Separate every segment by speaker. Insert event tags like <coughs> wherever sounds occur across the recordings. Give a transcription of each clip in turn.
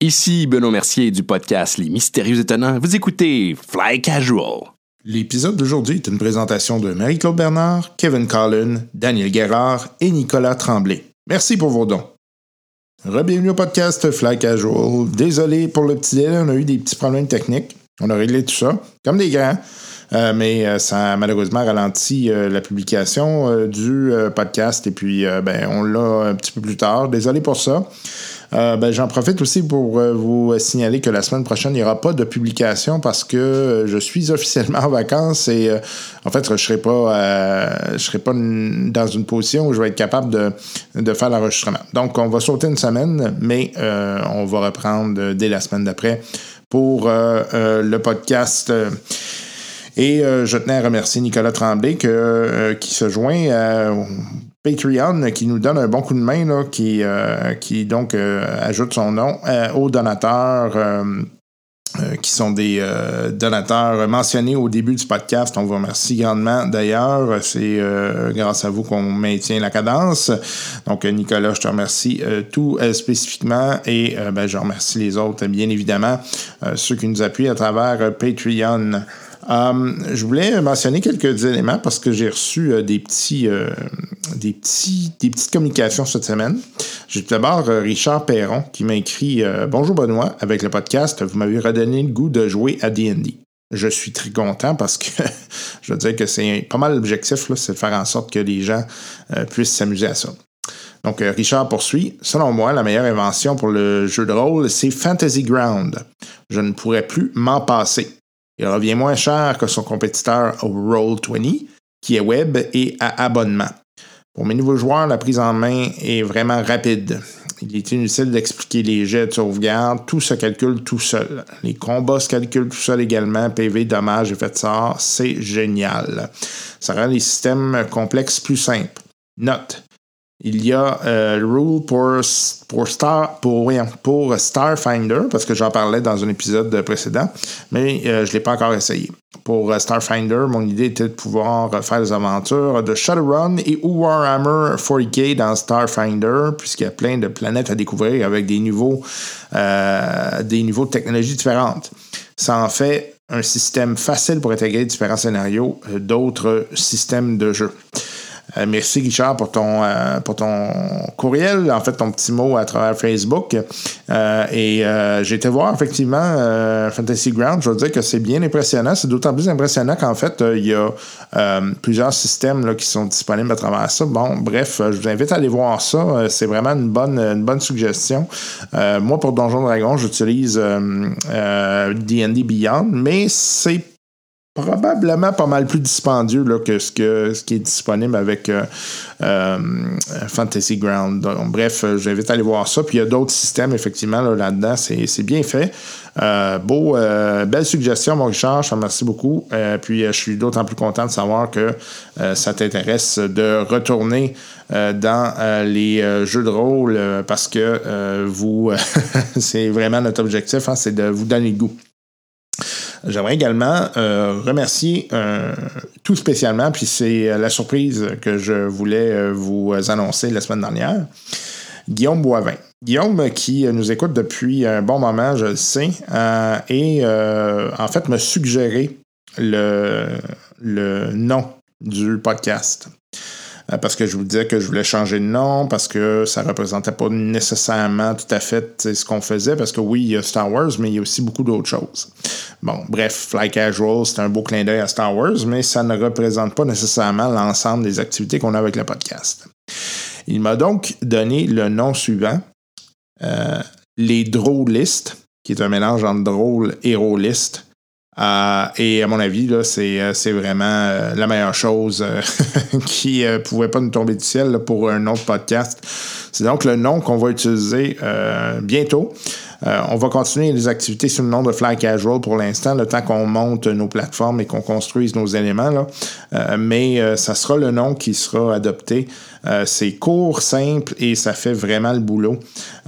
Speaker 1: Ici Benoît Mercier du podcast Les Mystérieux Étonnants. Vous écoutez Fly Casual.
Speaker 2: L'épisode d'aujourd'hui est une présentation de Marie-Claude Bernard, Kevin Collin, Daniel Guérard et Nicolas Tremblay. Merci pour vos dons. Rebienvenue au podcast Fly Casual. Désolé pour le petit délai, on a eu des petits problèmes techniques. On a réglé tout ça, comme des grands. Euh, mais euh, ça a malheureusement ralenti euh, la publication euh, du euh, podcast et puis euh, ben, on l'a un petit peu plus tard. Désolé pour ça. Euh, ben, J'en profite aussi pour euh, vous signaler que la semaine prochaine, il n'y aura pas de publication parce que euh, je suis <laughs> officiellement en vacances et euh, en fait, je ne serai pas, euh, je serai pas n- dans une position où je vais être capable de, de faire l'enregistrement. Donc, on va sauter une semaine, mais euh, on va reprendre euh, dès la semaine d'après pour euh, euh, le podcast. euh, et euh, je tenais à remercier Nicolas Tremblay que, euh, qui se joint à- au Patreon, qui nous donne un bon coup de main, là, qui, euh, qui donc euh, ajoute son nom euh, aux donateurs. euh, euh, qui sont des euh, donateurs mentionnés au début du podcast. On vous remercie grandement. D'ailleurs, c'est euh, grâce à vous qu'on maintient la cadence. Donc, euh, Nicolas, je te remercie euh, tout euh, spécifiquement et euh, ben, je remercie les autres, bien évidemment, euh, ceux qui nous appuient à travers euh, Patreon. Euh, je voulais mentionner quelques éléments parce que j'ai reçu euh, des petits, euh, des petits, des petites communications cette semaine. J'ai tout d'abord euh, Richard Perron qui m'a écrit euh, Bonjour Benoît, avec le podcast, vous m'avez redonné le goût de jouer à D&D. Je suis très content parce que <laughs> je veux dire que c'est pas mal l'objectif, là, c'est de faire en sorte que les gens euh, puissent s'amuser à ça. Donc, euh, Richard poursuit. Selon moi, la meilleure invention pour le jeu de rôle, c'est Fantasy Ground. Je ne pourrais plus m'en passer. Il revient moins cher que son compétiteur Roll20, qui est web et à abonnement. Pour mes nouveaux joueurs, la prise en main est vraiment rapide. Il est inutile d'expliquer les jets de sauvegarde, tout se calcule tout seul. Les combats se calculent tout seul également, PV, dommages, effets de sort, c'est génial. Ça rend les systèmes complexes plus simples. Note, il y a euh, le Rule pour, pour, Star, pour, voyons, pour Starfinder, parce que j'en parlais dans un épisode précédent, mais euh, je ne l'ai pas encore essayé. Pour euh, Starfinder, mon idée était de pouvoir euh, faire des aventures de Shadowrun et ou Warhammer 40k dans Starfinder, puisqu'il y a plein de planètes à découvrir avec des niveaux, euh, des niveaux de technologie différentes. Ça en fait un système facile pour intégrer différents scénarios euh, d'autres systèmes de jeu. Euh, merci Richard pour ton, euh, pour ton courriel, en fait ton petit mot à travers Facebook. Euh, et euh, j'ai été voir effectivement euh, Fantasy Ground. Je veux dire que c'est bien impressionnant. C'est d'autant plus impressionnant qu'en fait, euh, il y a euh, plusieurs systèmes là, qui sont disponibles à travers ça. Bon, bref, euh, je vous invite à aller voir ça. Euh, c'est vraiment une bonne, une bonne suggestion. Euh, moi, pour Donjon Dragon, j'utilise euh, euh, D&D Beyond, mais c'est probablement pas mal plus dispendieux là, que, ce que ce qui est disponible avec euh, euh, Fantasy Ground. Donc, bref, euh, j'invite à aller voir ça. Puis il y a d'autres systèmes, effectivement, là, là-dedans. c'est, c'est bien fait. Euh, beau, euh, belle suggestion, mon Richard. Je te remercie beaucoup. Euh, puis euh, je suis d'autant plus content de savoir que euh, ça t'intéresse de retourner euh, dans euh, les euh, jeux de rôle euh, parce que euh, vous, <laughs> c'est vraiment notre objectif, hein, c'est de vous donner le goût. J'aimerais également euh, remercier euh, tout spécialement, puis c'est euh, la surprise que je voulais euh, vous annoncer la semaine dernière, Guillaume Boivin. Guillaume euh, qui euh, nous écoute depuis un bon moment, je le sais, euh, et euh, en fait m'a suggéré le, le nom du podcast. Euh, Parce que je vous disais que je voulais changer de nom, parce que ça représentait pas nécessairement tout à fait tu sais, ce qu'on faisait, parce que oui, il y a Star Wars, mais il y a aussi beaucoup d'autres choses. Bon, bref, Fly Casual, c'est un beau clin d'œil à Star Wars, mais ça ne représente pas nécessairement l'ensemble des activités qu'on a avec le podcast. Il m'a donc donné le nom suivant, euh, les Drôlistes, qui est un mélange entre drôle et rôliste. Euh, et à mon avis, là, c'est, euh, c'est vraiment euh, la meilleure chose euh, <laughs> qui euh, pouvait pas nous tomber du ciel là, pour un autre podcast. C'est donc le nom qu'on va utiliser euh, bientôt. Euh, on va continuer les activités sous le nom de Fly Casual pour l'instant, le temps qu'on monte nos plateformes et qu'on construise nos éléments. là. Euh, mais euh, ça sera le nom qui sera adopté. Euh, c'est court, simple et ça fait vraiment le boulot.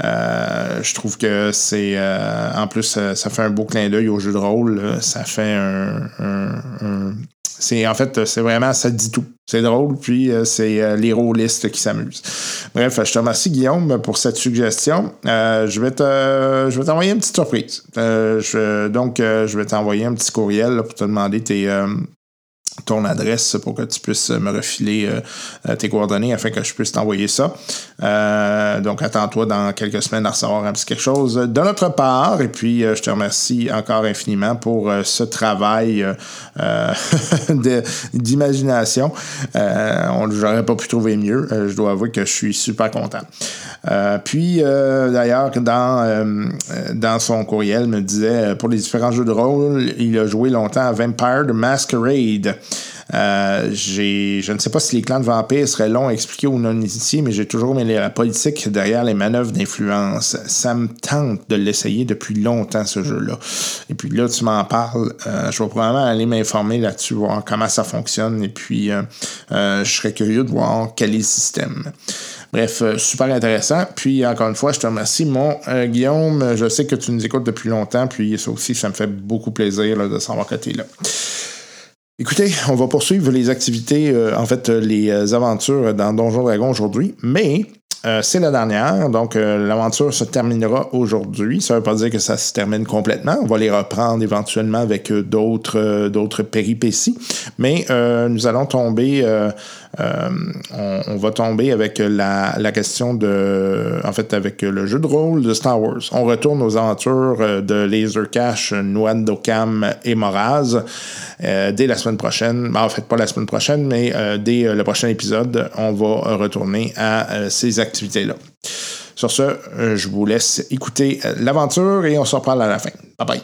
Speaker 2: Euh, je trouve que c'est. euh, en plus, euh, ça fait un beau clin d'œil au jeu de rôle. là. Ça fait un- un- un- C'est en fait, c'est vraiment ça dit tout. C'est drôle, puis euh, c'est euh, les rôlistes qui s'amusent. Bref, je te remercie Guillaume pour cette suggestion. Euh, je vais te, je vais t'envoyer une petite surprise. Euh, je- donc, euh, je vais t'envoyer un petit courriel là, pour te demander tes, euh, ton adresse pour que tu puisses me refiler euh, euh, tes coordonnées afin que je puisse t'envoyer ça. Euh, donc, attends-toi dans quelques semaines à recevoir un petit quelque chose de notre part. Et puis, euh, je te remercie encore infiniment pour euh, ce travail euh, euh, <laughs> de- d'imagination. Euh, on- J'aurais pas pu trouver mieux. Euh, je dois avouer que je suis super content. Euh, puis, euh, d'ailleurs, dans, euh, euh, dans son courriel, me disait, euh, pour les différents jeux de rôle, il a joué longtemps à Vampire the Masquerade. Euh, j'ai- je ne sais pas si les clans de vampires seraient longs à expliquer aux non-initiés, mais j'ai toujours mêlé la politique derrière les manœuvres d'influence. Ça me tente de l'essayer depuis longtemps, ce jeu-là. Et puis là, tu m'en parles. Euh, je vais probablement aller m'informer là-dessus, voir comment ça fonctionne. Et puis, euh, euh, je serais curieux de voir quel est le système. Bref, euh, super intéressant. Puis, encore une fois, je te remercie, mon euh, Guillaume. Je sais que tu nous écoutes depuis longtemps. Puis, ça aussi, ça me fait beaucoup plaisir là, de savoir que tu es là. Écoutez, on va poursuivre les activités, euh, en fait, euh, les euh, aventures dans Donjon Dragon aujourd'hui, mais euh, c'est la dernière, donc euh, l'aventure se terminera aujourd'hui. Ça ne veut pas dire que ça se termine complètement. On va les reprendre éventuellement avec euh, d'autres euh, d'autres péripéties, mais euh, nous allons tomber, euh, euh, on, on va tomber avec la, la question de, en fait, avec le jeu de rôle de Star Wars. On retourne aux aventures euh, de Laser Cash, Nuan Dokam et Moraz. Euh, dès la semaine prochaine, ben, en fait pas la semaine prochaine, mais euh, dès euh, le prochain épisode, on va euh, retourner à euh, ces activités-là. Sur ce, euh, je vous laisse écouter euh, l'aventure et on se reparle à la fin. Bye bye.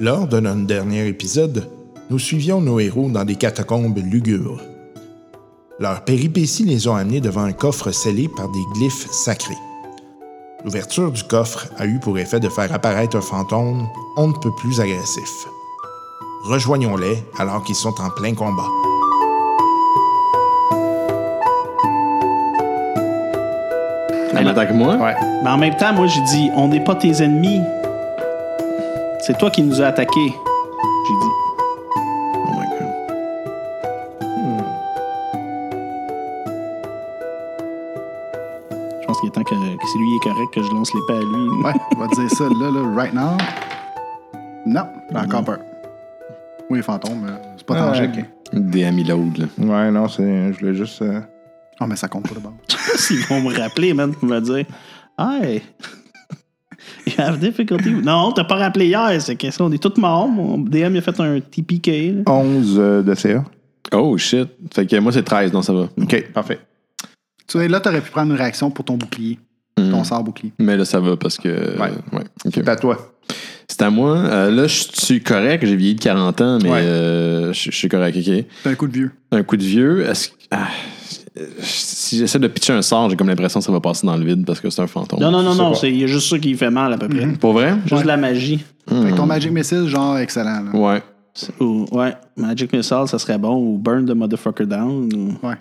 Speaker 2: Lors de notre dernier épisode, nous suivions nos héros dans des catacombes lugubres. Leurs péripéties les ont amenés devant un coffre scellé par des glyphes sacrés. L'ouverture du coffre a eu pour effet de faire apparaître un fantôme on ne peut plus agressif. Rejoignons-les alors qu'ils sont en plein combat.
Speaker 1: Elle m'attaque moi?
Speaker 2: Ouais.
Speaker 3: Mais en même temps, moi, j'ai dit, on n'est pas tes ennemis. C'est toi qui nous as attaqués. J'ai dit.
Speaker 1: Oh my god.
Speaker 3: Hmm. Je pense qu'il est temps que, que si lui est correct, que je lance l'épée à lui.
Speaker 4: Ouais, on va te dire ça là, là, right now. Non, j'ai encore peur. Oui, fantôme, euh, c'est pas
Speaker 2: Ah,
Speaker 4: tangible.
Speaker 2: ok.
Speaker 1: Des amyloïdes, là.
Speaker 2: Ouais, non, c'est, je voulais juste. euh,
Speaker 4: Oh, mais ça compte pas de bon.
Speaker 3: <laughs> S'ils vont me rappeler, man, pour me dire Hey, <laughs> you have difficulty. Non, t'as pas rappelé hier, c'est que ça, on est tous morts. Mon DM il a fait un TPK. là.
Speaker 2: 11 euh, de CA.
Speaker 1: Oh shit. Fait que moi, c'est 13, donc ça va.
Speaker 2: OK, parfait.
Speaker 4: Tu vois, là, t'aurais pu prendre une réaction pour ton bouclier, ton sort bouclier.
Speaker 1: Mais là, ça va parce que.
Speaker 2: Ouais.
Speaker 1: ouais. ok.
Speaker 2: C'est à toi.
Speaker 1: C'est à moi. Euh, là, je suis correct. J'ai vieilli de 40 ans, mais
Speaker 2: Ouais.
Speaker 1: euh, je je suis correct. OK.
Speaker 4: T'as un coup de vieux.
Speaker 1: Un coup de vieux. Est-ce que- ah, si j'essaie de pitcher un sort, j'ai comme l'impression que ça va passer dans le vide parce que c'est un
Speaker 5: Oh,
Speaker 1: fantôme.
Speaker 3: Non, non, non,
Speaker 2: je sais
Speaker 3: non,
Speaker 2: pas.
Speaker 3: c'est- il y a juste ça qui fait mal à peu près.
Speaker 5: Mm-hmm.
Speaker 1: Pour vrai? Hmm.
Speaker 3: Juste de la magie.
Speaker 4: Fait que ton Magic Missile, genre, excellent. Là.
Speaker 1: Ouais.
Speaker 3: Ou, ouais, Magic Missile, ça serait bon. Ou Burn the Motherfucker Down. ou-
Speaker 4: Ouais.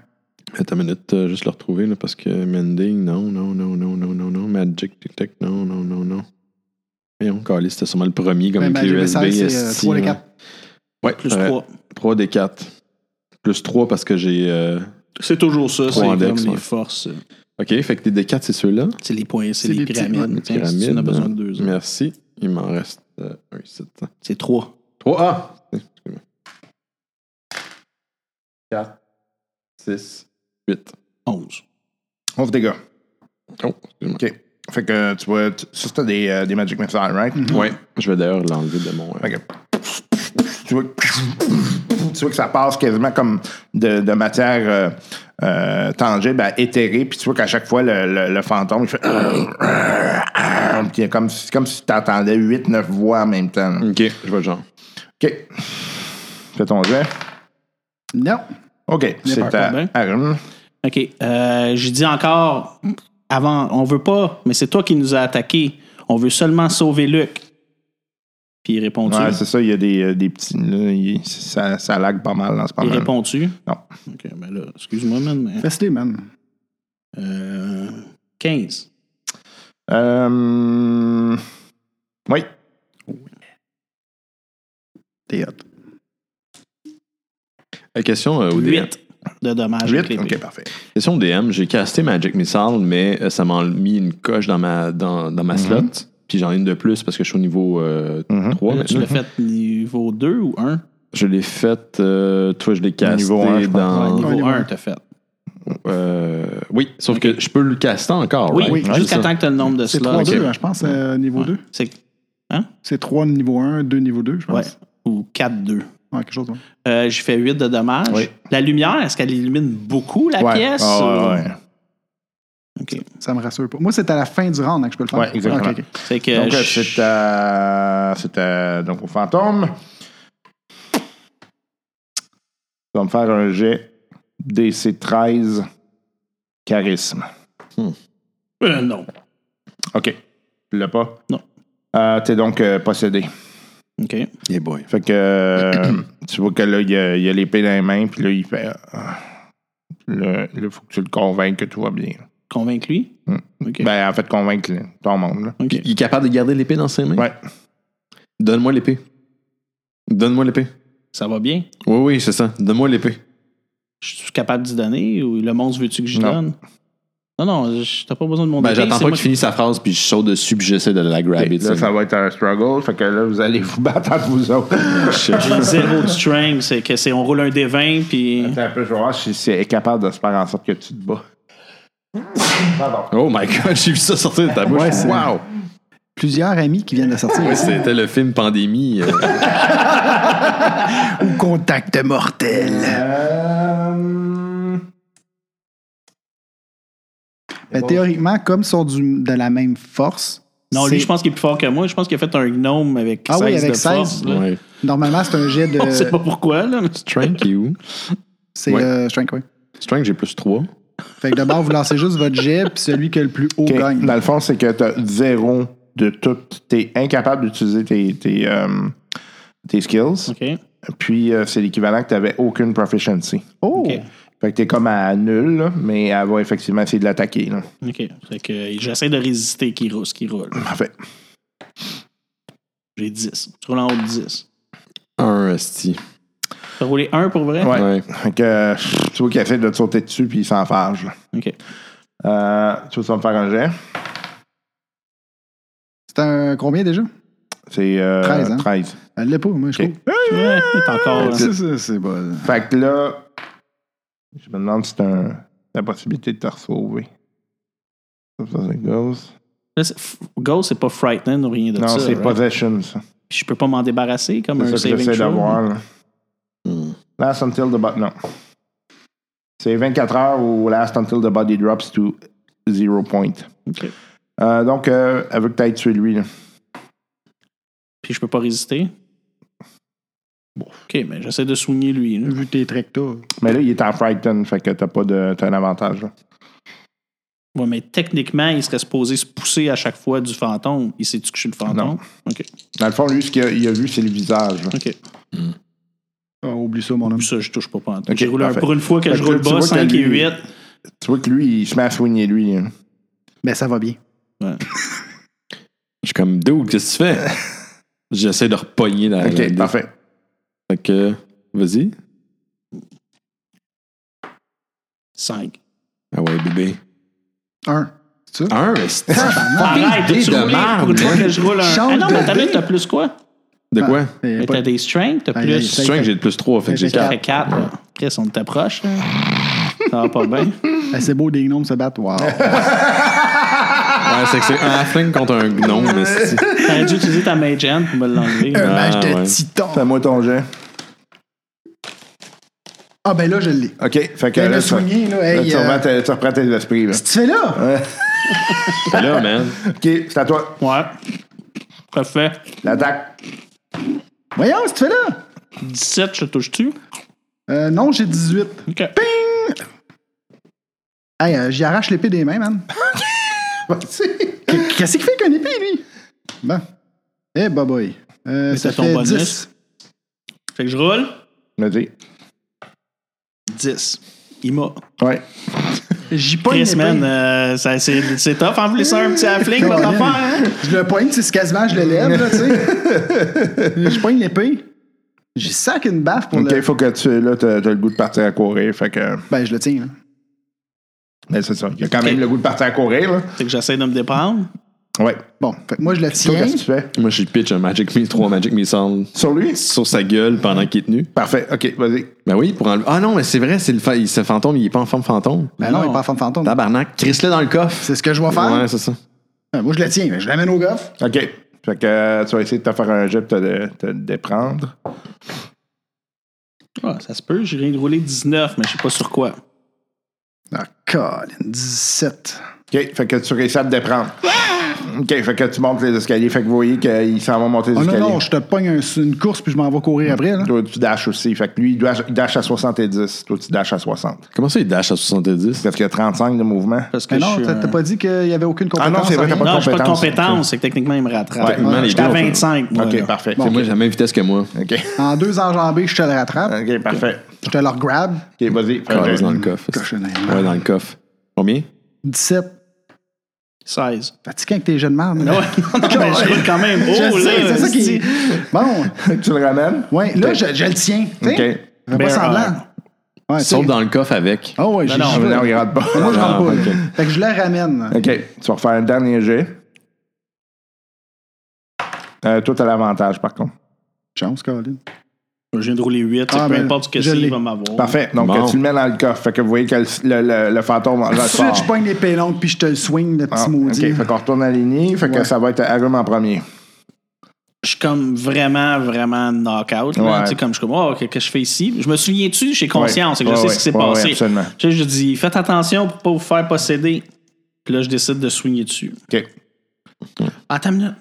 Speaker 1: Attends une minute, euh, juste le retrouver là, parce que Mending, non, non, non, non, non, non, non. Magic, tic, tac, non, non, non, non.
Speaker 5: Voyons, Calis, c'était sûrement le premier comme
Speaker 4: Ben,
Speaker 5: une clé
Speaker 4: ben,
Speaker 5: USB.
Speaker 4: GV16, c'est euh,
Speaker 5: esti,
Speaker 4: 3 des
Speaker 5: ouais.
Speaker 4: 4.
Speaker 5: Ouais,
Speaker 3: Plus
Speaker 5: ouais,
Speaker 3: 3.
Speaker 5: 3 des 4. Plus 3 parce que j'ai. euh,
Speaker 3: C'est toujours ça, c'est
Speaker 5: Trois
Speaker 3: comme
Speaker 5: index, ouais.
Speaker 3: les forces. euh,
Speaker 5: Ok, fait que des D4, c'est ceux-là.
Speaker 3: C'est les points, c'est
Speaker 4: C'est
Speaker 3: les
Speaker 4: les petits-
Speaker 3: pyramides.
Speaker 5: Les
Speaker 3: tiens, si tu en as
Speaker 5: pyramides,
Speaker 3: besoin de
Speaker 5: hein.
Speaker 3: deux. hein.
Speaker 5: Merci. Il m'en reste euh, un ici.
Speaker 3: C'est 3.
Speaker 5: 3A. 4, 6, 8.
Speaker 3: 11.
Speaker 6: On dégâts.
Speaker 5: Oh, excuse-moi.
Speaker 6: OK. Fait que tu vois, tu- ça c'était des, euh, des Magic Missiles, right?
Speaker 5: Mhm. Ouais, je vais d'ailleurs l'enlever de mon. euh,
Speaker 6: Fait que- tu vois, que- tu vois que ça passe quasiment comme de, de matière euh, euh, tangible à éthérée, puis tu vois qu'à chaque fois, le, le- le fantôme, il fait. <coughs> Puis il y a comme, si- comme si tu entendais 8-9 voix en même temps. là.
Speaker 5: Ok, je vois le genre.
Speaker 6: OK. Fais ton jet.
Speaker 4: Non.
Speaker 6: OK.
Speaker 4: par
Speaker 6: C'est à
Speaker 3: contre, hein?
Speaker 6: Aaron.
Speaker 3: OK. Euh, J'ai dit encore avant, on veut pas, mais c'est toi qui nous as attaqué. On veut seulement sauver Luc. Puis il répond-tu?
Speaker 6: Ouais, c'est ça, il y a des, euh, des petits. là, il- ça, ça lag pas mal dans ce
Speaker 3: il
Speaker 6: moment.
Speaker 3: répond-tu?
Speaker 6: Non.
Speaker 3: OK, ben là, excuse-moi, man, mais...
Speaker 4: Fais-le, man.
Speaker 3: Euh, 15.
Speaker 6: Euh, oui.
Speaker 4: T'es hot.
Speaker 5: La question euh, au DM.
Speaker 3: 8 de dommages. avec
Speaker 6: 8.
Speaker 3: les
Speaker 6: OK,
Speaker 3: dés.
Speaker 6: parfait.
Speaker 5: Question DM, j'ai casté Magic Missile, mais euh, ça m'a mis une coche dans ma, dans, dans ma slot. Puis j'en ai une de plus parce que je suis au niveau euh,
Speaker 6: Mhm.
Speaker 5: 3
Speaker 3: Là, tu
Speaker 5: maintenant.
Speaker 3: l'as fait niveau 2 ou 1?
Speaker 5: Je l'ai faite, euh, toi je l'ai casté
Speaker 6: Ah, Niveau un, je pense.
Speaker 5: dans.
Speaker 4: Ouais,
Speaker 3: niveau
Speaker 4: niveau
Speaker 3: 1,
Speaker 4: un.
Speaker 3: t'as fait.
Speaker 5: euh, oui, sauf que je peux le caster encore.
Speaker 3: Oui,
Speaker 5: right?
Speaker 4: oui,
Speaker 5: C'est
Speaker 3: jusqu'à
Speaker 5: ça.
Speaker 3: temps que t'as le nombre de
Speaker 4: C'est
Speaker 3: slots.
Speaker 4: 3-2,
Speaker 5: ok.
Speaker 4: hein, je pense, euh, niveau 2.
Speaker 3: C'est-
Speaker 4: C'est 3 niveau 1, 2 niveau 2, je
Speaker 3: Ouais.
Speaker 4: pense.
Speaker 3: Ou 4-2.
Speaker 4: Ouais, quelque chose. ouais.
Speaker 3: Euh, J'ai fait 8 de dommages.
Speaker 6: Oui.
Speaker 3: La lumière, est-ce qu'elle illumine beaucoup la
Speaker 6: Ouais.
Speaker 3: pièce?
Speaker 6: Ah,
Speaker 3: ou-
Speaker 6: ouais, ouais.
Speaker 3: OK.
Speaker 4: Ça me rassure pas. Moi, c'est à la fin du round hein, que je peux le faire.
Speaker 6: Ouais, exactement.
Speaker 4: Ok, ok.
Speaker 3: Fait que
Speaker 6: Donc, euh,
Speaker 3: je-
Speaker 6: c'est à. C'est à. Donc, au fantôme. Tu vas me faire un jet DC13 charisme.
Speaker 3: Euh, non.
Speaker 6: OK. Tu l'as pas?
Speaker 3: Non.
Speaker 6: Euh, T'es donc euh, possédé.
Speaker 3: OK.
Speaker 5: Eh boy.
Speaker 6: Fait que euh, <clears throat> tu vois que là, il y a, il y a l'épée dans les mains, puis là, il fait. ah. Là, il faut que tu le convainques que tout va bien.
Speaker 3: Convainc lui.
Speaker 6: Hmm.
Speaker 3: OK.
Speaker 6: Ben, en fait, convaincre là, ton monde. Là.
Speaker 5: Il est capable de garder l'épée dans ses mains?
Speaker 6: Ouais.
Speaker 5: Donne-moi l'épée. Donne-moi l'épée.
Speaker 3: Ça va bien?
Speaker 5: Oui, oui, c'est ça. Donne-moi l'épée.
Speaker 3: Je suis capable d'y donner ou le monstre veut-tu que je
Speaker 6: Non.
Speaker 3: donne? Non, non, je- t'as pas besoin de mon
Speaker 5: Ben,
Speaker 3: épée,
Speaker 5: j'attends
Speaker 3: c'est
Speaker 5: pas
Speaker 3: moi
Speaker 5: qu'il finisse sa phrase, puis je saute dessus, puis j'essaie de la grabber. tu
Speaker 6: Là,
Speaker 5: sais.
Speaker 6: ça va être un struggle. Fait que là, vous allez vous battre entre
Speaker 5: <laughs>
Speaker 6: vous autres.
Speaker 3: J'ai zéro de strength, c'est que c'est on roule un des 20 puis
Speaker 6: Attends un peu, je vais voir si si elle est capable de se faire en sorte que tu te bats. Pardon.
Speaker 5: Oh my <laughs> god, j'ai vu ça sortir de ta bouche.
Speaker 4: Ouais, c'est-
Speaker 5: wow!
Speaker 4: Plusieurs amis qui viennent de sortir.
Speaker 5: Ouais, c'était le film Pandémie. euh,
Speaker 4: Contact mortel.
Speaker 6: Euh,
Speaker 4: Ben, théoriquement, comme ils sont du- de la même force.
Speaker 3: non,
Speaker 4: c'est-
Speaker 3: lui je pense qu'il est plus fort que moi, je pense qu'il a fait un gnome avec 16
Speaker 4: Ah oui, avec Euh,
Speaker 3: de force.
Speaker 4: 16,
Speaker 3: là.
Speaker 5: ouais.
Speaker 4: Normalement, c'est un jet de.
Speaker 3: <laughs> On sait pas pourquoi là. mais c'est-
Speaker 5: Strength est où?
Speaker 4: C'est
Speaker 5: Ouais.
Speaker 4: euh, strength, oui.
Speaker 5: Strength, j'ai plus 3.
Speaker 4: Fait que d'abord, vous lancez juste votre jet, puis celui qui a le plus haut
Speaker 6: ok,
Speaker 4: gagne.
Speaker 6: Dans le fond, c'est que t'as zéro de tout. T'es incapable d'utiliser tes, tes, euh, tes skills.
Speaker 3: OK.
Speaker 6: Puis euh, c'est l'équivalent que t'avais aucune proficiency.
Speaker 4: Oh!
Speaker 3: OK.
Speaker 6: Fait que t'es comme à nul, là, mais elle va effectivement essayer de l'attaquer. là.
Speaker 3: OK. Fait que euh, j'essaie de résister qui roule, qui roule.
Speaker 6: Parfait.
Speaker 3: J'ai 10. Je roule en haut de 10.
Speaker 5: 1 ST.
Speaker 3: T'as roulé 1 pour vrai
Speaker 6: Ouais.
Speaker 5: Ouais.
Speaker 6: Fait que euh, tu vois qu'il essaie de te sauter dessus, puis il s'enfarge. là.
Speaker 3: OK.
Speaker 6: Euh, tu vois, tu vas me faire un jet.
Speaker 4: C'est un combien déjà?
Speaker 6: C'est euh,
Speaker 4: 13, hein?
Speaker 6: 13.
Speaker 4: Elle l'est pas, moi, je
Speaker 6: Ok.
Speaker 4: trouve.
Speaker 3: Ouais, t'es encore là.
Speaker 4: C'est ça, c'est bon.
Speaker 6: Fait que là, je me demande si c'est un- la possibilité de te retrouver. Ça, ça, c'est Ghost.
Speaker 3: Là, c'est- f- Ghost, c'est pas frightening ou rien de
Speaker 6: Non,
Speaker 3: ça.
Speaker 6: c'est
Speaker 3: right?
Speaker 6: Possession, ça.
Speaker 3: Puis je peux pas m'en débarrasser comme
Speaker 6: C'est
Speaker 3: un
Speaker 6: ça que
Speaker 3: saving
Speaker 6: j'essaie
Speaker 3: throw.
Speaker 6: d'avoir. là.
Speaker 5: Hmm.
Speaker 6: Last until the body. Non. C'est 24 heures ou last until the body drops to zero point.
Speaker 3: OK.
Speaker 6: Euh, donc, euh, elle veut que tu ailles tuer lui. là.
Speaker 3: Puis je peux pas résister. OK, mais j'essaie de soigner lui. là.
Speaker 4: Vu tes traits que t'as.
Speaker 6: Mais là, il est en Frighten, fait que t'as pas de. T'as un avantage. là.
Speaker 3: Ouais, mais techniquement, il serait supposé se pousser à chaque fois du fantôme. Il sait-tu que je suis le fantôme?
Speaker 6: Non.
Speaker 3: OK.
Speaker 6: Dans le fond, lui, ce qu'il a, il a vu, c'est le visage. là.
Speaker 3: OK.
Speaker 4: Oh, oublie ça, mon homme.
Speaker 3: Ça, je touche pas pas en tout.
Speaker 6: OK,
Speaker 3: J'ai roulé un,
Speaker 6: parfait.
Speaker 3: pour une fois que
Speaker 6: Fait
Speaker 3: je
Speaker 6: que
Speaker 3: roule
Speaker 6: tu vois
Speaker 3: bas,
Speaker 6: que
Speaker 3: 5 et
Speaker 6: lui-
Speaker 3: 8.
Speaker 6: Tu vois que lui, il se met à soigner lui. là.
Speaker 4: Ben, ça va bien.
Speaker 5: Je suis comme, dude, qu'est-ce que tu
Speaker 6: <laughs>
Speaker 5: fais? J'essaie de repogner la.
Speaker 6: Ok,
Speaker 5: la- la-
Speaker 6: parfait.
Speaker 5: Fait que, vas-y.
Speaker 3: 5.
Speaker 5: Ah ouais, bébé.
Speaker 4: Un. C'est ça?
Speaker 5: Un, c'est
Speaker 3: Arrête,
Speaker 5: idée
Speaker 3: tu
Speaker 5: de
Speaker 3: roules pour une
Speaker 5: merde.
Speaker 3: fois que je roule un.
Speaker 4: Change
Speaker 3: Ah non, mais
Speaker 4: de
Speaker 3: t'as vu,
Speaker 4: dé.
Speaker 3: t'as plus quoi?
Speaker 5: De quoi?
Speaker 4: Et
Speaker 3: Mais
Speaker 4: Eh, pas- Ben,
Speaker 3: t'as des strengths, t'as
Speaker 4: Aïe, aïe,
Speaker 3: plus.
Speaker 5: C'est sûr que j'ai de plus 3, fait que j'ai
Speaker 4: J'ai quatre.
Speaker 5: 4.
Speaker 3: Fait 4. Chris, on t'approche.
Speaker 4: <laughs>
Speaker 3: là. Ça va pas bien.
Speaker 4: Ah, c'est beau, des gnomes se battent.
Speaker 6: <laughs>
Speaker 4: Wow.
Speaker 5: Ouais, c'est que c'est un halfling contre un gnome, mais c'est.
Speaker 3: T'aurais dû utiliser ta mage hand pour me l'enlever.
Speaker 4: Un
Speaker 5: Ah,
Speaker 4: match de
Speaker 5: ouais.
Speaker 4: titan.
Speaker 6: Fais-moi ton jet.
Speaker 4: Ah, ben là, je l'ai.
Speaker 6: OK, fait que
Speaker 4: Ben,
Speaker 6: là,
Speaker 4: le
Speaker 6: tu-
Speaker 4: soigner, là,
Speaker 6: là,
Speaker 4: hey,
Speaker 6: tu,
Speaker 4: euh,
Speaker 6: reprends tes- tu reprends tes esprits. Là.
Speaker 4: Qu'est-ce que tu fais là?
Speaker 5: Fait là, man.
Speaker 6: OK, c'est à toi.
Speaker 3: Ouais. Parfait.
Speaker 6: L'attaque.
Speaker 4: Voyons, qu'est-ce que tu fais là?
Speaker 3: 17, je touche-tu?
Speaker 4: Euh, non, j'ai 18.
Speaker 3: OK.
Speaker 4: Hey, euh, j'y arrache l'épée des mains,
Speaker 6: <laughs>
Speaker 4: man.
Speaker 6: Vas-y.
Speaker 4: Qu'est-ce qu'il fait qu'une épée, lui? Bon. Eh, hey, boy. Euh, ça
Speaker 3: t'as ton
Speaker 4: fait
Speaker 3: bonus.
Speaker 4: 10.
Speaker 3: Fait que je roule.
Speaker 6: Vas-y.
Speaker 3: 10. Il m'a.
Speaker 6: Ouais.
Speaker 4: J'y pogne
Speaker 3: Chris,
Speaker 4: l'épée.
Speaker 3: man, euh, ça- c'est c'est tough. En plus, un petit affling,
Speaker 4: <laughs>
Speaker 3: votre
Speaker 4: Colin.
Speaker 3: affaire. hein?
Speaker 4: Je le poigne, tu sais, c'est quasiment, je le lève, là, tu sais. je poigne l'épée. J'y sac une baffe pour
Speaker 6: OK,
Speaker 4: le.
Speaker 6: faut que tu... Là, t'as t'as le goût de partir à courir, fait que...
Speaker 4: Ben, je le tiens, là.
Speaker 6: Mais c'est ça. Il y a quand
Speaker 3: OK.
Speaker 6: même le goût de partir à courir, là.
Speaker 3: Fait que j'essaie de me déprendre.
Speaker 6: Ouais.
Speaker 4: Bon, fait que moi, je le
Speaker 6: Toi,
Speaker 4: tiens.
Speaker 6: qu'est-ce que tu fais?
Speaker 5: Moi, j'ai pitch un Magic Missile, 3 Magic Missile
Speaker 6: Sur lui?
Speaker 5: sur sa gueule pendant qu'il est tenu.
Speaker 6: Parfait. OK, vas-y.
Speaker 5: Ben oui, pour enlever. Ah non, mais c'est vrai, c'est le fa- il- ce fantôme, il est pas en forme fantôme.
Speaker 4: Ben non, il est pas en forme fantôme.
Speaker 5: Tabarnak, crisse-le dans le coffre.
Speaker 4: C'est ce que je vais faire.
Speaker 5: Ouais, c'est ça.
Speaker 4: Euh, Moi, je le tiens. mais Je l'amène au goff.
Speaker 6: OK. Fait que euh, tu vas essayer de te faire un jet de te, de te déprendre.
Speaker 3: Ah, ça se peut, j'ai rien de roulé 19, mais je sais pas sur quoi.
Speaker 4: Ah, Colin, 17.
Speaker 6: OK, fait que tu réussis à te déprendre.
Speaker 4: Ah!
Speaker 6: OK, fait que tu montes les escaliers. Fait que vous voyez qu'il s'en va monter les
Speaker 4: Oh non,
Speaker 6: escaliers.
Speaker 4: non, je te pogne un- une course puis je m'en vais courir après. Là.
Speaker 6: Toi, tu dashes aussi. Fait que lui, il dash, il dash à 70. Toi, tu dashes à 60.
Speaker 5: Comment ça, il dash à 70?
Speaker 6: Parce qu'il y a 35 de mouvement.
Speaker 3: Parce que
Speaker 4: Mais
Speaker 3: je
Speaker 4: non,
Speaker 3: suis
Speaker 4: t'as
Speaker 3: un-
Speaker 4: t'as pas dit qu'il y avait aucune compétence.
Speaker 6: non, c'est vrai,
Speaker 4: rien.
Speaker 6: t'as pas- de
Speaker 3: Non, j'ai pas de
Speaker 6: compétence.
Speaker 3: compétence, c'est que techniquement, il me rattrape.
Speaker 5: Techniquement, les
Speaker 3: J'étais à
Speaker 5: deux, on fait-
Speaker 3: 25, moi.
Speaker 6: OK,
Speaker 3: là.
Speaker 6: parfait.
Speaker 5: C'est moi, j'ai la même vitesse que moi.
Speaker 6: OK.
Speaker 4: En deux enjambées, je te le rattrape.
Speaker 6: OK, parfait.
Speaker 4: Je te le grab.
Speaker 6: OK, vas-y. Fais un
Speaker 5: Caresse
Speaker 6: jet.
Speaker 5: dans le coffre.
Speaker 4: Cochonnerie.
Speaker 5: Ouais, dans le coffre. Combien?
Speaker 4: 17.
Speaker 3: 16.
Speaker 4: Fatiguant que t'es jeune merde.
Speaker 3: Ouais,
Speaker 4: là.
Speaker 3: <laughs> mais je roule quand même.
Speaker 4: Je
Speaker 3: Oh,
Speaker 4: sais,
Speaker 3: là,
Speaker 4: c'est ça qui.
Speaker 3: si.
Speaker 4: Bon,
Speaker 6: <laughs> tu le ramènes?
Speaker 4: ouais, là, je, je le tiens. tu
Speaker 6: OK.
Speaker 4: sais.
Speaker 3: Bear
Speaker 4: Fais pas semblant. Ouais, tu sais.
Speaker 5: Saute dans le coffre avec.
Speaker 4: Ah ouais,
Speaker 3: Non,
Speaker 4: j'ai
Speaker 3: non,
Speaker 4: j'y
Speaker 6: Ah,
Speaker 4: vais.
Speaker 6: mais non, il rentre pas.
Speaker 4: Moi, je rentre pas.
Speaker 5: Ah,
Speaker 4: là.
Speaker 5: ok.
Speaker 4: Fait que je le ramène.
Speaker 6: OK, tu vas refaire un dernier jet. Euh, toi, t'as l'avantage, par contre.
Speaker 4: Chance, Colin.
Speaker 3: Je viens de rouler 8,
Speaker 4: Ah,
Speaker 3: peu
Speaker 4: ben,
Speaker 3: importe ce que
Speaker 4: je
Speaker 3: c'est,
Speaker 4: l'ai.
Speaker 3: il va m'avoir.
Speaker 6: Parfait. Donc,
Speaker 5: Bon.
Speaker 6: tu le mets dans le coffre. Fait que vous voyez que le, le- le fantôme va
Speaker 4: Tout de suite,
Speaker 6: sort.
Speaker 4: je pogne les pélongues puis je te le swing, le petit
Speaker 6: Ah, OK,
Speaker 4: maudit.
Speaker 6: fait qu'on retourne à la lignée. Fait que
Speaker 4: Ouais.
Speaker 6: ça va être Arum en premier.
Speaker 3: je suis comme vraiment, vraiment knock-out. là.
Speaker 6: Ouais.
Speaker 3: Tu sais, comme je suis comme, oh, qu'est-ce que je fais ici? Je me souviens-tu, j'ai conscience et que je
Speaker 6: Ouais,
Speaker 3: sais
Speaker 6: ouais,
Speaker 3: ce qui s'est
Speaker 6: ouais, ouais,
Speaker 3: passé.
Speaker 6: absolument.
Speaker 3: Tu sais, je dis, faites attention pour pas vous faire posséder. Puis là, je décide de soigner dessus.
Speaker 6: OK.
Speaker 3: Attends une minute.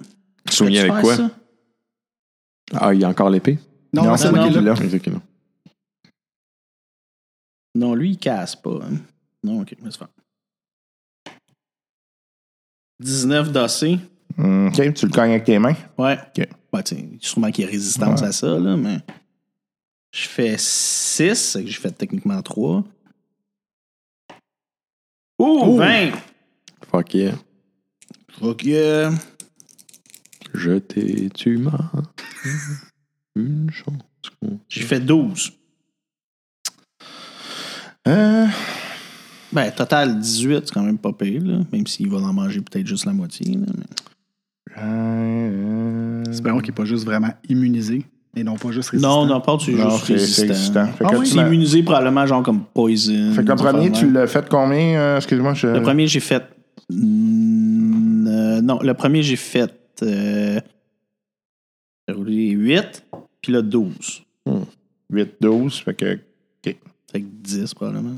Speaker 5: Soigner
Speaker 3: Peux-tu
Speaker 5: avec quoi?
Speaker 3: faire ça?
Speaker 5: Ah, il y a encore l'épée?
Speaker 4: Non,
Speaker 6: Non,
Speaker 4: c'est
Speaker 3: non,
Speaker 4: moi qui
Speaker 3: non.
Speaker 4: l'ai.
Speaker 6: Là.
Speaker 5: Ok, ok, non.
Speaker 3: Non, lui, il casse pas. hein. Non, ok, laisse faire. 19 dossé.
Speaker 6: Mm, OK, tu le cognes avec tes mains.
Speaker 3: Ouais.
Speaker 6: Ok.
Speaker 3: Ben, tu sais, sûrement qu'il y a résistance à ça, là, mais. Je fais 6, j'ai fait techniquement 3. Ouh, 20!
Speaker 5: Fuck yeah.
Speaker 3: Ok. euh,
Speaker 5: Je t'ai tu m'as. Une chance. qu'on-
Speaker 3: J'ai fait 12.
Speaker 6: Euh,
Speaker 3: Ben, total 18, c'est quand même pas pire, là. Même s'il va en manger peut-être juste la moitié. là, mais-
Speaker 6: euh,
Speaker 4: Espérons qu'il n'est pas juste vraiment immunisé et non pas juste résistant.
Speaker 3: Non, non, pas, tu es
Speaker 6: non,
Speaker 3: juste
Speaker 6: c'est
Speaker 3: résistant.
Speaker 6: c'est existant. Fait
Speaker 4: Ah
Speaker 6: que
Speaker 4: oui,
Speaker 6: tu
Speaker 3: C'est
Speaker 6: l'as-
Speaker 3: immunisé probablement, genre comme poison.
Speaker 6: Fait que le
Speaker 3: des affaires
Speaker 6: premier,
Speaker 3: de
Speaker 6: tu
Speaker 3: même.
Speaker 6: l'as fait combien? euh, Excuse-moi, je...
Speaker 3: Le premier, j'ai fait. Mm, euh, non, le premier, j'ai fait. Euh, j'ai roulé 8, puis là 12.
Speaker 6: 8, 12. Fait que...
Speaker 3: Fait que 10 probablement.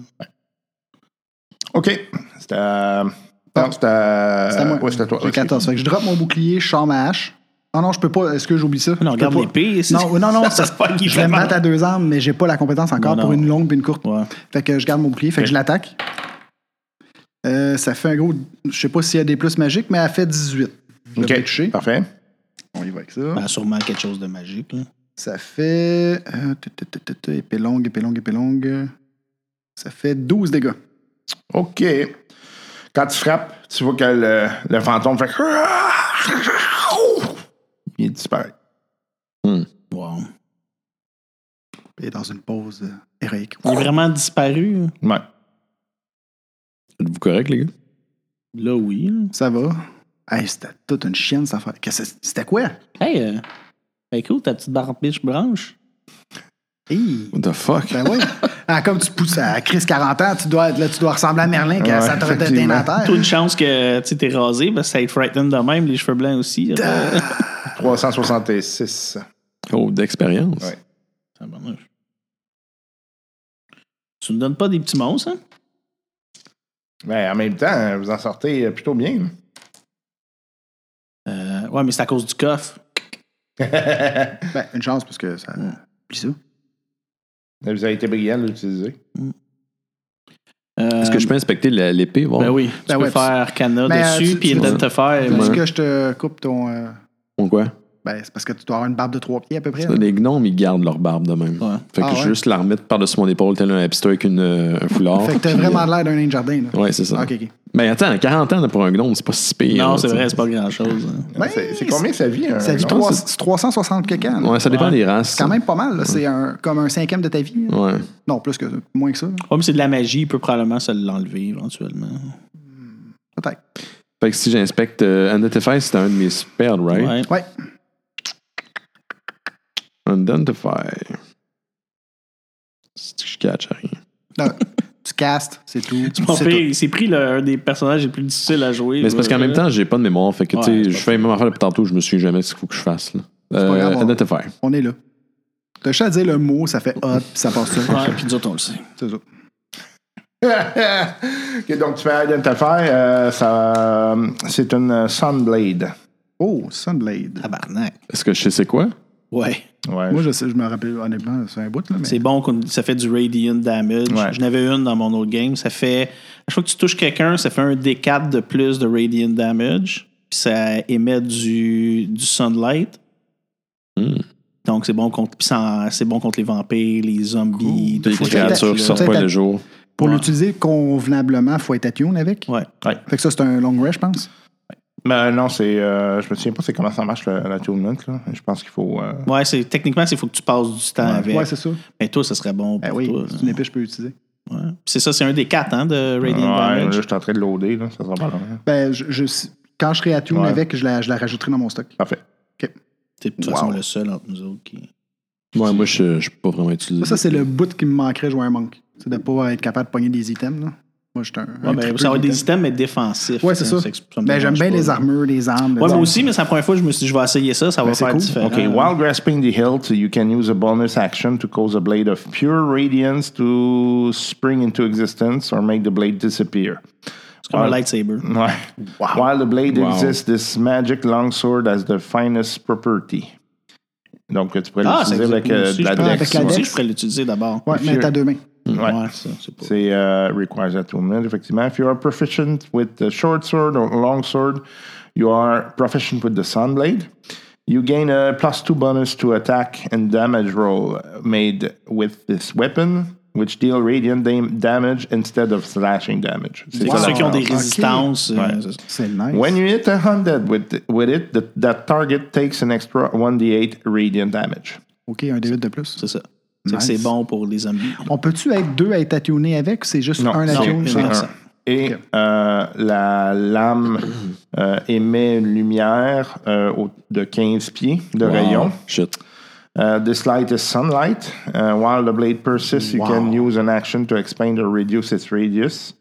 Speaker 6: OK. C'était... à- Non, c'était...
Speaker 4: C'est à moi.
Speaker 6: Ouais, c'était à toi.
Speaker 4: J'ai 14. Fait que je drop mon bouclier, je sors ma hache. Ah non, je peux pas. Est-ce que j'oublie ça?
Speaker 3: Ah Non,
Speaker 4: Je peux
Speaker 3: regarde
Speaker 4: pas.
Speaker 3: l'épée. c'est-
Speaker 4: Non, non, non,
Speaker 3: <laughs> ça se pas
Speaker 4: Je vais me battre à deux armes, mais j'ai pas la compétence encore
Speaker 3: Non,
Speaker 4: pour
Speaker 3: non.
Speaker 4: une longue et une courte.
Speaker 3: Ouais.
Speaker 4: Fait que je garde mon bouclier, fait que je l'attaque. Euh, ça fait un gros. Je sais pas s'il y a des plus magiques, mais elle fait 18. Je vais
Speaker 6: OK,
Speaker 4: pas toucher.
Speaker 6: parfait.
Speaker 4: On y va avec ça.
Speaker 3: Ben, sûrement quelque chose de magique. Là.
Speaker 4: Ça fait. euh, tu, tu, tu, tu, tu, épée longue, épée longue, épée longue. Ça fait 12 dégâts.
Speaker 6: <laughs> OK. Quand tu frappes, tu vois que le, le fantôme fait... vient de disparaître.
Speaker 3: Wow.
Speaker 4: Et dans une pause euh, héroïque.
Speaker 3: Il est vraiment disparu. hein.
Speaker 6: Ouais.
Speaker 5: Êtes-vous correct, les gars?
Speaker 3: Là, oui. hein.
Speaker 4: Ça va. Hey, c'était toute une chienne, cette affaire. Qu'est-ce que C'était quoi?
Speaker 3: Hey, euh, ben, cool, ta petite barbiche <laughs> branche.
Speaker 4: Hey.
Speaker 5: What the fuck?
Speaker 4: Ben oui. Ah, comme tu pousses à Chris 40 ans, tu dois, là, tu dois ressembler à Merlin quand
Speaker 6: Ouais,
Speaker 4: ça te redonne
Speaker 6: effectivement.
Speaker 4: la terre.
Speaker 3: Toi, une chance que tu sais, t'es rasé, parce que ça être frightened de même, les cheveux blancs aussi. Ah,
Speaker 6: 366.
Speaker 5: Oh, d'expérience.
Speaker 6: Ouais.
Speaker 3: bon, tu me donnes pas des petits monstres, hein?
Speaker 6: Ben, en même temps, vous en sortez plutôt bien. là.
Speaker 3: Euh, ouais, mais c'est à cause du coffre.
Speaker 4: Ben, une chance parce que ça. Oublie ça.
Speaker 6: Vous avez été brillant à l'utiliser.
Speaker 3: Euh,
Speaker 5: Est-ce que je peux inspecter la- l'épée? voir?
Speaker 3: Ben oui, tu
Speaker 4: Ben
Speaker 3: peux
Speaker 4: ouais,
Speaker 3: faire cana
Speaker 4: Ben, euh,
Speaker 3: dessus,
Speaker 4: tu-
Speaker 3: puis
Speaker 4: tu
Speaker 3: il
Speaker 4: veux-
Speaker 3: donne te faire.
Speaker 4: Parce
Speaker 3: Ouais.
Speaker 4: que je te coupe ton. euh,
Speaker 5: Pourquoi?
Speaker 4: ben, c'est parce que tu dois avoir une barbe de trois pieds à peu près.
Speaker 5: Ça, Les gnomes, ils gardent leur barbe de même.
Speaker 3: Ouais.
Speaker 5: Fait que
Speaker 4: Ah
Speaker 5: je
Speaker 4: ouais?
Speaker 5: vais juste la remettre par-dessus mon épaule, tel un hipster avec une, euh, un foulard.
Speaker 4: Fait que t'as
Speaker 5: puis,
Speaker 4: vraiment l'air d'un nain de jardin, là.
Speaker 5: euh, Ouais, c'est ça.
Speaker 4: Ok, ok.
Speaker 5: Mais attends, 40 ans pour un gnome, c'est pas si pire.
Speaker 3: Non,
Speaker 5: là,
Speaker 3: c'est
Speaker 5: t'sais.
Speaker 3: vrai, c'est pas grand-chose. hein.
Speaker 4: Ben,
Speaker 6: c'est c'est combien sa vie? hein? un
Speaker 4: Ça vit
Speaker 6: nom?
Speaker 4: trois- c'est 360 quelques ans. là.
Speaker 5: Ouais, ça dépend
Speaker 3: Ouais.
Speaker 5: des races.
Speaker 4: C'est quand même pas mal, là. C'est un- comme un cinquième de ta vie. là.
Speaker 5: Ouais.
Speaker 4: Non, plus que moins que ça. là.
Speaker 3: Ouais, mais c'est de la magie, il peut probablement se l'enlever éventuellement.
Speaker 4: Peut-être.
Speaker 5: Fait que si j'inspecte euh, Undentify, c'est un de mes spells, right?
Speaker 3: Ouais.
Speaker 4: Ouais.
Speaker 5: Undentify. C'est que Je catch rien.
Speaker 4: Non, tu castes, c'est tout.
Speaker 3: Bon,
Speaker 4: C'est
Speaker 3: puis, il s'est pris le- un des personnages les plus difficiles à jouer.
Speaker 5: Mais c'est parce qu'en même temps, j'ai pas de mémoire. Fait que,
Speaker 3: Ouais,
Speaker 5: tu sais,
Speaker 3: c'est pas
Speaker 5: je fais la même affaire depuis tantôt, je me souviens jamais ce qu'il faut que je fasse. Là.
Speaker 4: pas grave,
Speaker 5: Euh,
Speaker 4: on-
Speaker 5: Identify.
Speaker 4: tout. On est là. T'as juste à dire le mot, ça fait hot, puis ça passe ça.
Speaker 3: Ouais, puis nous autres, on le sait.
Speaker 4: C'est ça.
Speaker 6: Ok, donc, tu fais Identify. euh, ça, euh, c'est une Sunblade.
Speaker 4: Oh, Sunblade.
Speaker 3: Tabarnak.
Speaker 5: Est-ce que je sais c'est quoi?
Speaker 3: Ouais.
Speaker 6: Ouais.
Speaker 4: Moi, je, sais, je me rappelle honnêtement, c'est un bout, là, mais.
Speaker 3: C'est bon, qu'on- ça fait du radiant damage.
Speaker 6: Ouais.
Speaker 3: J'en avais une dans mon autre game. Ça fait. À chaque fois que tu touches quelqu'un, ça fait un D4 de plus de radiant damage. Puis ça émet du, du sunlight.
Speaker 5: Hmm.
Speaker 3: Donc c'est bon contre. puis ça- c'est bon contre les vampires, les zombies,
Speaker 5: Des
Speaker 3: toutes ces
Speaker 5: créatures qui
Speaker 3: choses-là.
Speaker 5: sortent pas
Speaker 4: Peut-être
Speaker 5: le jour.
Speaker 4: Pour
Speaker 3: Ouais.
Speaker 4: l'utiliser convenablement, il faut être attuned avec.
Speaker 3: Ouais.
Speaker 4: Fait que ça, c'est un long rush, je pense.
Speaker 6: Ben non, c'est. euh, je me souviens pas c'est comment ça marche le, la tournament, là. Je pense qu'il faut. euh,
Speaker 3: Ouais, c'est techniquement, il faut que tu passes du temps avec.
Speaker 4: Ouais, c'est ça.
Speaker 3: Mais toi, ça serait bon pour
Speaker 4: Ben oui,
Speaker 3: toi.
Speaker 4: c'est une épée que je peux utiliser.
Speaker 3: Ouais. Puis C'est ça, c'est un des quatre hein, de
Speaker 6: ouais,
Speaker 3: Radiant
Speaker 6: là,
Speaker 3: Damage.
Speaker 6: je suis en train de loader, là. Ça sera pas long. hein.
Speaker 4: Ben, je, je- quand je serai attuned
Speaker 6: Ouais.
Speaker 4: avec, je la, je la rajouterai dans mon stock.
Speaker 6: Parfait.
Speaker 3: C'est de toute
Speaker 4: Wow.
Speaker 3: façon le seul entre nous autres qui.
Speaker 5: Ouais, moi, je je peux pas vraiment utiliser.
Speaker 4: Ça, c'est le bout qui me manquerait de jouer un monk. C'est de pas être capable de pogner des items. Là. Moi, j'étais un.
Speaker 3: Ouais,
Speaker 4: un
Speaker 3: ben,
Speaker 4: triple
Speaker 3: ça va être des
Speaker 4: item.
Speaker 3: items, mais défensifs. hein,
Speaker 4: Ouais, c'est ça.
Speaker 3: me
Speaker 4: Ben, j'aime
Speaker 3: dérange
Speaker 4: bien
Speaker 3: pas,
Speaker 4: les
Speaker 3: là.
Speaker 4: armures, les armes.
Speaker 3: Ouais,
Speaker 4: les
Speaker 3: moi
Speaker 4: armes.
Speaker 3: aussi, mais c'est la première fois que je me suis dit, je vais essayer ça, ça va
Speaker 4: Ben, c'est
Speaker 3: faire
Speaker 4: cool.
Speaker 3: différent.
Speaker 6: OK, while grasping the hilt, you can use a bonus action to cause a blade of pure radiance to spring into existence or make the blade disappear.
Speaker 3: C'est comme un lightsaber.
Speaker 6: Ouais. While the blade
Speaker 5: Wow.
Speaker 6: exists, this magic longsword has the finest property. Donc, tu pourrais
Speaker 3: Ah, c'est
Speaker 6: l'utiliser avec euh, de la
Speaker 4: pense, avec
Speaker 6: dex.
Speaker 4: la
Speaker 6: ouais.
Speaker 4: dex.
Speaker 3: Je pourrais l'utiliser d'abord.
Speaker 4: Ouais, mais t'as deux mains.
Speaker 6: Ouais.
Speaker 3: Ouais, ça, c'est pas-
Speaker 6: C'est euh, requires attunement, effectivement. If you are proficient with the short sword or long sword, you are proficient with the sun blade. You gain a plus two bonus to attack and damage roll made with this weapon, which deal radiant dam- damage instead of slashing damage. C'est
Speaker 3: Ceux qui ont des
Speaker 6: différent.
Speaker 3: résistances. euh, c'est ça.
Speaker 4: C'est nice.
Speaker 6: When you hit a hundred with, with it, the, that target takes an extra 1d8 radiant damage.
Speaker 4: OK, un d de plus.
Speaker 3: C'est ça. C'est que
Speaker 4: Nice.
Speaker 3: c'est bon pour les zombies.
Speaker 4: On peut-tu être deux à être attuné avec ou c'est juste un
Speaker 6: c'est-
Speaker 4: attune?
Speaker 6: c'est
Speaker 3: non,
Speaker 6: un.
Speaker 3: ça.
Speaker 6: Et euh, la lame <clears throat> euh, émet une lumière euh, au- de 15 pieds de rayon.
Speaker 5: Shit.
Speaker 6: Uh, this light is sunlight. Uh, while the blade persists, you can use an action to expand or reduce its radius.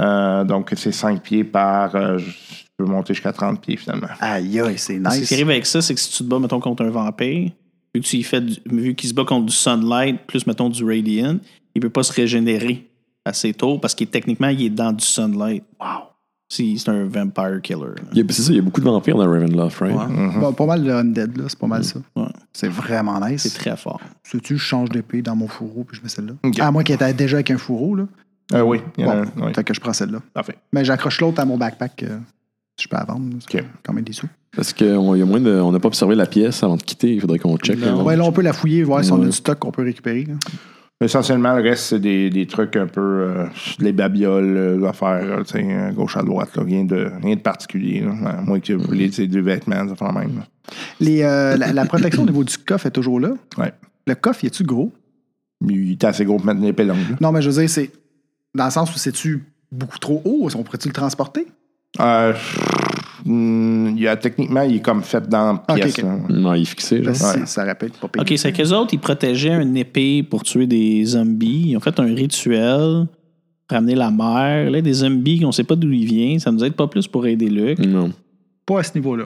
Speaker 6: Euh, donc, c'est 5 pieds par. euh, je peux monter jusqu'à 30 pieds finalement.
Speaker 4: Aïe, aïe, c'est
Speaker 3: Ce qui
Speaker 4: nice.
Speaker 3: arrive avec ça, c'est que si tu te bats, mettons, contre un vampire, vu que tu y fais du- vu qu'il se bat contre du sunlight, plus mettons du radiant, il peut pas se régénérer assez tôt parce qu'il est- techniquement il est dans du sunlight. Wow. Si c'est un vampire killer. là.
Speaker 5: Il y a- C'est ça, il y a beaucoup de vampires dans Ravenloft, right?
Speaker 3: Ouais.
Speaker 4: Bon, pas mal de undead, là. C'est pas mal ça.
Speaker 3: Ouais.
Speaker 4: C'est vraiment nice.
Speaker 3: Mm. C'est très fort.
Speaker 4: Sais-tu, je change d'épée dans mon fourreau puis je mets celle-là.
Speaker 6: Ok.
Speaker 4: À moins qu'elle était déjà avec un fourreau, là.
Speaker 6: Euh, oui, il y en a
Speaker 4: Bon,
Speaker 6: un, oui.
Speaker 4: fait que je prends celle-là.
Speaker 6: Parfait.
Speaker 4: Mais j'accroche l'autre à mon backpack. euh, si je peux la vendre, là. c'est
Speaker 6: Ok.
Speaker 4: quand même des sous.
Speaker 5: Parce qu'on y a moins de- on n'a pas observé la pièce avant de quitter. Il faudrait qu'on check.
Speaker 3: Non.
Speaker 5: hein.
Speaker 4: Ouais, là, on peut la fouiller, voir si on a
Speaker 5: Ouais.
Speaker 4: du stock qu'on peut récupérer. là.
Speaker 6: Mais essentiellement, le reste, c'est des, des trucs un peu. euh, les babioles, euh, l'affaire, euh, tu sais, euh, gauche à droite, là. Rien, de, rien de particulier. là. À moins que vous voulez tu sais, des vêtements, ça fait même. là.
Speaker 4: Les, euh, la, la protection au niveau du coffre est toujours là.
Speaker 6: Ouais.
Speaker 4: Le coffre, il est-tu gros?
Speaker 6: Mais Il était assez gros pour mettre une épée longue. là.
Speaker 4: Non, mais je veux dire, c'est dans le sens où c'est-tu beaucoup trop haut? On pourrait-tu le transporter?
Speaker 6: Euh, hmm, il y a, techniquement, il est comme fait dans la
Speaker 4: Ok,
Speaker 6: pièce.
Speaker 4: ok.
Speaker 6: là.
Speaker 5: Non, il est fixé. là.
Speaker 4: Parce que
Speaker 6: Ouais.
Speaker 4: c'est- Ça rappelle pas pire.
Speaker 3: OK, c'est qu'eux autres, ils protégeaient une épée pour tuer des zombies. Ils ont fait un rituel, ramener la mère. Là, des zombies qu'on sait pas d'où ils viennent. Ça nous aide pas plus pour aider Luc.
Speaker 5: Non.
Speaker 4: Pas à ce niveau-là.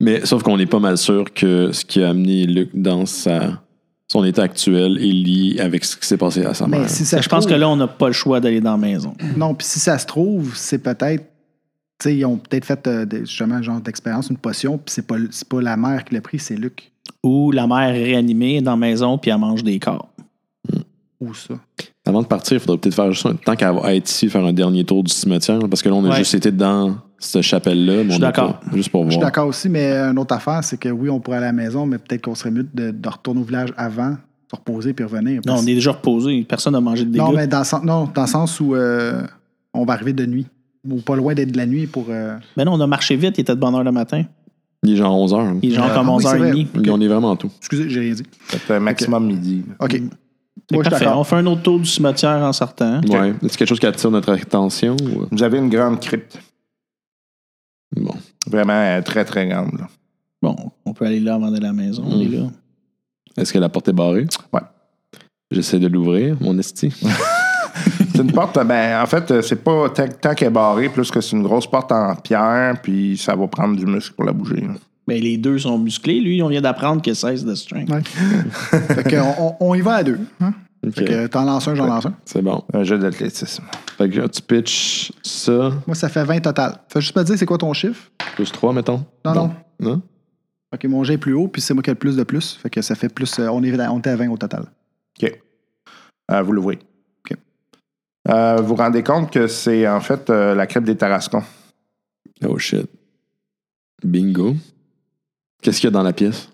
Speaker 5: Mais sauf qu'on est pas mal sûr que ce qui a amené Luc dans sa, son état actuel est lié avec ce qui s'est passé à sa mère.
Speaker 4: Mais si ça
Speaker 3: je pense
Speaker 4: se
Speaker 3: que
Speaker 4: trouve-
Speaker 3: là, on n'a pas le choix d'aller dans la maison.
Speaker 4: Non, puis si ça se trouve, c'est peut-être. Tu sais, ils ont peut-être fait euh, des- justement un genre d'expérience, une potion, puis c'est pas, c'est pas la mère qui l'a pris, c'est Luc.
Speaker 3: Ou la mère est réanimée dans la maison puis elle mange des corps.
Speaker 4: Ou ça.
Speaker 5: Avant de partir, il faudrait peut-être faire juste un temps qu'elle va être ici, faire un dernier tour du cimetière, là, parce que là, on a
Speaker 3: Ouais.
Speaker 5: juste été dans cette chapelle-là. mais
Speaker 3: Je suis
Speaker 5: on a
Speaker 3: d'accord.
Speaker 5: pas- Juste pour
Speaker 4: Je suis
Speaker 5: voir.
Speaker 4: d'accord aussi, mais euh, une autre affaire, c'est que oui, on pourrait aller à la maison, mais peut-être qu'on serait mieux de, de retourner au village avant, se reposer puis revenir.
Speaker 3: Non,
Speaker 4: Parce-
Speaker 3: on est déjà reposé. Personne n'a mangé de dégâts.
Speaker 4: Ah, non mais dans, le sens- non, dans le sens où euh, on va arriver de nuit, ou pas loin d'être de la nuit pour. euh,
Speaker 3: Mais non, on a marché vite. Il était de bonne heure le matin.
Speaker 5: Il est genre 11h.
Speaker 3: Il est genre
Speaker 4: Ah
Speaker 3: comme
Speaker 4: oui, c'est
Speaker 3: 11h30.
Speaker 4: vrai.
Speaker 5: On est vraiment en tout.
Speaker 4: Excusez, j'ai rien dit.
Speaker 6: Fait un maximum midi. là.
Speaker 4: OK.
Speaker 3: C'est
Speaker 4: Moi, je suis
Speaker 3: parfait.
Speaker 4: d'accord.
Speaker 3: On fait un autre tour du cimetière en sortant.
Speaker 5: Ouais. Est-ce quelque chose qui attire notre attention? ou-
Speaker 6: Vous avez une grande crypte.
Speaker 5: Bon.
Speaker 6: Vraiment euh, très, très grande. là.
Speaker 3: Bon, on peut aller là avant d'aller à la maison. On
Speaker 4: Hmm.
Speaker 3: est là.
Speaker 5: Est-ce que la porte est barrée?
Speaker 6: Ouais.
Speaker 5: J'essaie de l'ouvrir, mon esti.
Speaker 6: C'est une porte, ben, en fait, euh, c'est pas tant, tant qu'elle est barrée, plus que c'est une grosse porte en pierre, puis ça va prendre du muscle pour la bouger. là.
Speaker 3: Ben, les deux sont musclés. Lui, on vient d'apprendre que 16 de strength.
Speaker 4: Ouais. Fait que on, on- on y va à deux. hein.
Speaker 5: Ok.
Speaker 4: Fait que t'en lances un, j'en lance un.
Speaker 5: C'est bon.
Speaker 6: Un jeu d'athlétisme.
Speaker 5: Fait que là, tu pitches ça,
Speaker 4: Moi, ça fait 20 total. Fais juste me dire c'est quoi ton chiffre.
Speaker 5: plus 3, mettons.
Speaker 4: Non,
Speaker 5: Bon.
Speaker 4: non.
Speaker 5: Non?
Speaker 4: OK, mon jet est plus haut, puis c'est moi qui ai le plus de plus. Fait que ça fait plus. euh, on, est, à- on était à 20 au total.
Speaker 6: OK. Euh, vous l'ouvrez.
Speaker 4: OK.
Speaker 6: Euh, vous vous rendez compte que c'est en fait euh, la crypte des Tarascons.
Speaker 5: Oh shit. Bingo. Qu'est-ce qu'il y a dans la pièce?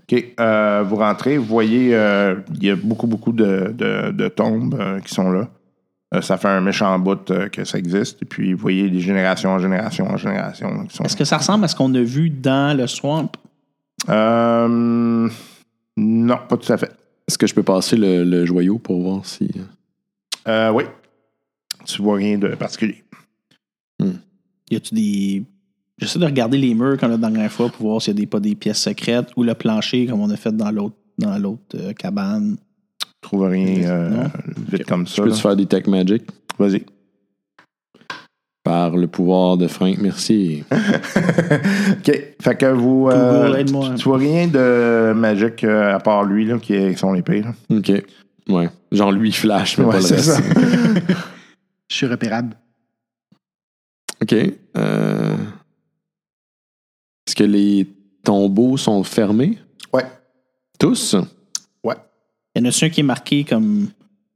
Speaker 6: OK. Euh, vous rentrez, vous voyez, euh, il y a beaucoup, beaucoup de, de- de tombes euh, qui sont là. Euh, ça fait un méchant bout euh, que ça existe. Et puis, vous voyez des générations en génération en génération là, qui sont
Speaker 3: Est-ce que ça ressemble à ce qu'on a vu dans le swamp?
Speaker 6: Euh, non, pas tout à fait.
Speaker 5: Est-ce que je peux passer le, le joyau pour voir si.
Speaker 6: Euh, oui. Tu vois rien de particulier.
Speaker 3: Y a-tu des. J'essaie de regarder les murs comme la dernière fois pour voir s'il y a des, pas des pièces secrètes ou le plancher comme on a fait dans l'autre dans l'autre euh, cabane.
Speaker 6: Tu trouves rien euh,
Speaker 3: Non.
Speaker 6: vite comme ça.
Speaker 5: Je peux
Speaker 6: là.
Speaker 5: tu faire des tech magic?
Speaker 6: Vas-y.
Speaker 5: Par le pouvoir de Frank, merci.
Speaker 6: Hein? OK. Fait que vous. euh,
Speaker 3: Google, aide-moi.
Speaker 6: tu, tu vois rien de magique euh, à part lui, là, qui est son épée. là.
Speaker 5: OK. Ouais. Genre lui, il flash, mais
Speaker 6: Ouais,
Speaker 5: pas le
Speaker 6: c'est
Speaker 5: reste.
Speaker 6: ça.
Speaker 4: Je suis repérable.
Speaker 5: OK. Euh, Est-ce que les tombeaux sont fermés?
Speaker 6: Ouais.
Speaker 5: Tous?
Speaker 3: Y en a-tu un qui est marqué comme.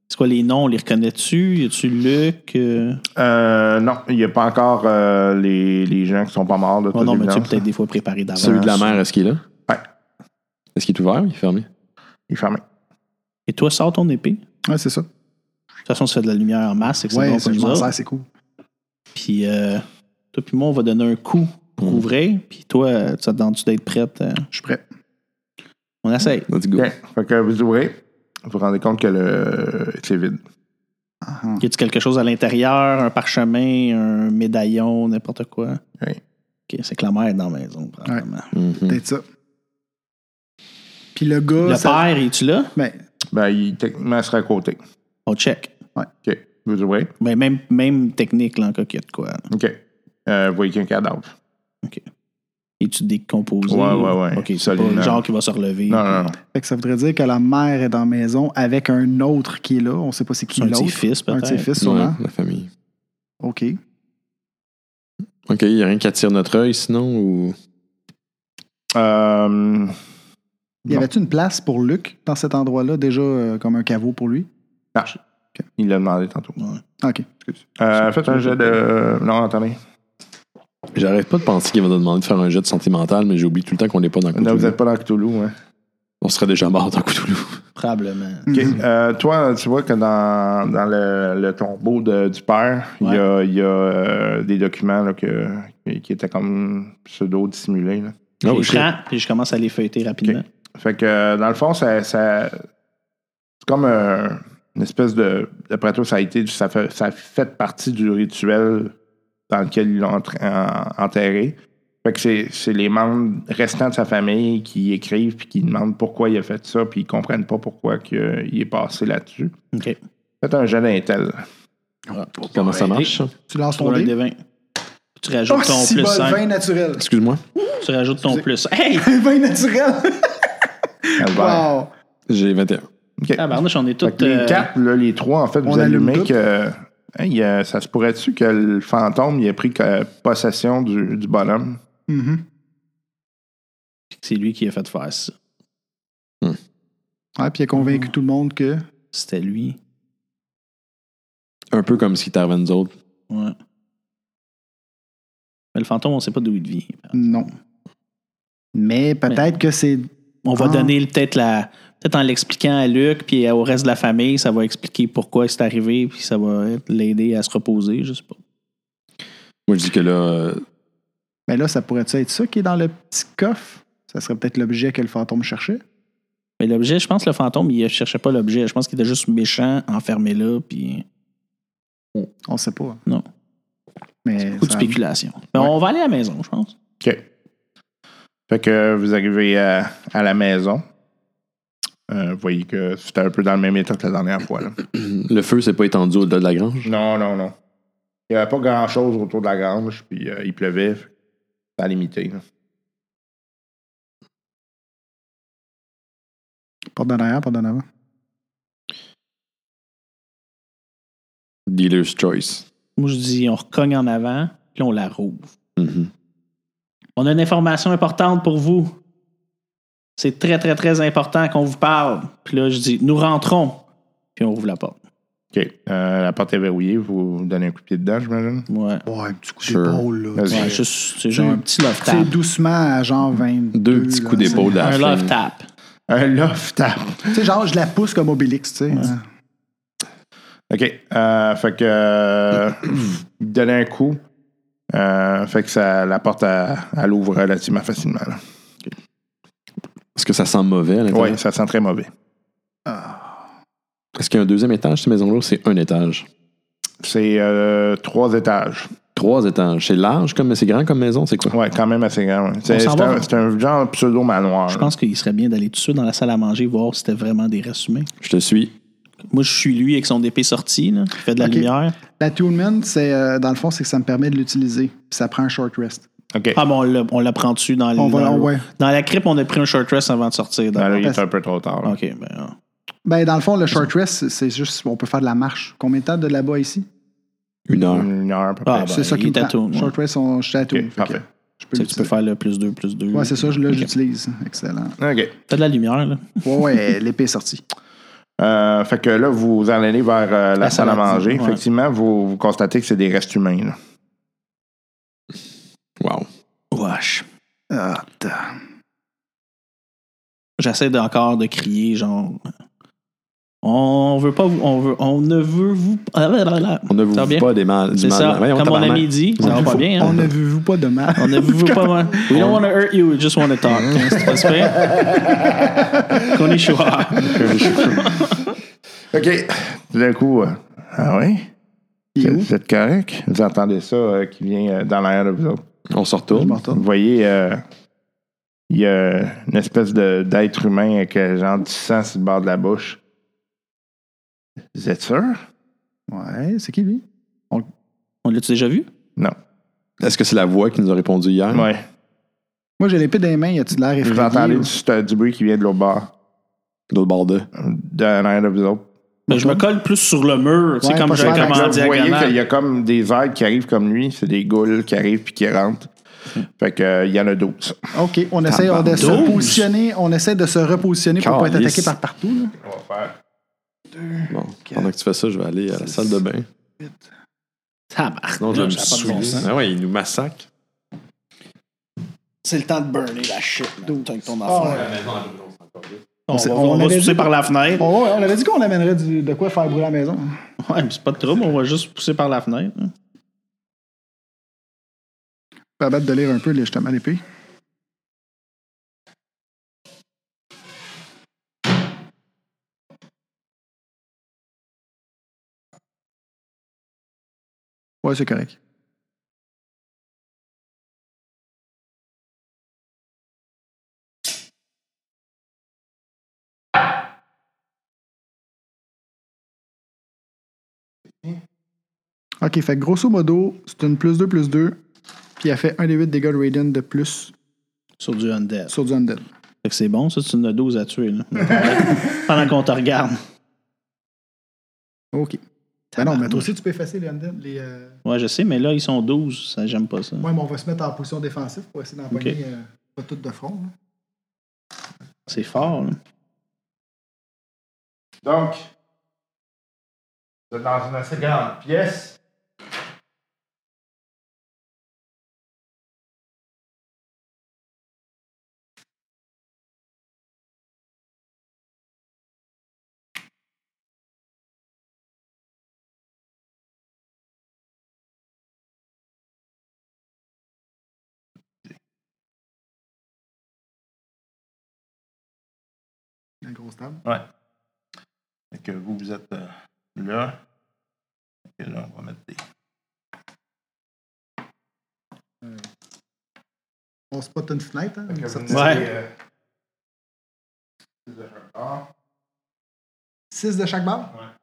Speaker 3: C'est quoi les noms? On les reconnaît-tu? Y a-tu Luc? euh?
Speaker 6: Euh, non, il n'y a pas encore euh, les, les gens qui sont pas morts. De
Speaker 3: Oh
Speaker 6: toute
Speaker 3: non, mais tu sais,
Speaker 6: évidence.
Speaker 3: peut-être des fois préparé d'avance.
Speaker 5: Celui de la mer, est-ce qu'il est là?
Speaker 6: Ouais.
Speaker 5: Est-ce qu'il est ouvert ou il est fermé?
Speaker 6: Il est fermé.
Speaker 3: Et toi, sors ton épée. De
Speaker 4: Ouais, c'est ça.
Speaker 3: toute façon, ça fait de la lumière en masse, c'est que
Speaker 4: Ouais,
Speaker 3: c'est
Speaker 4: ça,
Speaker 3: bon
Speaker 4: je
Speaker 3: pour
Speaker 4: m'en
Speaker 3: nous autres.
Speaker 4: sers, c'est cool.
Speaker 3: Puis euh, toi puis moi, on va donner un coup pour
Speaker 5: Mm.
Speaker 3: ouvrir. Puis toi, euh, tu attends-tu d'être prête? euh?
Speaker 4: Je suis prêt.
Speaker 3: On essaye.
Speaker 5: Let's go.
Speaker 6: Bien. Fait que vous ouvrez. Vous vous rendez compte que le c'est vide.
Speaker 4: Ah, ah.
Speaker 3: Y a-tu quelque chose à l'intérieur? Un parchemin, un médaillon, n'importe quoi?
Speaker 6: Oui.
Speaker 3: OK, c'est que la mère est dans la maison, probablement.
Speaker 5: Mhm.
Speaker 4: Peut-être ça. Puis le gars.
Speaker 3: Le
Speaker 4: ça-
Speaker 3: père, es-tu là?
Speaker 4: Ben,
Speaker 6: Ben, il techniquement serait à côté.
Speaker 3: On check.
Speaker 6: OK. Vous ouvrez.
Speaker 3: Mais même, même technique, là, en cas qu'il y a de quoi.
Speaker 6: OK. Euh, vous voyez qu'il y a un cadavre.
Speaker 3: Es-tu décomposé?
Speaker 6: Ouais, ouais, ouais.
Speaker 3: OK, c'est pas
Speaker 6: Solidement.
Speaker 3: le genre qui va se relever.
Speaker 6: Non, non, non.
Speaker 4: fait que ça voudrait dire que la mère est dans la maison avec un autre qui est là. On sait pas c'est qui
Speaker 3: C'est un de
Speaker 4: l'autre.
Speaker 3: ses fils,
Speaker 4: Un de ses
Speaker 3: peut-être.
Speaker 4: fils, sûrement.
Speaker 5: Ouais, la famille.
Speaker 4: OK.
Speaker 5: OK, il n'y a rien qui attire notre œil sinon ou.
Speaker 6: Euh,
Speaker 4: Y
Speaker 6: Non.
Speaker 4: avait-tu une place pour Luc dans cet endroit-là, déjà euh, comme un caveau pour lui?
Speaker 6: il l'a demandé tantôt.
Speaker 4: OK.
Speaker 6: Euh, faites un jeu de. euh, non, attendez.
Speaker 5: J'arrête pas de penser qu'il va nous demander de faire un jet de santé mentale, mais j'oublie tout le temps qu'on n'est pas dans le
Speaker 6: Non, vous n'êtes pas dans Cthulhu, hein.
Speaker 5: on serait déjà mort dans Cthulhu.
Speaker 3: Probablement.
Speaker 6: OK. Euh, toi, tu vois que dans, dans le, le tombeau de- du père, il y a, il y a, euh, des documents là, que, qui étaient comme pseudo-dissimulés. là.
Speaker 3: Ah Je
Speaker 5: Oh,
Speaker 3: les
Speaker 5: shit.
Speaker 3: prends et je commence à les feuilleter rapidement.
Speaker 6: Fait que, euh, dans le fond, ça, ça- c'est comme euh, une espèce de. D'après toi, ça a été. Ça fait, ça a fait partie du rituel dans lequel ils l'ont entra- en- enterré. Fait que c'est c'est les membres restants de sa famille qui écrivent puis qui demandent pourquoi il a fait ça puis ils comprennent pas pourquoi que il est passé là-dessus.
Speaker 3: OK.
Speaker 6: Faites un jeu d'intel.
Speaker 5: Comment ça marche? ça?
Speaker 4: Tu lances ton
Speaker 3: Roll un
Speaker 4: dé.
Speaker 3: des 20. Tu rajoutes
Speaker 4: Oh,
Speaker 3: ton
Speaker 4: si
Speaker 3: plus
Speaker 4: bol,
Speaker 3: 5.
Speaker 4: 20 naturel. <laughs>
Speaker 5: Excuse-moi.
Speaker 3: Tu rajoutes ton plus. Hey!
Speaker 4: 20 naturel.
Speaker 6: Albert.
Speaker 4: Wow.
Speaker 5: J'ai 21.
Speaker 6: OK.
Speaker 3: Tabarnouche, on est tous.
Speaker 6: Fait que les
Speaker 3: Ah, euh,
Speaker 6: quatre, là, les trois, en fait, vous
Speaker 4: on allume
Speaker 6: allumez
Speaker 4: tout.
Speaker 6: que. hey, euh, ça se pourrait-tu que le fantôme il a pris euh, possession du, du bonhomme?
Speaker 4: Mhm.
Speaker 3: C'est lui qui a fait faire ça.
Speaker 4: Ouais, puis il a convaincu tout le monde que.
Speaker 3: C'était lui.
Speaker 5: Un peu comme ce qui t'arrive à nous autres.
Speaker 3: Ouais. Mais le fantôme, on ne sait pas d'où il vit.
Speaker 4: Non. Mais peut-être que c'est.
Speaker 3: On va
Speaker 4: Ah.
Speaker 3: donner peut-être la. Peut-être en l'expliquant à Luc puis au reste de la famille, ça va expliquer pourquoi c'est arrivé, puis ça va être- l'aider à se reposer, je sais pas.
Speaker 5: Moi, je dis que là, euh,
Speaker 4: Mais là, ça pourrait être ça qui est dans le petit coffre? Ça serait peut-être l'objet que le fantôme cherchait.
Speaker 3: Mais l'objet, je pense que le fantôme, il cherchait pas l'objet. Je pense qu'il était juste méchant, enfermé là, puis.
Speaker 4: On sait pas. hein.
Speaker 3: Non.
Speaker 4: Mais
Speaker 3: Beaucoup de
Speaker 4: ça-
Speaker 3: spéculation. Mais on va aller à la maison, je pense.
Speaker 6: OK. Fait que vous arrivez à, à la maison. Euh, vous voyez que c'était un peu dans le même état que la dernière fois. là.
Speaker 5: le feu s'est pas étendu au-delà de la grange.
Speaker 6: Non, non, non. Il n'y avait pas grand-chose autour de la grange, puis euh, il pleuvait. fait que Ça a limité. là.
Speaker 4: Porte d'en arrière, porte d'en avant.
Speaker 5: Dealer's Choice.
Speaker 3: Moi, je dis, on recogne en avant, puis on la rouvre.
Speaker 5: Mhm.
Speaker 3: On a une information importante pour vous. C'est très, très, très important qu'on vous parle. Puis là, je dis, nous rentrons. Puis on ouvre la porte.
Speaker 6: OK. Euh, la porte est verrouillée. Vous donnez un coup de pied dedans, j'imagine.
Speaker 3: Ouais.
Speaker 4: Ouais, un petit coup
Speaker 5: Sure.
Speaker 4: d'épaule, là.
Speaker 6: Vas-y.
Speaker 3: Ouais,
Speaker 6: Ouais.
Speaker 3: juste, c'est genre un petit love
Speaker 4: Tu sais,
Speaker 3: tap.
Speaker 4: doucement à genre 22.
Speaker 5: Deux petits
Speaker 4: là,
Speaker 5: coups
Speaker 4: tu sais.
Speaker 5: d'épaule à
Speaker 3: Un
Speaker 5: la
Speaker 3: love
Speaker 5: fin.
Speaker 3: tap.
Speaker 6: Un loft tap.
Speaker 4: Tu sais, genre, je la pousse comme Obélix, tu sais. hein.
Speaker 6: OK. Euh, fait que. euh, <coughs> vous donnez un coup. Euh, fait que ça, la porte, elle elle ouvre relativement facilement. là.
Speaker 5: Est-ce que ça sent mauvais à l'intérieur?
Speaker 6: Ouais, ça sent très mauvais.
Speaker 5: Est-ce qu'il y a un deuxième étage, cette maison-là, ou c'est un étage?
Speaker 6: C'est euh, trois étages.
Speaker 5: Trois étages. C'est large, comme c'est grand comme maison, c'est quoi?
Speaker 6: Ouais, quand même assez grand. ouais. C'est
Speaker 3: s'en
Speaker 6: c'est
Speaker 3: va.
Speaker 6: un, c'est un genre de pseudo-manoir.
Speaker 3: Je
Speaker 6: là.
Speaker 3: pense qu'il serait bien d'aller tout de suite dans la salle à manger, voir si c'était vraiment des restes humains.
Speaker 5: Je te suis.
Speaker 3: Moi, je suis lui avec son épée sortie, là, qui fait de la
Speaker 4: Ok.
Speaker 3: lumière.
Speaker 4: L'attunement, c'est euh, dans le fond, c'est que ça me permet de l'utiliser. Puis ça prend un short rest.
Speaker 6: OK.
Speaker 3: Ah, bon, on l'a- on l'a prend dessus dans, le-
Speaker 4: On va-
Speaker 3: dans, le-
Speaker 4: ouais.
Speaker 3: dans la crypte, on a pris un short rest avant de sortir.
Speaker 6: Ben
Speaker 3: d'abord.
Speaker 6: là, il est
Speaker 4: parce-
Speaker 6: un peu trop tard. là.
Speaker 3: OK, ben.
Speaker 4: Ben, dans le fond, le short rest, c'est- c'est juste, on peut faire de la marche. Combien de temps de là-bas ici?
Speaker 5: Une heure.
Speaker 6: Une heure à peu près.
Speaker 3: Ah, ben,
Speaker 4: c'est ça
Speaker 3: il
Speaker 4: qui me
Speaker 3: est à
Speaker 4: prend.
Speaker 3: tour, ouais.
Speaker 4: Short rest, on, je suis à tour.
Speaker 6: OK,
Speaker 4: Fait que
Speaker 6: parfait.
Speaker 4: Je
Speaker 3: Tu
Speaker 4: peux
Speaker 3: sais que tu peux
Speaker 4: l'utiliser.
Speaker 3: faire le plus 2, plus 2.
Speaker 4: Ouais, c'est ça, je, là,
Speaker 3: Ok.
Speaker 4: j'utilise. Excellent.
Speaker 6: OK.
Speaker 3: T'as de la lumière, là.
Speaker 4: Ouais, ouais, <laughs> l'épée est sortie.
Speaker 6: Euh, fait que là, vous vous en allez vers euh, la,
Speaker 3: La
Speaker 6: salle à
Speaker 3: salade,
Speaker 6: manger.
Speaker 3: ouais.
Speaker 6: Effectivement, vous, vous constatez que c'est des restes humains. là.
Speaker 5: Wow.
Speaker 3: Wesh.
Speaker 4: Ah, putain.
Speaker 3: J'essaie de- encore de crier, genre. On veut pas vous. On, veut, on ne veut vous. Ah, là, là, là.
Speaker 5: On ne
Speaker 3: Ça va
Speaker 5: vous
Speaker 3: bien?
Speaker 5: pas des mal. du
Speaker 3: C'est
Speaker 5: mal-
Speaker 3: ça.
Speaker 5: Voyons,
Speaker 3: Comme mon
Speaker 5: tabarnak.
Speaker 3: ami dit, ça va pas bien.
Speaker 4: On
Speaker 3: Hein?
Speaker 4: ne veut vous pas de mal.
Speaker 3: On ne vous veut pas mal. We don't want to hurt you, we just want to talk. Hein, C'est pas super. Konnichiwa.
Speaker 6: OK. Tout d'un coup, euh, ah oui?
Speaker 4: Il est où?
Speaker 6: Vous êtes correct? Vous entendez ça euh, qui vient euh, dans l'arrière de vous autres?
Speaker 5: On se
Speaker 4: <laughs> Je
Speaker 5: retourne.
Speaker 4: m'en
Speaker 6: Vous
Speaker 4: retourne.
Speaker 6: voyez, euh, il y a une espèce de- d'être humain avec euh, genre du sang sur le bord de la bouche. Vous êtes sûr?
Speaker 4: Ouais, c'est qui lui?
Speaker 3: On l'a-tu déjà vu?
Speaker 6: Non.
Speaker 5: Est-ce que c'est la voix qui nous a répondu hier?
Speaker 3: Hum.
Speaker 6: Ouais.
Speaker 4: Moi, j'ai l'épée dans les mains, y a-tu de l'air effrayé?
Speaker 6: Vous entendez
Speaker 4: ou-
Speaker 6: du, c'est euh, du bruit qui vient de l'autre bord,
Speaker 5: De l'autre bord de.
Speaker 6: de l'arrière de vous autres.
Speaker 3: Ben, je me colle plus sur le mur, tu sais,
Speaker 4: Ouais,
Speaker 3: comme
Speaker 4: pas
Speaker 3: j'ai
Speaker 4: cher,
Speaker 3: comme
Speaker 4: fait que
Speaker 3: en
Speaker 6: Là, vous voyez qu'il y
Speaker 3: diagonale.
Speaker 6: a comme des aides qui arrivent comme lui, c'est des goules qui arrivent puis qui rentrent. Fait que euh, il y en a 12.
Speaker 4: OK, on essaie on de se
Speaker 3: Tabarnouche.
Speaker 4: positionner, on essaie de se repositionner pour pas être
Speaker 5: Calisse.
Speaker 4: attaqué par partout. là.
Speaker 6: On va faire.
Speaker 5: Bon, pendant que tu fais ça, je vais aller à la salle de bain.
Speaker 3: Tabarnak,
Speaker 5: Non, je vais me
Speaker 3: ça a pas de
Speaker 5: souiller.
Speaker 3: bon sens.
Speaker 5: Ah ouais, il nous massacre.
Speaker 3: C'est le temps de burner la shit, man. T'as que ton
Speaker 4: Ah
Speaker 3: affaire.
Speaker 4: ouais.
Speaker 3: On,
Speaker 4: s'est-
Speaker 3: va,
Speaker 4: on
Speaker 3: on va
Speaker 4: avait
Speaker 3: se pousser
Speaker 4: dit-
Speaker 3: par la fenêtre.
Speaker 4: On, on avait dit qu'on amènerait du- de quoi faire brûler la maison. hein.
Speaker 3: Ouais, mais c'est pas de trouble, on va juste pousser par la fenêtre. hein.
Speaker 4: Je vais abattre de lire un peu, là, justement, l'épée. Ouais, c'est correct. Ok, fait que grosso modo, c'est une plus 2 plus 2, puis elle fait 1 des 8 dégâts de Raiden de plus
Speaker 3: Sur du undead.
Speaker 4: sur du Undead.
Speaker 3: Fait que c'est bon, ça, tu en as 12 à tuer.
Speaker 4: <laughs>
Speaker 3: Là. Pendant qu'on te regarde.
Speaker 4: OK. Ben non, mais
Speaker 3: Tabarnak.
Speaker 4: toi aussi, tu peux effacer les Undead. Les, euh,
Speaker 3: Ouais, je sais, mais là, ils sont 12. Ça, j'aime pas ça.
Speaker 4: Ouais, mais on va se mettre en position défensive pour essayer d'empoigner
Speaker 3: Ok.
Speaker 4: euh, pas tout de front. là.
Speaker 3: C'est fort. là.
Speaker 6: Donc, vous êtes dans une assez grande pièce.
Speaker 4: La grosse table.
Speaker 6: Ouais. Fait que vous, vous êtes euh, là. Et là, on va mettre des.
Speaker 4: On spot une fenêtre. hein,
Speaker 6: Fait que
Speaker 4: une
Speaker 6: vous
Speaker 4: sortie.
Speaker 6: mettez,
Speaker 3: Ouais.
Speaker 6: euh, de chaque bord.
Speaker 4: Six de chaque barre.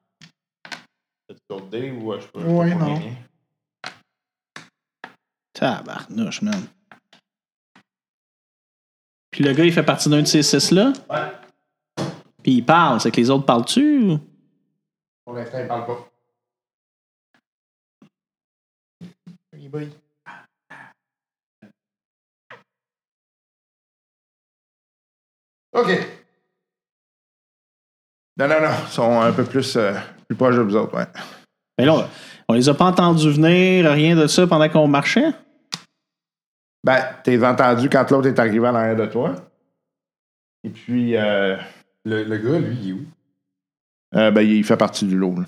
Speaker 6: Faites d'autres dés ou euh, je peux. je peux
Speaker 4: Ouais,
Speaker 6: pas
Speaker 4: non.
Speaker 6: gagner.
Speaker 3: Tabarnouche, man. Puis le gars, il fait partie d'un de ces six-là.
Speaker 6: Ouais.
Speaker 3: Puis il parle. C'est que les autres parlent-tu? ou-
Speaker 6: Pour l'instant, il parle pas. Il brille. OK. Non, non, non. Ils sont un peu plus, euh, plus proches de vous autres, ouais.
Speaker 3: Mais Ben là, on, on les a pas entendus venir, rien de ça pendant qu'on marchait.
Speaker 6: Ben, t'es entendu quand l'autre est arrivé en arrière de toi. Et puis, euh,
Speaker 7: Le, le gars, lui, il est où?
Speaker 6: euh, ben, il fait partie du lot. là.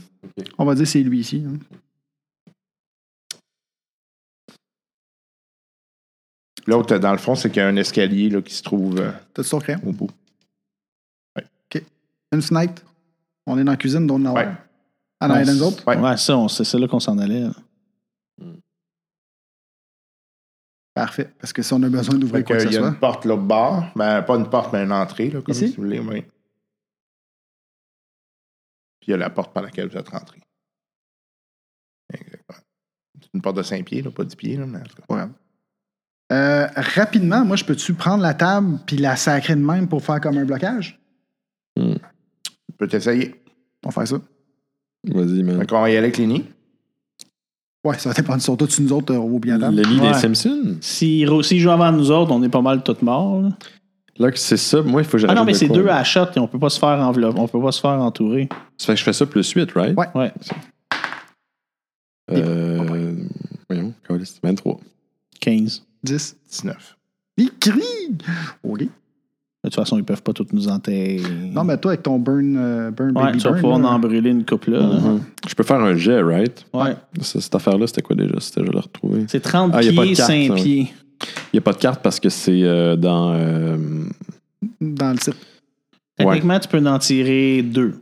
Speaker 4: On va dire c'est lui ici. hein.
Speaker 6: L'autre, dans le fond, c'est qu'il y a un escalier là, qui se trouve euh,
Speaker 4: T'as-tu ton crayon?
Speaker 6: au bout.
Speaker 4: Une fenêtre. On est dans la cuisine, dont on en
Speaker 6: Ouais.
Speaker 4: a. En arrière d'un autre.
Speaker 6: Ouais.
Speaker 3: Ouais, ça, on- c'est c'est là qu'on s'en allait. là.
Speaker 4: Parfait. Parce que si on a besoin
Speaker 6: Fait
Speaker 4: d'ouvrir quoi
Speaker 6: que,
Speaker 4: que
Speaker 6: il
Speaker 4: ce
Speaker 6: y a
Speaker 4: soit.
Speaker 6: une porte là bas. Ben, pas une porte, mais une entrée, là, comme
Speaker 4: Ici?
Speaker 6: si vous voulez, oui. Puis il y a la porte par laquelle vous êtes rentré. Exactement. C'est une porte de 5 pieds, là, pas 10 pieds, là, mais en tout cas.
Speaker 4: Ouais. Euh, rapidement, moi, je peux-tu prendre la table puis la sacrer de même pour faire comme un blocage?
Speaker 6: Tu peux t'essayer.
Speaker 4: On va faire ça.
Speaker 1: Vas-y, man.
Speaker 6: Fait qu'on va y aller avec les nids.
Speaker 4: Ouais, ça dépend de sur toi, tu nous autres, euh, au bien
Speaker 1: Le lit
Speaker 3: Ah, Ouais.
Speaker 1: des Simpsons?
Speaker 3: S'ils rou- s'ils jouent avant nous autres, on est pas mal tous morts. là.
Speaker 1: Là, que c'est ça. Moi, il faut que
Speaker 3: Ah
Speaker 1: j'arrive.
Speaker 3: non, mais
Speaker 1: de
Speaker 3: c'est
Speaker 1: quoi,
Speaker 3: deux
Speaker 1: là.
Speaker 3: à shot et on peut pas se faire envelopper, on peut pas se faire entourer.
Speaker 1: Ça fait que je fais ça plus 8, right?
Speaker 4: Ouais.
Speaker 3: Ouais.
Speaker 1: Euh, voyons, câlisse, 23.
Speaker 3: 15.
Speaker 4: 10.
Speaker 6: 19.
Speaker 4: Il crie! OK.
Speaker 3: De toute façon, ils peuvent pas tous nous enterrer.
Speaker 4: Non, mais toi, avec ton burn, euh, burn
Speaker 3: Ouais,
Speaker 4: baby
Speaker 3: tu vas
Speaker 4: burn,
Speaker 3: pouvoir
Speaker 4: là,
Speaker 3: en brûler une coupe là.
Speaker 1: Mhm. Je peux faire un jet, right?
Speaker 3: Ouais.
Speaker 1: Ça, cette affaire-là, c'était quoi déjà? C'était, je l'ai retrouvé.
Speaker 3: Ah, C'est 30
Speaker 1: Ah, y a pas de
Speaker 3: pieds,
Speaker 1: carte,
Speaker 3: 5
Speaker 1: ça, ouais.
Speaker 3: pieds.
Speaker 1: Il n'y a pas de carte parce que c'est euh, dans. euh,
Speaker 4: dans le site,
Speaker 3: Techniquement, tu peux en tirer deux,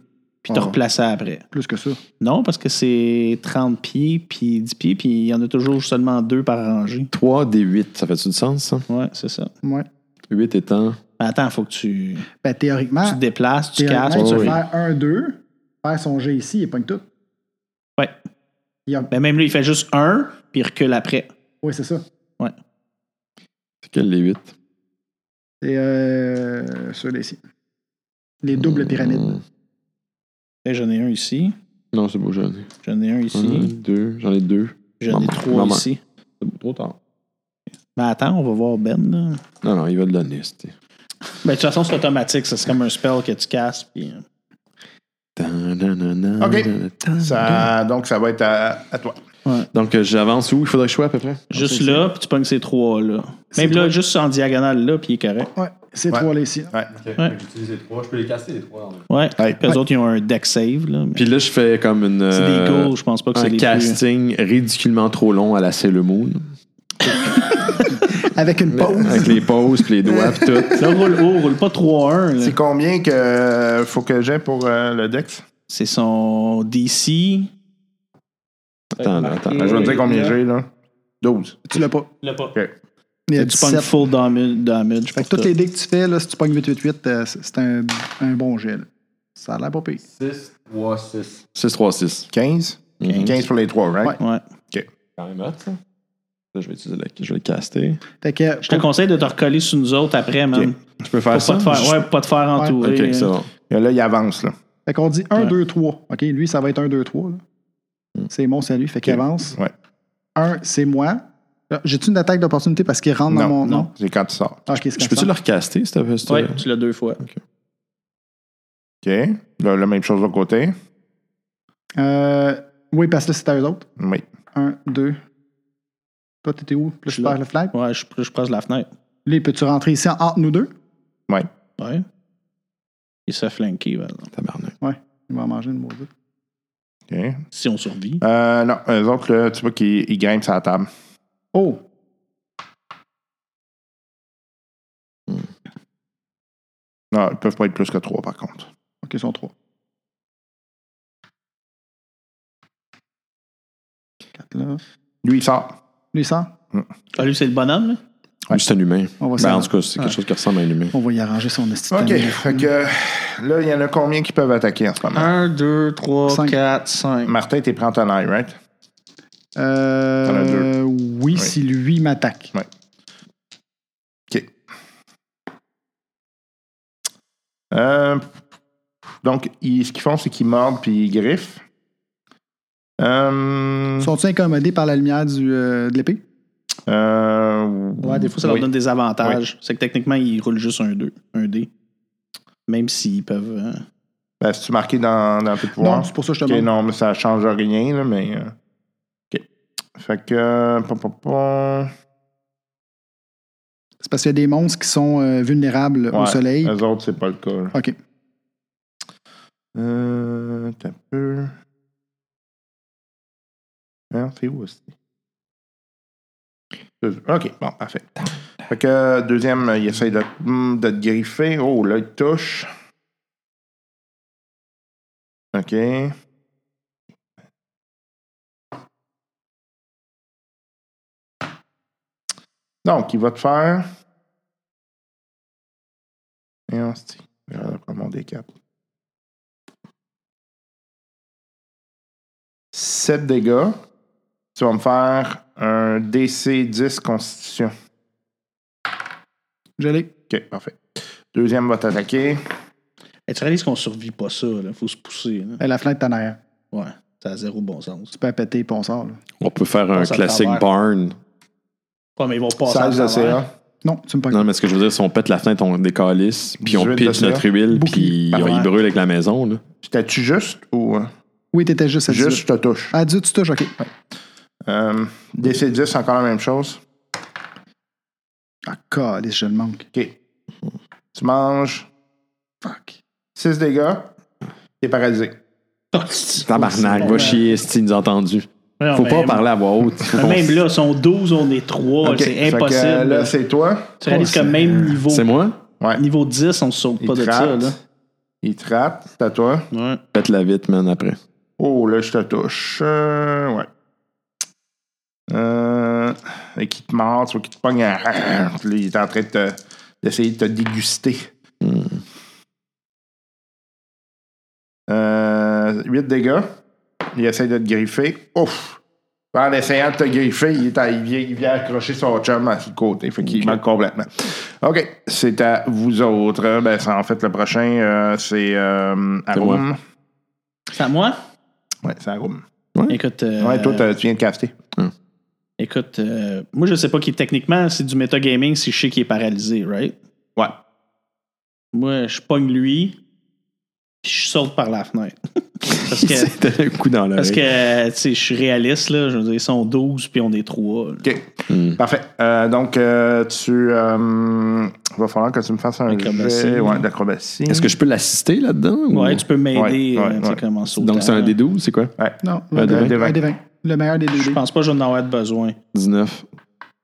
Speaker 3: puis te
Speaker 4: Ah.
Speaker 3: replacer après.
Speaker 4: plus que ça.
Speaker 3: Non, parce que c'est 30 pieds, puis 10 pieds, puis il y en a toujours seulement deux par rangée.
Speaker 1: 3 des 8. Ça fait-tu du sens, ça?
Speaker 3: Ouais, c'est ça.
Speaker 4: Ouais.
Speaker 1: 8 étant.
Speaker 3: Mais attends, faut que tu,
Speaker 4: Ben,
Speaker 3: tu
Speaker 4: théoriquement,
Speaker 3: te déplaces, tu
Speaker 4: théoriquement,
Speaker 3: casses.
Speaker 4: tu
Speaker 1: ouais,
Speaker 4: peux
Speaker 1: oui.
Speaker 4: faire un, deux, faire son jet ici, il pogne tout.
Speaker 3: Ouais.
Speaker 4: Il a-
Speaker 3: Ben, même lui, il fait juste un, puis il recule après.
Speaker 4: Oui, c'est ça.
Speaker 1: C'est quel les 8?
Speaker 4: C'est euh, ceux-là ici. Les doubles pyramides.
Speaker 3: Hmm. Là, J'en ai un ici,
Speaker 1: Non, c'est beau, j'en ai.
Speaker 3: j'en ai un
Speaker 1: Un,
Speaker 3: ici,
Speaker 1: deux, j'en ai deux.
Speaker 3: j'en ai
Speaker 1: maman,
Speaker 3: trois
Speaker 1: maman.
Speaker 3: ici.
Speaker 1: C'est trop tard.
Speaker 3: Mais attends, on va voir Ben. Là.
Speaker 1: Non, non, il va de la liste.
Speaker 3: Ben, de toute façon, c'est automatique, ça, c'est comme un spell que tu casses, puis. euh,
Speaker 1: OK.
Speaker 6: Ça, donc, ça va être à, à toi.
Speaker 1: Donc, euh, j'avance où? Il faudrait que je sois à peu près?
Speaker 3: Juste là, puis tu pognes ces trois-là. Même là, juste en diagonale là, puis il est correct.
Speaker 4: Ouais. C'est
Speaker 6: Ouais.
Speaker 4: trois là
Speaker 3: <laughs>
Speaker 4: ici.
Speaker 6: Ouais.
Speaker 8: Ok,
Speaker 3: Ouais.
Speaker 8: fait que J'utilise les trois. Je peux les casser les trois. en même temps.
Speaker 3: Ouais.
Speaker 6: Ouais.
Speaker 3: Puis eux autres, ils ont un deck save. Là, mais
Speaker 1: Puis là, je fais comme une.
Speaker 3: c'est
Speaker 1: euh,
Speaker 3: des goals, je pense pas que c'est
Speaker 1: un
Speaker 3: les
Speaker 1: casting ridiculement trop long à la Sailor Moon.
Speaker 4: Avec une pause.
Speaker 1: Avec les pauses, puis les
Speaker 3: <laughs>
Speaker 1: doigts, puis tout.
Speaker 3: plus. Là, roule haut, roule pas 3-1. là.
Speaker 6: C'est combien que euh, faut que j'ai pour euh, le Dex?
Speaker 3: C'est son DC.
Speaker 1: Attends, là, attends.
Speaker 6: Ben, je vais te dire combien
Speaker 3: Ouais.
Speaker 6: j'ai, là. 12.
Speaker 4: Tu l'as pas.
Speaker 3: Là pas.
Speaker 4: Il y a
Speaker 3: Tu pognes
Speaker 4: 17.
Speaker 3: full damage. damage
Speaker 4: Fait
Speaker 3: pour
Speaker 4: que toutes
Speaker 3: ça.
Speaker 4: les dés que tu fais, là, si tu pognes 888, euh, c'est c'est un, un bon gel. Ça a l'air pas pire.
Speaker 8: 6, 3, 6.
Speaker 1: 6-3-6.
Speaker 6: 15? 15 pour les trois, right?
Speaker 4: Ouais.
Speaker 3: Ouais.
Speaker 1: quand même hot, ça. Là, je vais utiliser le, je vais le caster.
Speaker 4: Fait que,
Speaker 3: Je te conseille de te recoller sur nous autres après, man.
Speaker 6: Je peux faire
Speaker 3: Pour pas
Speaker 6: ça?
Speaker 3: te faire, ouais, pour pas te faire
Speaker 1: Ok,
Speaker 3: entourer.
Speaker 1: c'est bon.
Speaker 6: Et Là, il avance, là.
Speaker 4: fait qu'on dit 1,
Speaker 3: Ouais.
Speaker 4: 2, 3. OK, lui, ça va être 1, 2, 3. C'est mon, c'est à lui. Fait qu'il
Speaker 6: Ok.
Speaker 4: avance.
Speaker 6: Ouais.
Speaker 4: 1, c'est moi. Là, J'ai-tu une attaque d'opportunité parce qu'il rentre dans Ah, mon
Speaker 6: Non,
Speaker 4: nom?
Speaker 6: non. C'est quand tu sors.
Speaker 4: Ah, OK, c'est
Speaker 1: Je
Speaker 4: comme ça.
Speaker 1: peux-tu le recaster, s'il te plaît? cette-
Speaker 3: Ouais, tu l'as deux fois.
Speaker 6: OK. Là, la même chose de l'autre côté.
Speaker 4: Euh, oui, parce que là, c'est à eux autres.
Speaker 6: Oui.
Speaker 4: 1, 2. Toi, t'étais où? Puis Là, je
Speaker 3: suis là.
Speaker 4: perds le flag.
Speaker 3: Ouais, je, je passe la fenêtre.
Speaker 4: Là, peux-tu rentrer ici entre nous deux?
Speaker 6: Ouais.
Speaker 3: Ouais. Il se fait flanquer, ben, par exemple.
Speaker 1: Tabarnak.
Speaker 4: Il va manger une maudite.
Speaker 6: OK.
Speaker 3: Si on survit.
Speaker 6: Euh, non, eux autres, là, tu vois qu'ils ils grimpent sur la table.
Speaker 4: Oh!
Speaker 6: Non, ils peuvent pas être plus que trois, par contre.
Speaker 4: OK, ils sont trois. Quatre là.
Speaker 6: Lui, il sort.
Speaker 4: Lui, il sort.
Speaker 3: Ah, lui, c'est le bonhomme, là?
Speaker 1: Lui, euh, C'est un humain.
Speaker 4: On va
Speaker 1: Ben,
Speaker 4: s'en-
Speaker 1: en tout cas, c'est quelque
Speaker 4: Ouais.
Speaker 1: chose qui ressemble à un humain.
Speaker 4: On va y arranger son estime.
Speaker 6: OK. Fait que là, il y en a combien qui peuvent attaquer en ce moment?
Speaker 3: 1, 2, 3,
Speaker 4: Cinq.
Speaker 3: 4, 5.
Speaker 6: Martin, t'es prêt en tonnerre, right?
Speaker 4: Euh,
Speaker 6: T'en as deux.
Speaker 4: oui,
Speaker 6: Oui.
Speaker 4: si lui m'attaque.
Speaker 6: OK. Euh, donc, ils- ce qu'ils font, c'est qu'ils mordent puis ils griffent. Euh,
Speaker 4: Sont-ils incommodés par la lumière du, euh, de l'épée?
Speaker 6: euh,
Speaker 3: Ouais, des fois, ça leur
Speaker 6: oui.
Speaker 3: donne des avantages. C'est que techniquement, ils roulent juste un 2, un dé. Même s'ils peuvent. euh,
Speaker 6: Ben, C'est-tu marqué dans, dans tes pouvoirs?
Speaker 4: Non, c'est pour ça que je te
Speaker 6: Ok,
Speaker 4: demande.
Speaker 6: non, mais ça change rien, là, mais. euh, OK. Fait que. euh, pom, pom, pom.
Speaker 4: C'est parce qu'il y a des monstres qui sont euh, vulnérables au
Speaker 6: Ouais,
Speaker 4: soleil.
Speaker 1: Euh.
Speaker 6: Eux autres, c'est pas le cas. là.
Speaker 4: OK.
Speaker 6: Euh. T'as peu. Hein, c'est où aussi? Ok, bon, parfait. Fait que, euh, deuxième, il essaye de, hmm, de te griffer. Oh, là, il te touche. Ok. Donc, il va te faire. Et on se dit. Je vais prendre mon D4. 7 dégâts. Tu vas me faire un DC 10 Constitution.
Speaker 4: Je l'ai.
Speaker 6: Ok, parfait. Deuxième va t'attaquer.
Speaker 3: hey, tu réalises qu'on survit pas ça, là. Faut se pousser, là.
Speaker 4: Eh, la fenêtre est en arrière.
Speaker 3: Ouais. Ça a zéro bon sens.
Speaker 4: Tu peux la péter et on sort. là.
Speaker 1: On peut faire un
Speaker 3: Passe à
Speaker 1: classique
Speaker 3: travers.
Speaker 1: barn.
Speaker 3: Ouais, mais ils vont passer. à
Speaker 6: 16 de
Speaker 3: travers.
Speaker 6: CA.
Speaker 4: Non, tu me pognes.
Speaker 1: Non, mais ce que je veux dire, si on pète la fenêtre, on décalisse, puis on
Speaker 6: 18
Speaker 1: pitch
Speaker 6: de
Speaker 1: notre huile, puis
Speaker 3: Bouclier.
Speaker 1: il brûle avec la maison. Là.
Speaker 6: T'as-tu juste ou. euh,
Speaker 4: Oui, t'étais juste à
Speaker 6: Juste,
Speaker 4: 18.
Speaker 6: je te touche.
Speaker 4: Ah, 18, tu touches, OK.
Speaker 6: Euh, DC 10, encore la même chose.
Speaker 4: Ah, calisse, je le manque.
Speaker 6: Ok. Tu manges
Speaker 4: Fuck.
Speaker 6: 6 dégâts. T'es paralysé.
Speaker 1: Tabarnak, va chier, si nous a entendu.
Speaker 3: <laughs> Ouais,
Speaker 1: Faut
Speaker 3: mais-
Speaker 1: pas parler à voix haute. Faut
Speaker 3: Même
Speaker 1: qu'on-
Speaker 3: là, sont 12, on est 3.
Speaker 6: Ok,
Speaker 3: Oh,
Speaker 6: fait
Speaker 3: C'est
Speaker 6: que,
Speaker 3: impossible.
Speaker 6: euh,
Speaker 3: là.
Speaker 6: là, c'est toi.
Speaker 3: tu réalises que même niveau,
Speaker 1: C'est moi?
Speaker 6: Ouais.
Speaker 3: niveau 10, on ne saute
Speaker 6: Il
Speaker 3: pas
Speaker 6: te
Speaker 3: de ça.
Speaker 6: rate.
Speaker 3: Là.
Speaker 6: Il te rate. C'est à toi.
Speaker 3: Ouais.
Speaker 1: Pète la vite, man, après.
Speaker 6: Oh, là, je te touche. Euh, ouais. Euh, et qui te mord, tu vois, qui te pogne. à- Puis là, il est en train de te- d'essayer de te déguster.
Speaker 1: Hmm.
Speaker 6: Euh, 8 dégâts. Il essaie de te griffer. Ouf! En essayant de te griffer, il, est à- il vient, il vient accrocher son chum à ce côté. Fait qu'il manque complètement. OK. C'est à vous autres. Ben, c'est en fait le prochain. euh, c'est euh, Arum.
Speaker 3: C'est à moi?
Speaker 6: Ouais, c'est Arum.
Speaker 3: Écoute, euh,
Speaker 6: Ouais, toi, t'as- tu viens de caster.
Speaker 3: écoute euh, moi, je sais pas qui techniquement, c'est du metagaming si je sais qu'il est paralysé, right?
Speaker 6: Ouais.
Speaker 3: Moi, je pogne lui, puis je saute par la fenêtre. <laughs> parce
Speaker 1: <laughs>
Speaker 3: que,
Speaker 1: C'était un coup dans
Speaker 3: parce
Speaker 1: l'œil.
Speaker 3: que tu sais, je suis réaliste, là. Je veux dire, ils sont 12 puis on est 3.
Speaker 6: OK. Parfait. Euh, donc, euh, tu. euh, va falloir que tu me fasses un
Speaker 3: Acrobatie.
Speaker 6: jet ouais, d'acrobatie.
Speaker 1: Est-ce que je peux l'assister là-dedans? ou-
Speaker 3: Ouais, tu peux m'aider.
Speaker 6: Ouais, ouais,
Speaker 3: euh, tu sais,
Speaker 6: ouais.
Speaker 3: comme en sautant.
Speaker 1: Donc, c'est un des 12, c'est quoi?
Speaker 4: Non,
Speaker 1: Un Ben, des
Speaker 4: un
Speaker 6: vingt.
Speaker 4: un des vingt. Le meilleur des deux.
Speaker 3: Je
Speaker 4: dés.
Speaker 3: pense pas que je vais en avoir besoin.
Speaker 1: 19.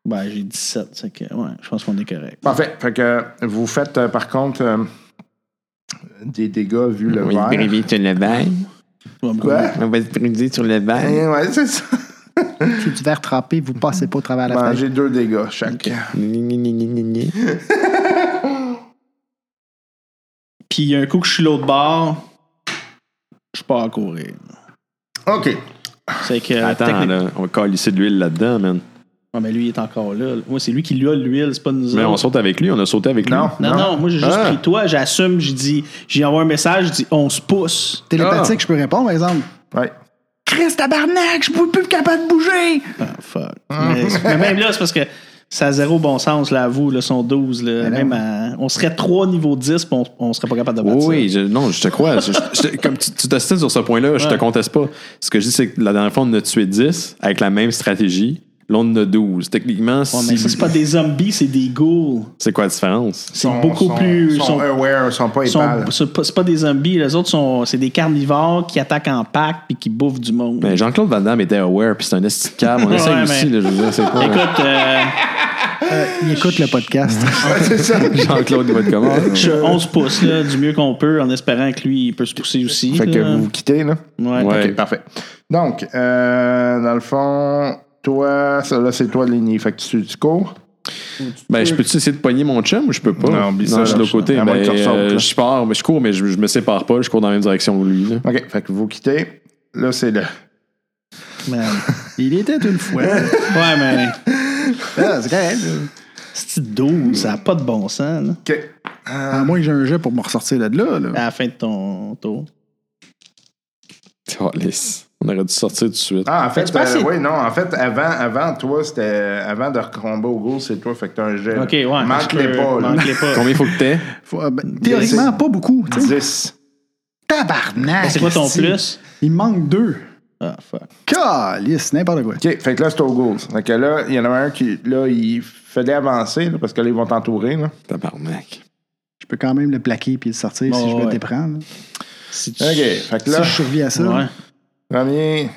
Speaker 3: Ben, j'ai 17. C'est que, ouais, je pense qu'on est correct.
Speaker 6: Parfait. Fait que vous faites, euh, par contre, euh, des dégâts vu le verre.
Speaker 1: sur le verre.
Speaker 6: Quoi?
Speaker 1: On va se briser sur le
Speaker 6: Eh, ouais, c'est ça.
Speaker 4: C'est du verre trempé, vous passez pas au travers la
Speaker 6: Ben,
Speaker 4: fenêtre.
Speaker 6: J'ai deux dégâts chaque.
Speaker 3: Puis un coup que je suis l'autre bord, je pars à courir.
Speaker 6: OK.
Speaker 3: C'est que.
Speaker 1: Attends,
Speaker 3: technique-
Speaker 1: là, on va calisser de l'huile là-dedans, man.
Speaker 3: Ouais, mais lui, il est encore là. Moi, c'est lui qui lui a l'huile, c'est pas nous
Speaker 1: Mais on
Speaker 3: autres.
Speaker 1: saute avec lui, on a sauté avec
Speaker 6: Non.
Speaker 1: lui.
Speaker 3: Non, non, moi, j'ai juste
Speaker 6: Ah.
Speaker 3: pris toi, j'assume, j'ai dit, j'ai envoyé un message, j'ai dit, on se pousse.
Speaker 4: Télépathique, je peux répondre, par exemple.
Speaker 6: Ouais.
Speaker 4: Chris tabarnak, je suis plus capable de bouger!
Speaker 3: Ah, fuck. Mais, mais même là, c'est parce que ça a zéro bon sens, là, à vous, là, son 12, là. Même à- on serait 3 niveau 10, puis on, on serait pas capable de battre
Speaker 1: Oui,
Speaker 3: ça.
Speaker 1: oui, je- non, je te crois. Je- je- je- comme tu tu t'assises sur ce point-là, je te
Speaker 3: Ouais.
Speaker 1: conteste pas. Ce que je dis, c'est que la dernière fois, on en a tué 10 avec la même stratégie. Là, on en a 12. Techniquement,
Speaker 3: Ouais,
Speaker 1: si-
Speaker 3: mais ça, c'est pas des zombies, c'est des ghouls.
Speaker 1: c'est quoi la différence?
Speaker 3: C'est beaucoup plus.
Speaker 6: Ils sont
Speaker 3: sont-
Speaker 6: aware, ils sont pas épales.
Speaker 3: sont- c'est pas- c'est pas des zombies, les autres sont c'est des carnivores qui attaquent en pack puis qui bouffent du monde.
Speaker 1: Mais Ben, Jean-Claude Van Damme était aware, puis c'est un esti de câble.
Speaker 3: <laughs>
Speaker 1: On
Speaker 3: Ouais,
Speaker 1: essaye
Speaker 3: mais-
Speaker 1: aussi, là, je veux dire, c'est pas.
Speaker 3: Écoute, euh,
Speaker 4: Il écoute le podcast.
Speaker 6: <laughs> Ouais, c'est ça.
Speaker 1: <laughs> Jean-Claude, il va te comment?
Speaker 3: je- on se pousse là, du mieux qu'on peut en espérant que lui il peut se pousser aussi.
Speaker 6: fait que
Speaker 3: là.
Speaker 6: vous vous quittez, là.
Speaker 3: Ouais.
Speaker 1: Ouais.
Speaker 6: OK, parfait. Donc, euh, dans le fond, toi, ça, là, c'est toi de ligne. Fait que tu, tu cours.
Speaker 1: Ben, je peux-tu essayer de pogner mon chum ou je peux pas?
Speaker 6: Non, oublie ça,
Speaker 1: je suis de
Speaker 6: là,
Speaker 1: l'autre côté.
Speaker 6: à
Speaker 1: Ben,
Speaker 6: moins que tu ressortes,
Speaker 1: euh,
Speaker 6: là.
Speaker 1: je pars, mais je cours, mais je, je me sépare pas. Je cours dans la même direction que lui. là.
Speaker 6: OK, fait que vous quittez. Là, c'est le.
Speaker 3: Man.
Speaker 4: Il était une fois.
Speaker 3: <laughs> Ouais, mais
Speaker 4: <laughs> Ah, c'est correct.
Speaker 3: c'est 12, ça n'a pas de bon sens là,
Speaker 6: OK.
Speaker 4: <laughs> À moins que j'ai un jeu pour me ressortir de là. là.
Speaker 3: à la fin de ton tour.
Speaker 1: Oh, lisse. On aurait dû sortir tout de suite.
Speaker 6: Ah, en fait,
Speaker 3: tu peux
Speaker 6: euh,
Speaker 3: essayer-
Speaker 6: oui, non, en fait, avant, avant toi, c'était. Avant de recomber au goal, c'est toi, fait que t'as un jet.
Speaker 3: OK, ouais.
Speaker 6: Manque-les
Speaker 3: je peux-
Speaker 6: pas, là.
Speaker 3: Manque-les pas.
Speaker 1: Combien faut que t'aies?
Speaker 4: Faut- euh, ben, théoriquement, pas beaucoup.
Speaker 6: <laughs>
Speaker 4: tu sais.
Speaker 6: 10.
Speaker 4: Tabarnak!
Speaker 3: C'est quoi ton
Speaker 4: esti.
Speaker 3: plus?
Speaker 4: Il me manque deux.
Speaker 3: Ah, fuck.
Speaker 4: Calice, n'importe quoi.
Speaker 6: OK, fait que là, c'est au goal. Fait que là, il y en a un qui. Là, il fallait avancer, là, parce que là, ils vont t'entourer, là.
Speaker 1: Tabarnak.
Speaker 4: Je peux quand même le plaquer puis le sortir
Speaker 3: Bon,
Speaker 4: si je me
Speaker 3: ouais.
Speaker 4: déprends. là.
Speaker 3: Si tu-
Speaker 6: OK, fait que
Speaker 4: Si
Speaker 6: là,
Speaker 4: je survis à ça.
Speaker 3: Ouais.
Speaker 6: premier.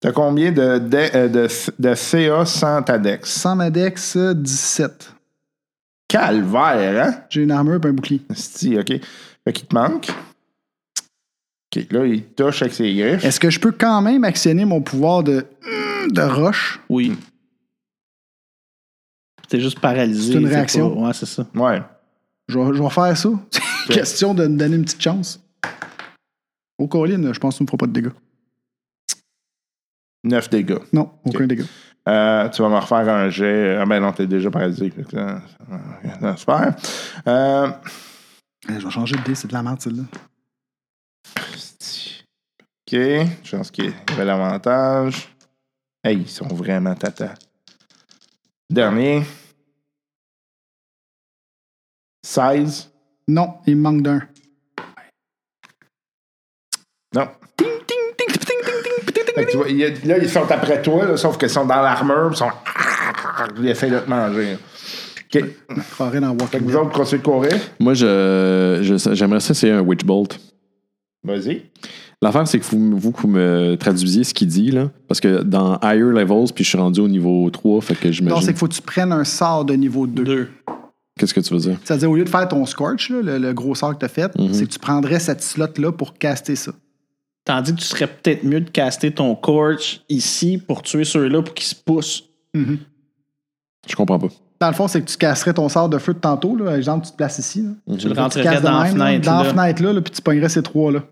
Speaker 6: T'as combien de, de, euh, de, de CA sans ta dex?
Speaker 4: Sans ma dex, euh, 17.
Speaker 6: Calvaire, hein?
Speaker 4: J'ai une armure et un bouclier.
Speaker 6: Si, OK. Fait qu'il te manque. OK, là, il touche avec ses griffes.
Speaker 4: Est-ce que je peux quand même actionner mon pouvoir de, hmm, de roche?
Speaker 3: Oui. T'es juste paralysé.
Speaker 4: C'est une
Speaker 3: t'es
Speaker 4: réaction.
Speaker 3: pas- Ouais, c'est ça.
Speaker 6: Ouais.
Speaker 4: Je vais, je vais faire
Speaker 6: <laughs>
Speaker 4: ça. Question de me donner une petite chance. Au colline, je pense que tu me feras pas de dégâts.
Speaker 6: 9 dégâts.
Speaker 4: Non, aucun dégât.
Speaker 6: Euh, tu vas me refaire un jet. Ah ben non, t'es déjà paralysé. Fait que ça- ça- ça- Super. Euh,
Speaker 4: Eh, Je vais changer de dé, c'est de la merde celle-là.
Speaker 6: OK. Je pense qu'il y avait l'avantage. Hey, ils sont vraiment tata. Dernier. 16.
Speaker 4: Non, il me manque d'un.
Speaker 6: Non. Fait que tu vois, il y a- là, ils sont après toi, là, sauf qu'ils sont dans l'armure. Ils sont... Ils essaient de te manger. OK.
Speaker 4: Je me croirais dans
Speaker 6: Fait que
Speaker 4: Walking
Speaker 6: vous
Speaker 4: Dead.
Speaker 6: autres, continuez de courir.
Speaker 1: Moi, je, je- j'aimerais ça essayer un Witch Bolt.
Speaker 6: Vas-y.
Speaker 1: L'affaire, c'est que vous, vous, que vous me traduisiez ce qu'il dit, là. Parce que dans Higher Levels, puis je suis rendu au niveau 3, fait que
Speaker 4: Non, c'est
Speaker 1: j'imagine.
Speaker 4: qu'il faut que tu prennes un sort de niveau 2.
Speaker 3: Deux.
Speaker 1: Qu'est-ce que tu veux dire?
Speaker 4: C'est-à-dire, au lieu de faire ton Scorch, là, le, le gros sort que tu as fait,
Speaker 6: Mhm.
Speaker 4: c'est que tu prendrais cette slot-là pour caster ça.
Speaker 3: Tandis que tu serais peut-être mieux de caster ton corch ici pour tuer ceux-là pour qu'ils se poussent.
Speaker 1: Je comprends pas.
Speaker 4: Dans le fond, c'est que tu casserais ton sort de feu de tantôt. Là. Exemple, tu te places ici. Là.
Speaker 6: Mhm.
Speaker 3: Tu le
Speaker 4: Tu
Speaker 3: rentrerais
Speaker 4: casses de
Speaker 3: dans la
Speaker 4: même, là,
Speaker 3: fenêtre.
Speaker 4: dans
Speaker 3: là.
Speaker 4: la fenêtre là, là, puis tu pognerais ces trois-là.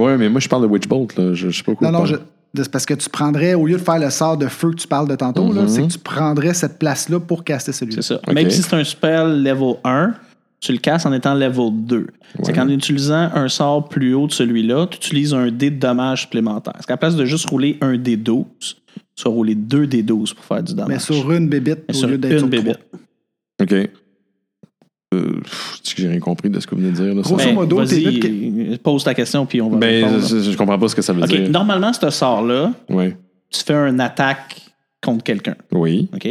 Speaker 1: Ouais, mais moi, je parle de Witch Bolt, là. Je, je sais pas quoi.
Speaker 4: Non, non, je- c'est parce que tu prendrais, au lieu de faire le sort de feu que tu parles de tantôt, là, c'est que tu prendrais cette place-là pour caster celui-là.
Speaker 3: C'est ça. Même
Speaker 1: Ok.
Speaker 3: si c'est un spell level 1, tu le casses en étant level 2. C'est qu'en utilisant un sort plus haut de celui-là, tu utilises un dé de dommage supplémentaire. C'est qu'à place de juste rouler un dé 12, tu vas rouler deux dé 12 pour faire du dommage.
Speaker 4: Mais sur une bébite
Speaker 3: Mais
Speaker 4: au
Speaker 3: sur
Speaker 4: lieu d'être
Speaker 3: une
Speaker 4: sur trois.
Speaker 3: bébête.
Speaker 1: OK. Euh, pff, c'est que j'ai rien compris de ce que vous venez de dire. là, ça.
Speaker 4: Grosso
Speaker 3: Ben,
Speaker 4: modo, t'es
Speaker 3: vas-y,
Speaker 4: vite
Speaker 3: pose ta question, puis on va
Speaker 1: Ben,
Speaker 3: répondre.
Speaker 1: je, je- je comprends pas ce que ça veut
Speaker 3: OK,
Speaker 1: dire.
Speaker 3: normalement, ce sort-là,
Speaker 1: Ouais.
Speaker 3: tu fais une attaque contre quelqu'un,
Speaker 1: Oui.
Speaker 3: OK?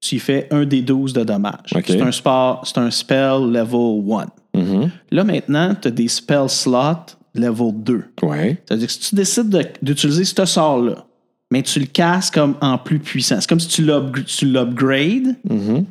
Speaker 3: Tu y fais un des 12 de dommages.
Speaker 1: OK.
Speaker 3: C'est un sport, c'est un spell level 1.
Speaker 1: Mhm.
Speaker 3: Là, maintenant, tu as des spell slots level 2.
Speaker 1: Ouais.
Speaker 3: C'est-à-dire que si tu décides de- d'utiliser ce sort-là, mais tu le casses comme en plus puissant. C'est comme si tu l'upg- tu l'upgrades.
Speaker 1: Mhm.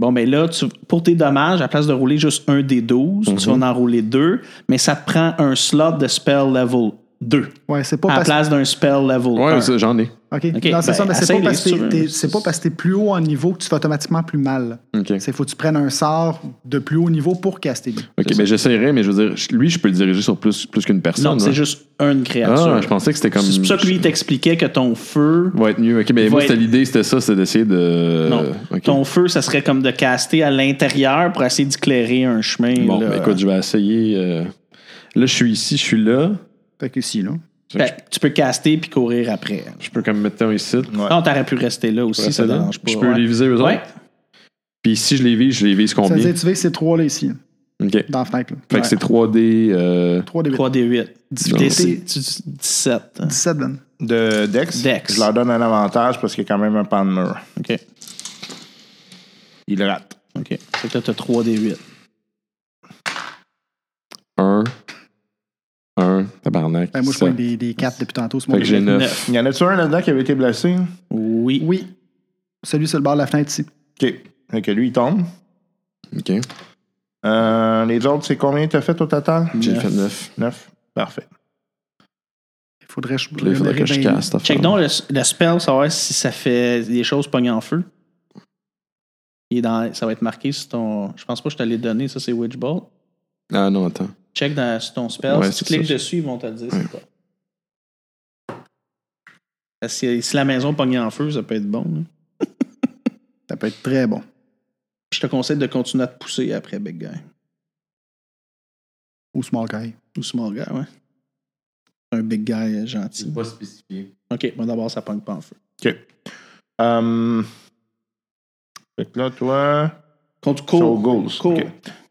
Speaker 3: Bon, mais là, tu- pour tes dommages, à la place de rouler juste un des 12, tu vas
Speaker 1: Mm-hmm.
Speaker 3: en rouler deux, mais ça te prend un slot de spell level 2
Speaker 4: Ouais, c'est pas
Speaker 3: à la
Speaker 4: parce
Speaker 3: place d'un spell level
Speaker 1: Ouais,
Speaker 3: 1.
Speaker 1: ça, j'en ai.
Speaker 3: Ok,
Speaker 4: OK. non, c'est
Speaker 3: ben,
Speaker 4: ça, mais c'est
Speaker 3: essaye-les,
Speaker 4: pas, parce
Speaker 3: si tu veux.
Speaker 4: que t'es- c'est pas parce que t'es plus haut en niveau que tu fais automatiquement plus mal.
Speaker 1: OK.
Speaker 4: C'est faut que tu prennes un sort de plus haut niveau pour caster lui.
Speaker 1: OK, mais j'essaierai, mais je veux dire, je- lui, je peux le diriger sur plus, plus qu'une personne.
Speaker 3: Non,
Speaker 1: là.
Speaker 3: c'est juste une créature.
Speaker 1: Ah, je pensais que c'était comme.
Speaker 3: C'est pour ça que lui t'expliquait que ton feu.
Speaker 1: va être mieux. OK, mais
Speaker 3: Va
Speaker 1: moi,
Speaker 3: être-
Speaker 1: c'était l'idée, c'était ça, c'était d'essayer de.
Speaker 3: non.
Speaker 1: euh, OK.
Speaker 3: Ton feu, ça serait comme de caster à l'intérieur pour essayer d'éclairer un chemin.
Speaker 1: Bon,
Speaker 3: là.
Speaker 1: ben, écoute, je vais essayer. euh, Là, je suis ici, je suis là.
Speaker 4: Fait que si, là.
Speaker 1: Fait que
Speaker 3: Fait que tu peux caster puis courir après.
Speaker 1: je- Je peux comme mettre un ici.
Speaker 6: Ouais.
Speaker 3: Non, t'aurais pu rester là aussi,
Speaker 1: rester
Speaker 3: ça
Speaker 1: là.
Speaker 3: dérange pas.
Speaker 1: Je peux
Speaker 3: ouais.
Speaker 1: les viser eux
Speaker 3: Ouais.
Speaker 1: autres. Puis si je les vise, je les vise
Speaker 4: Ça veut
Speaker 1: combien?
Speaker 4: dire que tu veux ces trois-là ici,
Speaker 1: OK. Fait
Speaker 4: dans la fenêtre.
Speaker 5: Ben,
Speaker 4: Là.
Speaker 1: que c'est 3D. euh,
Speaker 4: 3 d
Speaker 3: 3 d 8.
Speaker 4: Difficulté
Speaker 3: 17.
Speaker 4: 17, Ben.
Speaker 6: De Dex,
Speaker 3: Dex.
Speaker 6: je leur donne un avantage parce qu'il y a quand même un pan de mur.
Speaker 3: OK.
Speaker 6: Il rate.
Speaker 3: OK. C'est que là, t'as 3 d 8.
Speaker 1: 1. 1. Tabarnak.
Speaker 4: Ben, moi, je
Speaker 1: ça.
Speaker 4: prends des, des 4 depuis tantôt. ce
Speaker 1: Fait que j'ai
Speaker 4: monde-là.
Speaker 1: 9.
Speaker 6: Il y en a-tu un là-dedans qui avait été blessé?
Speaker 3: Oui.
Speaker 4: Oui. Celui sur le bord de la fenêtre ici.
Speaker 6: OK. Fait que lui, il tombe.
Speaker 1: OK.
Speaker 6: Euh, les autres, c'est combien t'as fait au total?
Speaker 1: J'ai
Speaker 3: Neuf.
Speaker 1: fait 9.
Speaker 6: Neuf. Parfait.
Speaker 4: Il faudrait, je-
Speaker 1: Là, il faudrait que je
Speaker 4: ben,
Speaker 1: casse. cette
Speaker 3: Check
Speaker 1: affaire-là.
Speaker 3: donc le, le spell, savoir si ça fait des choses pognées en feu. Il est dans, ça va être marqué sur ton. Je pense pas que je te l'ai donné, ça c'est Witch Bolt.
Speaker 1: Ah non, attends.
Speaker 3: Check dans, sur ton spell.
Speaker 1: Ouais,
Speaker 3: si tu
Speaker 1: c'est
Speaker 3: cliques
Speaker 1: ça.
Speaker 3: dessus, ils vont te le dire c'est quoi. Parce que si la maison pognée en feu, ça peut être bon. là.
Speaker 4: Ça peut être très bon.
Speaker 3: Je te conseille de continuer à te pousser après Big Guy.
Speaker 4: Ou small guy.
Speaker 3: Ou Small Guy, ouais. Un Big Guy euh, gentil.
Speaker 9: C'est pas spécifié.
Speaker 3: Ok, bon d'abord, ça pogne pas en feu.
Speaker 6: Euh, fait que là, toi.
Speaker 3: Quand tu
Speaker 6: So,
Speaker 3: cours.
Speaker 6: goals.
Speaker 3: cours.
Speaker 6: OK.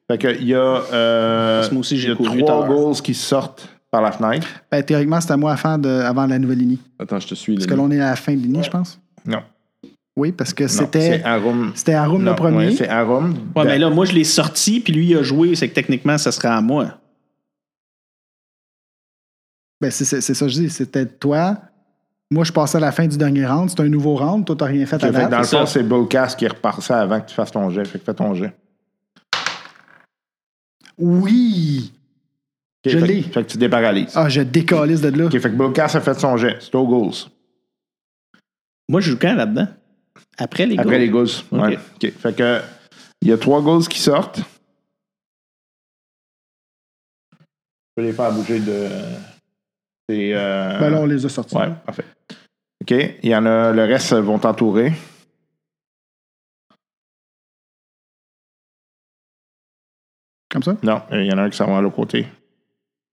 Speaker 6: Fait que il y a. Euh,
Speaker 3: Parce que moi aussi,
Speaker 6: il y
Speaker 3: j'ai
Speaker 6: a
Speaker 3: couru tout à
Speaker 6: trois
Speaker 3: l'heure.
Speaker 6: goals qui sortent par la fenêtre.
Speaker 4: Ben, théoriquement, c'est à moi avant, de, avant la nouvelle ligne.
Speaker 1: Attends, je te suis.
Speaker 4: Parce
Speaker 1: les
Speaker 4: que l'on est à la fin de ligne, je pense.
Speaker 6: Non.
Speaker 4: Oui, parce que
Speaker 6: Non, C'est
Speaker 4: c'était.
Speaker 6: Arum.
Speaker 4: C'était Arum
Speaker 6: Non,
Speaker 4: le premier.
Speaker 6: ouais, c'est Arum.
Speaker 3: Ouais, mais là, moi, je l'ai sorti, puis lui, il a joué, c'est que techniquement, ça serait à moi.
Speaker 4: Ben, c'est c'est- c'est ça que je dis. C'était toi. Moi, je passais à la fin du dernier round. C'était un nouveau round. Toi, t'as rien fait à
Speaker 6: Fait que dans
Speaker 4: date.
Speaker 6: le
Speaker 3: c'est
Speaker 6: fond,
Speaker 3: ça.
Speaker 6: c'est Bullcast qui repart ça avant que tu fasses ton jet. Fait que fais ton jet.
Speaker 4: Oui!
Speaker 6: OK,
Speaker 4: Je
Speaker 6: fait,
Speaker 4: l'ai.
Speaker 6: Fait que tu déparalise.
Speaker 4: Ah, je décalisse de là.
Speaker 6: OK, fait que Bullcast a fait son jet. C'est aux goals.
Speaker 3: Moi, je joue quand là-dedans? Après les
Speaker 6: Après
Speaker 3: goals.
Speaker 6: les goals.
Speaker 3: OK.
Speaker 6: Ouais. OK. Fait que il y a trois goals qui sortent. Je peux les faire bouger de. C'est. euh,
Speaker 4: Ben là, on les a sortis.
Speaker 6: Ouais, parfait. OK. Il y en a. Le reste euh, vont t'entourer.
Speaker 4: Comme ça?
Speaker 6: Non, euh, il y en a un qui s'en va à l'autre côté.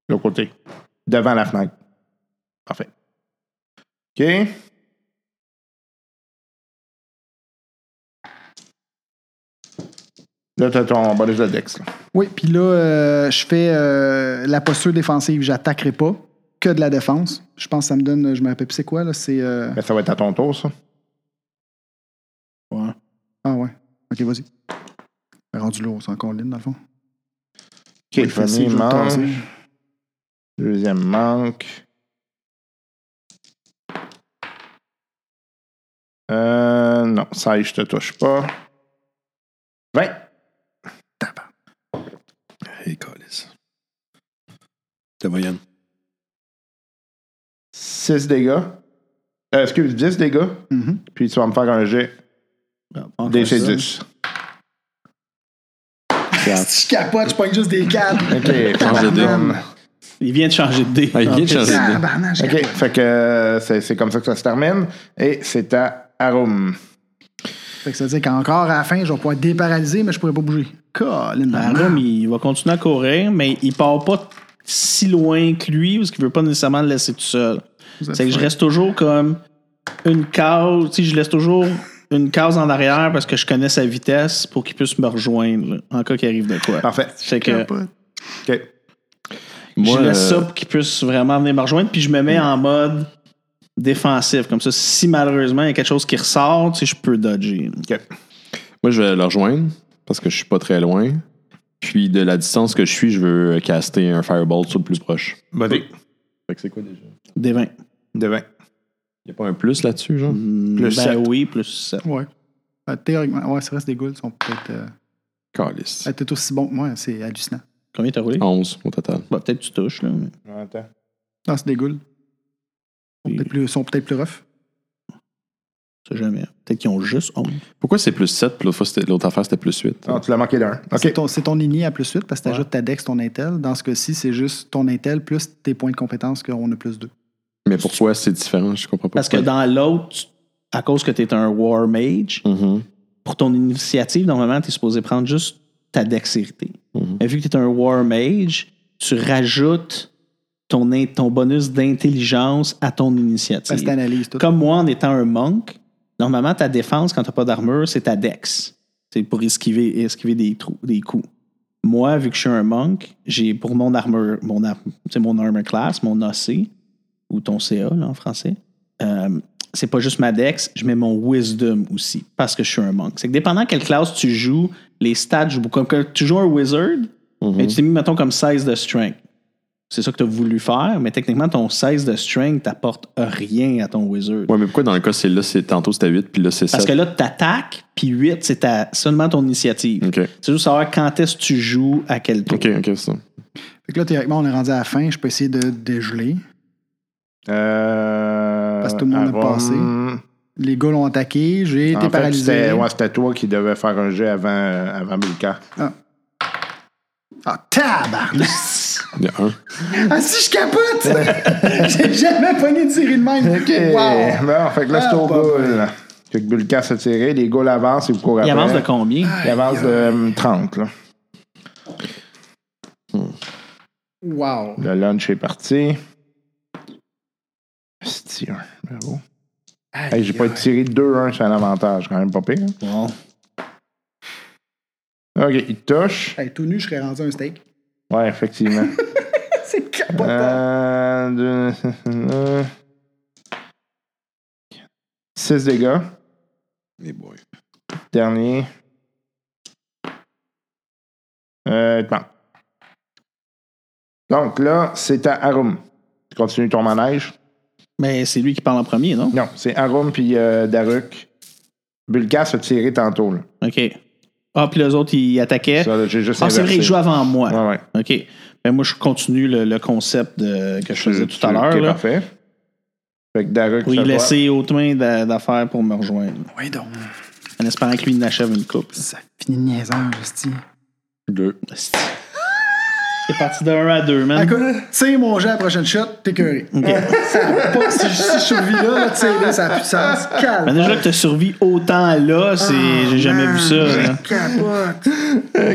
Speaker 6: L'autre côté. Devant la fenêtre. Parfait. OK. Là, t'as ton bonus de Dex. là.
Speaker 4: Oui, puis là, euh, je fais euh, la posture défensive. J'attaquerai pas. Que de la défense. Je pense que ça me donne. Je me rappelle plus c'est quoi, là. C'est. euh,
Speaker 6: Ben, ça va être à ton tour, ça.
Speaker 3: Ouais.
Speaker 4: Ah, ouais. OK, vas-y. Ben, Rendu lourd, c'est encore ligne, dans le fond.
Speaker 6: OK, le
Speaker 4: Oui, facile,
Speaker 6: premier
Speaker 4: je vais le tasser.
Speaker 6: manque. Deuxième manque. Euh, non, ça, je te touche pas. 20.
Speaker 5: Hey, Collis. Ta moyenne.
Speaker 6: 6 dégâts. Euh, excuse, 10 dégâts.
Speaker 4: Mhm.
Speaker 6: Puis tu vas me faire un jet
Speaker 3: Ah, Mm-hmm. encore
Speaker 6: DC
Speaker 3: ça.
Speaker 6: 10.
Speaker 4: Si je capote, je pogne juste des
Speaker 6: <laughs>
Speaker 4: cadres.
Speaker 6: OK,
Speaker 1: Change de
Speaker 6: tabarnane.
Speaker 3: Il vient de changer de dé.
Speaker 1: Ah, il vient de changer de dé.
Speaker 4: Tabarnak, je
Speaker 6: OK,
Speaker 4: capote.
Speaker 6: fait que euh, c'est c'est comme ça que ça se termine. Et c'est à Arum.
Speaker 4: Fait que ça veut dire qu'encore à la fin, je vais pouvoir déparalyser, mais je pourrais pas bouger. Colin,
Speaker 3: Ben,
Speaker 4: man.
Speaker 3: Arum, il va continuer à courir, mais il part pas si loin que lui, parce qu'il veut pas nécessairement le laisser tout seul.
Speaker 4: Vous êtes
Speaker 3: C'est que je
Speaker 4: fin.
Speaker 3: reste toujours comme une case. Tu sais, je laisse toujours une case en arrière parce que je connais sa vitesse pour qu'il puisse me rejoindre là, en cas qu'il arrive de quoi.
Speaker 6: Parfait.
Speaker 3: Fait que
Speaker 4: Capote.
Speaker 6: OK.
Speaker 1: Moi,
Speaker 3: je laisse
Speaker 1: euh,
Speaker 3: ça pour qu'il puisse vraiment venir me rejoindre, puis je me mets en mode défensif. Comme ça, si malheureusement il y a quelque chose qui ressort, tu sais, je peux dodger. là.
Speaker 1: Moi, je vais le rejoindre parce que je suis pas très loin. Puis de la distance que je suis, je veux caster un fireball sur le plus proche.
Speaker 6: Bonne idée.
Speaker 1: Fait que c'est quoi déjà?
Speaker 3: Des 20.
Speaker 6: De vingt.
Speaker 1: Y a pas un plus là-dessus, genre?
Speaker 3: ben
Speaker 6: sept.
Speaker 3: oui, plus 7.
Speaker 4: Ouais. Euh, théoriquement, ouais, c'est vrai, c'est des ghouls sont peut-être euh,
Speaker 1: Calice.
Speaker 4: peut-être aussi bons que moi, c'est hallucinant.
Speaker 3: Combien t'as roulé?
Speaker 1: 11 au total.
Speaker 3: Bah, peut-être que tu touches. Là, mais-
Speaker 6: Attends.
Speaker 4: Non, c'est des ghouls. Ils sont
Speaker 3: Et-
Speaker 4: peut-être plus, sont peut-être plus rough.
Speaker 3: tu sais jamais. Peut-être qu'ils ont juste 11.
Speaker 1: Pourquoi c'est plus 7 puis l'autre fois, c'était- l'autre affaire c'était plus 8?
Speaker 6: Ah, tu l'as manqué d'un. OK.
Speaker 4: C'est ton, c'est ton INI à plus 8 parce que tu ajoutes ta DEX, ton Intel. Dans ce cas-ci, c'est juste ton Intel plus tes points de compétence qu'on a plus 2.
Speaker 1: Mais pourquoi c'est différent? Je comprends pas.
Speaker 3: Parce que dans l'autre, à cause que t'es un War Mage,
Speaker 1: Mhm.
Speaker 3: pour ton initiative, normalement, tu es supposé prendre juste ta dextérité.
Speaker 4: Mhm.
Speaker 3: Mais vu que tu es un War Mage, tu rajoutes ton, in- ton bonus d'intelligence à ton
Speaker 4: Parce que
Speaker 3: initiative.
Speaker 4: t'analyses tout.
Speaker 3: Comme moi, en étant un monk, normalement, ta défense, quand tu pas d'armure, c'est ta dex. C'est pour esquiver, esquiver des, trous, des coups. Moi, vu que je suis un monk, j'ai pour mon armure, mon, ar- c'est mon armor class, mon AC, ou ton CA là, en français, euh, c'est pas juste ma dex, je mets mon wisdom aussi, parce que je suis un monk. C'est que dépendant quelle classe tu joues, les stats, je- comme quand tu joues un wizard,
Speaker 1: Mhm.
Speaker 3: ben, tu t'es mis, mettons, comme 16 de strength. C'est ça que tu as voulu faire, mais techniquement, ton 16 de strength t'apporte rien à ton wizard.
Speaker 1: Ouais, mais pourquoi dans le cas, c'est là, c'est tantôt c'était 8 puis là, c'est 7?
Speaker 3: Parce que là, tu attaques, puis 8, c'est ta- seulement ton initiative.
Speaker 1: OK.
Speaker 3: C'est juste savoir quand est-ce que tu joues, à quel tour.
Speaker 1: OK, OK, c'est ça.
Speaker 4: Fait que là, théoriquement, on est rendu à la fin. Je peux essayer de dégeler.
Speaker 6: Euh,
Speaker 4: Parce que tout le monde a
Speaker 6: avant-
Speaker 4: passé. Les ghouls ont attaqué. J'ai
Speaker 6: En
Speaker 4: été
Speaker 6: fait,
Speaker 4: paralysé.
Speaker 6: c'était- ouais, c'était toi qui devais faire un jet avant, euh, avant Milka.
Speaker 4: Ah, tabarnak!
Speaker 1: Il y a un.
Speaker 4: ah, si je capote! <laughs> J'ai jamais pogné de tirer de même. Wow!
Speaker 6: Bon, fait que là, c'est
Speaker 4: Ah,
Speaker 6: au
Speaker 4: pas
Speaker 6: goal. Fait que Bulka s'est tiré, les goals avancent et vous courez
Speaker 3: Il
Speaker 6: après.
Speaker 3: avance de combien?
Speaker 6: Il avance de euh, 30. Là.
Speaker 4: Wow!
Speaker 6: Le lunch est parti. C'est un. Bravo. Hey, J'ai pas tiré 2-1, c'est un avantage. Quand même pas pire.
Speaker 3: Bon.
Speaker 6: OK, il touche.
Speaker 4: Hey, tout nu, je serais rendu un steak.
Speaker 6: Ouais, effectivement.
Speaker 4: C'est capotant!
Speaker 6: Euh, deux, euh, Six dégâts.
Speaker 2: Les boys.
Speaker 6: Dernier. Euh, il te manque. Donc là, c'est à Arum. Tu continues ton manège?
Speaker 3: Mais c'est lui qui parle en premier, non?
Speaker 6: Non, c'est Arum puis euh, Daruk. Bulka se tiré tantôt. Là.
Speaker 3: OK. Ah, puis les autres, ils attaquaient.
Speaker 6: Ça, là, j'ai juste
Speaker 3: Ah, c'est vrai,
Speaker 6: inversé.
Speaker 3: ils jouent avant moi.
Speaker 6: Ouais, ouais.
Speaker 3: OK. Ben, moi, je continue le, le concept de- que je faisais tout à
Speaker 6: Tu-
Speaker 3: l'heure.
Speaker 6: ok,
Speaker 3: là.
Speaker 6: parfait. Fait que Daruk,
Speaker 3: Pour
Speaker 6: se
Speaker 3: y
Speaker 6: voit.
Speaker 3: laisser autant d'a- d'affaires pour me rejoindre.
Speaker 4: Oui, donc,
Speaker 3: En espérant que lui n'achève une coupe.
Speaker 4: ça finit de niaisage, Justy.
Speaker 1: Deux.
Speaker 3: C'est parti de 1 à 2, man.
Speaker 4: Écoute, c'est mon jeu à la prochaine shot, t'es curé. Pas si, si je survis là, là, tu sais, là, ça a plus de sens.
Speaker 3: Mais
Speaker 4: Calme.
Speaker 3: Ben,
Speaker 4: Ah,
Speaker 3: déjà que t'as survécu autant là, c'est j'ai jamais vu ça. là.
Speaker 4: Capote.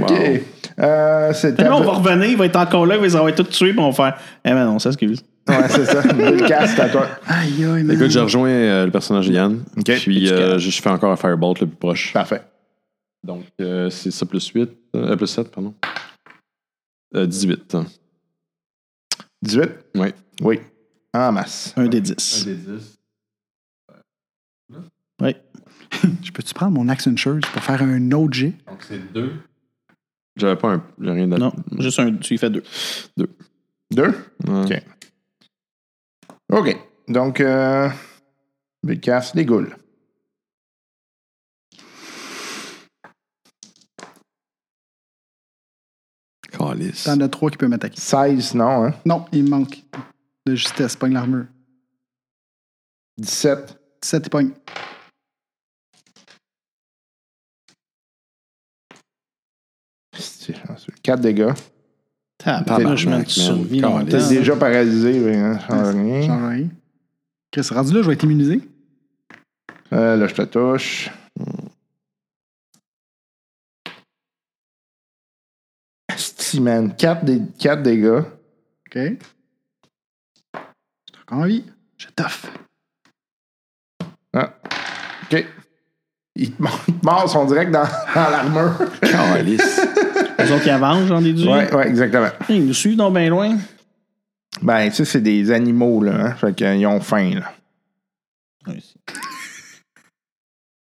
Speaker 6: Ok. Euh, c'est
Speaker 3: Mais
Speaker 6: à
Speaker 3: Là, on va revenir, il va être encore là, il va les avoir tous tués, puis on va faire. Eh ben non, ça, excuse.
Speaker 6: Ouais, c'est ça. Bulka, c'est à toi.
Speaker 4: Aïe, aïe, man.
Speaker 1: Écoute, je rejoins euh, le personnage de Yann.
Speaker 6: Ok.
Speaker 1: Puis euh, je je fais encore un fireball le plus proche.
Speaker 6: Parfait.
Speaker 1: Donc, euh, c'est ça plus 8. euh, plus 7, pardon. Euh, 18. hein.
Speaker 6: 18?
Speaker 1: Ouais.
Speaker 6: Oui. En masse.
Speaker 3: Un des
Speaker 10: Un
Speaker 3: 10.
Speaker 10: des 10.
Speaker 4: Je peux-tu prendre mon action shirt pour faire un autre jet?
Speaker 10: Donc c'est 2.
Speaker 1: J'avais pas un. J'ai rien
Speaker 3: Non, juste un. Tu y fais deux.
Speaker 6: Deux?
Speaker 1: Ouais. <laughs>
Speaker 6: Ok. OK. Donc, euh, Bulka se dégoule.
Speaker 1: Calice.
Speaker 4: T'en as trois qui peuvent m'attaquer.
Speaker 6: 16, non, hein?
Speaker 4: Non, il me manque de justesse. Pogne l'armure.
Speaker 6: 17.
Speaker 4: 17, il pogne.
Speaker 6: C'est chanceux. 4 dégâts.
Speaker 3: Tabarnak, man, tu
Speaker 1: man.
Speaker 3: survis
Speaker 1: Caliste.
Speaker 6: T'es
Speaker 3: longtemps.
Speaker 6: déjà paralysé, mais hein, ça change rien.
Speaker 4: J'en ai rien. Chris, rendu là, je vais être immunisé.
Speaker 6: Euh, là, je te touche. Asti, man. 4, dégâts.
Speaker 4: OK. J'ai encore envie. Je toffe.
Speaker 6: Ah. OK. Il te, <laughs> il te mord son direct dans, dans l'armure.
Speaker 11: Calice.
Speaker 3: Les autres, ils avancent, j'en ai dit.
Speaker 6: <laughs> ouais, ouais, exactement.
Speaker 3: Ils nous suivent donc bien loin.
Speaker 6: Ben, ça, c'est des animaux, là. Hein? Fait qu'ils ont faim, là.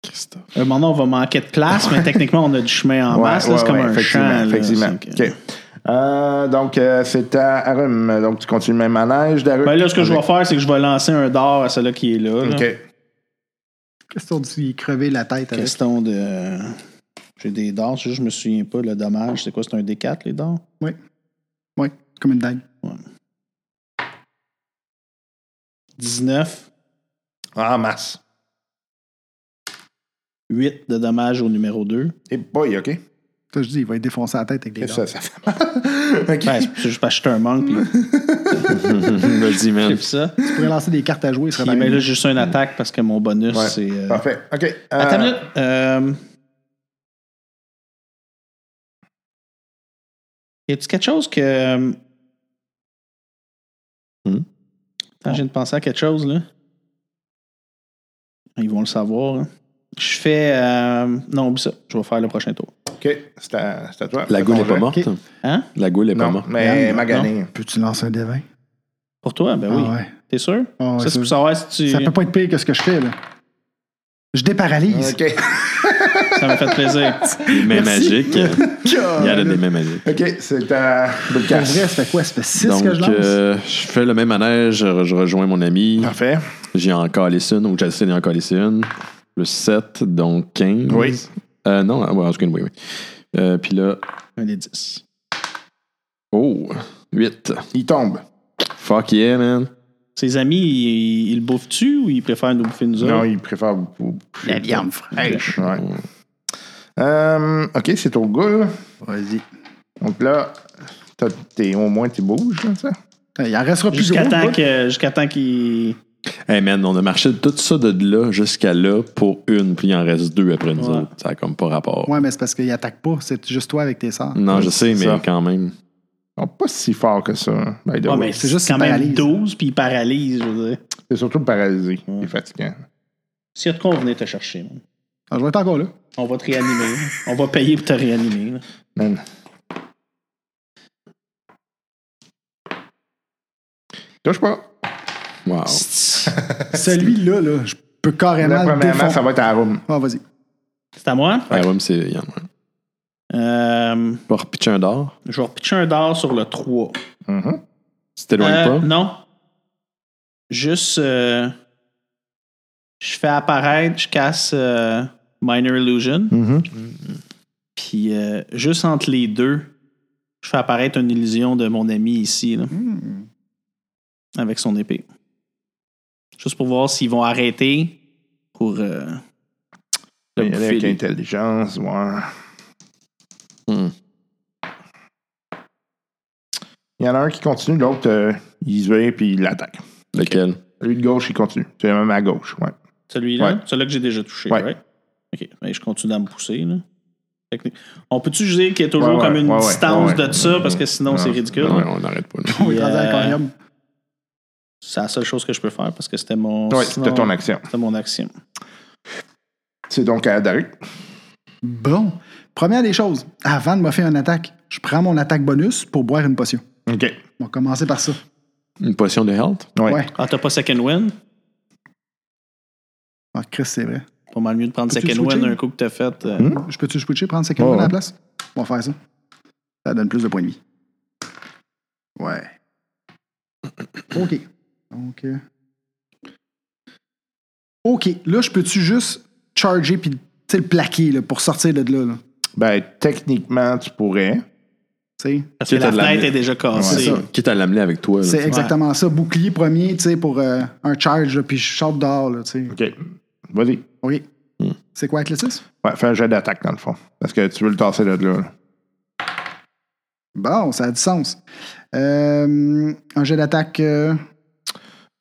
Speaker 11: Christophe.
Speaker 3: Euh, maintenant, on va manquer de place, mais techniquement, on a du chemin en
Speaker 6: Ouais,
Speaker 3: masse. là,
Speaker 6: ouais,
Speaker 3: c'est comme
Speaker 6: ouais,
Speaker 3: un
Speaker 6: effectivement,
Speaker 3: champ. là,
Speaker 6: effectivement.
Speaker 3: c'est que-
Speaker 6: OK. Euh, donc, euh, c'est à Arum. Donc, tu continues le même manège, Darum.
Speaker 3: Ben là, ce que je vais faire, c'est que je vais lancer un dard à celui qui est là. là.
Speaker 6: OK.
Speaker 4: Question d'y crever la tête avec.
Speaker 3: Question de. J'ai des dards, c'est juste, je me souviens pas, le dommage. C'est quoi, c'est un D4, les dards?
Speaker 4: Ouais, comme une dague.
Speaker 3: 19,
Speaker 6: En masse.
Speaker 3: 8 de dommages au numéro 2.
Speaker 6: Et boy, OK. Qu'est-ce
Speaker 4: Ça, je dis, il va être défoncé la tête avec des
Speaker 6: que
Speaker 4: dents.
Speaker 6: ça, ça fait mal. <laughs> OK.
Speaker 3: Ouais, Ben, c'est c'est juste parce que j'étais un
Speaker 6: <laughs>
Speaker 3: manque, puis
Speaker 1: Vas-y,
Speaker 3: j'ai
Speaker 1: man.
Speaker 3: fait ça.
Speaker 4: Tu pourrais lancer des cartes à jouer, ça
Speaker 3: Puis,
Speaker 4: serait
Speaker 3: ben
Speaker 4: bien.
Speaker 3: là, j'ai juste une attaque parce que mon bonus,
Speaker 6: Ouais.
Speaker 3: c'est. euh,
Speaker 6: Parfait. OK. Euh,
Speaker 3: Attends une minute. Euh... Y a-tu quelque chose que. euh,
Speaker 1: Hmm?
Speaker 3: Attends, je viens de penser à quelque chose, là. Ah, Ils vont le savoir. hein. Je fais. euh, Non, oublie ça. Je vais faire le prochain tour.
Speaker 6: OK. C'est à, c'est à toi.
Speaker 1: La
Speaker 6: Fais
Speaker 1: goule
Speaker 6: ton
Speaker 1: est pas
Speaker 6: jet.
Speaker 1: morte.
Speaker 3: Hein?
Speaker 1: La goule est pas
Speaker 6: Non,
Speaker 1: morte.
Speaker 6: mais
Speaker 3: Non,
Speaker 6: magané.
Speaker 4: Peux-tu lancer un dévin?
Speaker 3: Pour toi, ben
Speaker 4: Ah
Speaker 3: oui.
Speaker 4: ouais.
Speaker 3: T'es sûr?
Speaker 4: Ah ouais,
Speaker 3: ça, c'est
Speaker 4: ça-
Speaker 3: pour savoir si tu.
Speaker 4: <laughs> Ça peut pas être pire que ce que je fais, là. Je déparalyse. <laughs>
Speaker 6: OK.
Speaker 3: <laughs> Ça m'a fait plaisir.
Speaker 1: Les mains magiques. Il y en a
Speaker 4: God.
Speaker 1: des mains magiques.
Speaker 6: OK. C'est à
Speaker 4: Pour
Speaker 6: Bulkas.
Speaker 4: vrai, ça fait quoi? Ça fait 6
Speaker 1: Donc,
Speaker 4: que je lance?
Speaker 1: euh, je fais le même manège, je je rejoins mon ami.
Speaker 6: Parfait.
Speaker 1: J'ai encore les une, ou j'essaie d'en coller une. Plus 7, donc 15.
Speaker 6: Oui.
Speaker 1: Euh, non, ah, ouais, en tout cas, oui, oui. Euh, Puis là,
Speaker 3: Un des 10.
Speaker 1: oh, 8.
Speaker 6: Il tombe.
Speaker 1: Fuck yeah, man.
Speaker 3: Ses amis, ils, ils le bouffent-tu ou ils préfèrent nous bouffer nous
Speaker 6: Non,
Speaker 3: autres?
Speaker 6: il préfère beaucoup.
Speaker 4: La viande fraîche.
Speaker 6: Ouais. Euh, OK, c'est au goule.
Speaker 4: Vas-y.
Speaker 6: Donc là, t'as- t'es- au moins tu bouges, là, ça.
Speaker 4: Il en restera plus
Speaker 3: Jusqu'à
Speaker 4: gros,
Speaker 3: temps
Speaker 4: pas?
Speaker 3: que- jusqu'à temps qu'ils.
Speaker 1: Hey, man, on a marché tout ça de là jusqu'à là pour une, puis il en reste deux après nous
Speaker 3: Ouais.
Speaker 1: autres. Ça a comme pas rapport.
Speaker 4: Ouais, mais c'est parce qu'il attaque pas. C'est juste toi avec tes sorts.
Speaker 1: Non, je sais, mais
Speaker 6: C'est ça.
Speaker 1: quand même.
Speaker 6: Ils sont pas si fort que ça. hein, by the
Speaker 3: Ouais,
Speaker 6: way.
Speaker 3: mais
Speaker 4: c'est
Speaker 3: c'est
Speaker 4: juste
Speaker 3: juste quand
Speaker 4: qu'il
Speaker 3: même
Speaker 4: paralyse.
Speaker 3: 12, puis il paralyse, je veux dire.
Speaker 6: C'est surtout le paralysé. Il est fatigant.
Speaker 3: S'il y a de quoi, on venait te chercher. man.
Speaker 4: Ah, je vais être encore là.
Speaker 3: On va te réanimer. <laughs> on va payer pour te réanimer. là.
Speaker 6: Man. Touche pas.
Speaker 1: Wow.
Speaker 3: C'est
Speaker 4: Celui-là, là, je peux carrément
Speaker 6: Là,
Speaker 4: le
Speaker 6: premièrement,
Speaker 4: défoncer.
Speaker 6: ça va être à la room.
Speaker 4: Ah, vas-y. <laughs>
Speaker 3: à moi.
Speaker 1: Iron, Ah c'est. il y en a un.
Speaker 3: Euh,
Speaker 1: Pas repitcher un d'or.
Speaker 3: je vais repitcher un dard sur le 3.
Speaker 6: Mhm.
Speaker 1: Tu t'éloignes
Speaker 3: Euh,
Speaker 1: pas.
Speaker 3: Non. Juste. euh, je fais apparaître, je casse euh, Minor Illusion.
Speaker 6: Mhm.
Speaker 3: Puis euh, juste entre les deux, je fais apparaître une illusion de mon ami ici, là,
Speaker 6: Hmm.
Speaker 3: avec son épée. Juste pour voir s'ils vont arrêter pour. euh, le
Speaker 6: Il y en a avec
Speaker 3: bouffer.
Speaker 6: intelligence, ouais.
Speaker 1: Hmm.
Speaker 6: Il y en a un qui continue, l'autre, euh, il se veut puis il l'attaque.
Speaker 1: Lequel
Speaker 6: Lui de gauche, il continue. C'est même à gauche, ouais.
Speaker 3: Celui-là,
Speaker 6: Ouais.
Speaker 3: celui-là que j'ai déjà touché,
Speaker 6: Ouais.
Speaker 3: right? OK, ben, je continue à me pousser, là. Technique. On peut-tu dire qu'il y a toujours
Speaker 6: Ouais, ouais,
Speaker 3: comme une
Speaker 6: ouais, ouais,
Speaker 3: distance
Speaker 6: ouais, ouais.
Speaker 3: de ça, parce que sinon, c'est ridicule?
Speaker 1: Non, on n'arrête pas. là.
Speaker 4: On est rendu à l'aquarium.
Speaker 3: C'est la seule chose que je peux faire, parce que c'était mon...
Speaker 6: Ouais,
Speaker 3: sinon,
Speaker 6: c'était ton action.
Speaker 3: c'était mon action.
Speaker 6: C'est donc à Derek.
Speaker 4: Bon. Première des choses, avant de me faire une attaque, je prends mon attaque bonus pour boire une potion.
Speaker 6: OK.
Speaker 4: On va commencer par ça.
Speaker 1: Une potion de health
Speaker 6: Ouais.
Speaker 4: Ouais.
Speaker 3: Ah, t'as pas second win?
Speaker 4: Ah, Chris, c'est vrai.
Speaker 3: Pas mal mieux de prendre
Speaker 4: Peux-tu
Speaker 3: second win
Speaker 4: switcher?
Speaker 3: un coup que t'as fait. euh,
Speaker 6: Hmm?
Speaker 4: Je peux-tu switcher, prendre second
Speaker 6: Ouais,
Speaker 4: win à la
Speaker 6: ouais.
Speaker 4: place? On va faire ça. Ça donne plus de points de vie. Ouais. OK. Donc. euh, OK. Là, je peux-tu juste charger puis tu sais, le plaquer là, pour sortir de là? là?
Speaker 6: Ben, techniquement, tu pourrais.
Speaker 4: Tu sais?
Speaker 3: Parce que
Speaker 1: Quitte à
Speaker 3: la
Speaker 1: de la-
Speaker 3: fenêtre est déjà cassée.
Speaker 4: ça.
Speaker 1: Quitte à l'amener avec toi. là, tu
Speaker 4: C'est
Speaker 1: sais.
Speaker 4: exactement ça. Bouclier premier, tu sais, pour euh, un charge, là, puis je sors dehors, là, tu sais.
Speaker 6: OK. Vas-y.
Speaker 4: OK.
Speaker 1: Hmm.
Speaker 4: C'est quoi, Atletis?
Speaker 6: Ouais, fais un jet d'attaque, dans le fond. Parce que tu veux le tasser de là. là.
Speaker 4: Bon, ça a du sens. Euh, un jet d'attaque, euh,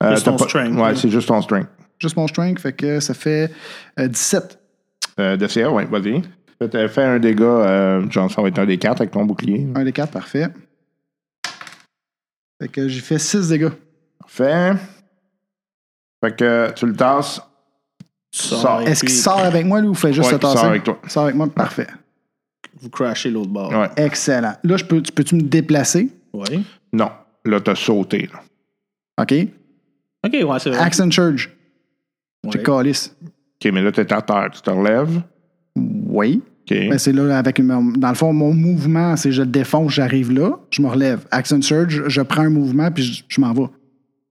Speaker 6: Euh,
Speaker 3: Juste
Speaker 6: t'as
Speaker 3: ton strength,
Speaker 6: Ouais,
Speaker 3: là.
Speaker 6: c'est juste ton strength.
Speaker 4: juste mon strength, fait que ça fait euh, 17.
Speaker 6: Euh, de CA, ouais, vas-y. Fait, euh, Fais un dégât, euh, genre, ça va être un des quatre avec ton bouclier.
Speaker 4: Un des quatre, parfait. Fait que j'ai fait 6 dégâts.
Speaker 6: Parfait. Fait que tu le tasses.
Speaker 3: Tu sors
Speaker 6: Sors.
Speaker 3: et
Speaker 4: Est-ce qu'il
Speaker 3: puis
Speaker 4: sort avec moi, lui, ou fait juste
Speaker 6: Ouais,
Speaker 4: se
Speaker 6: il sort
Speaker 4: tasser?
Speaker 6: avec toi.
Speaker 4: Il sort avec moi, parfait.
Speaker 3: Vous crashez l'autre bord.
Speaker 6: Ouais.
Speaker 4: Excellent. Là, je peux, tu peux-tu me déplacer?
Speaker 3: Ouais.
Speaker 6: Non. Là, t'as sauté. là.
Speaker 4: OK.
Speaker 6: Euh,
Speaker 3: Ok, ouais, c'est vrai.
Speaker 4: Action Surge.
Speaker 3: Ouais.
Speaker 4: J'ai calice.
Speaker 6: OK, mais là, t'es à terre. Tu te relèves.
Speaker 4: Oui.
Speaker 6: OK.
Speaker 4: Ben, c'est là, avec mon- dans le fond, mon mouvement, c'est je le défonce, j'arrive là, je me relève. Action Surge, je prends un mouvement, puis je, je m'en vais.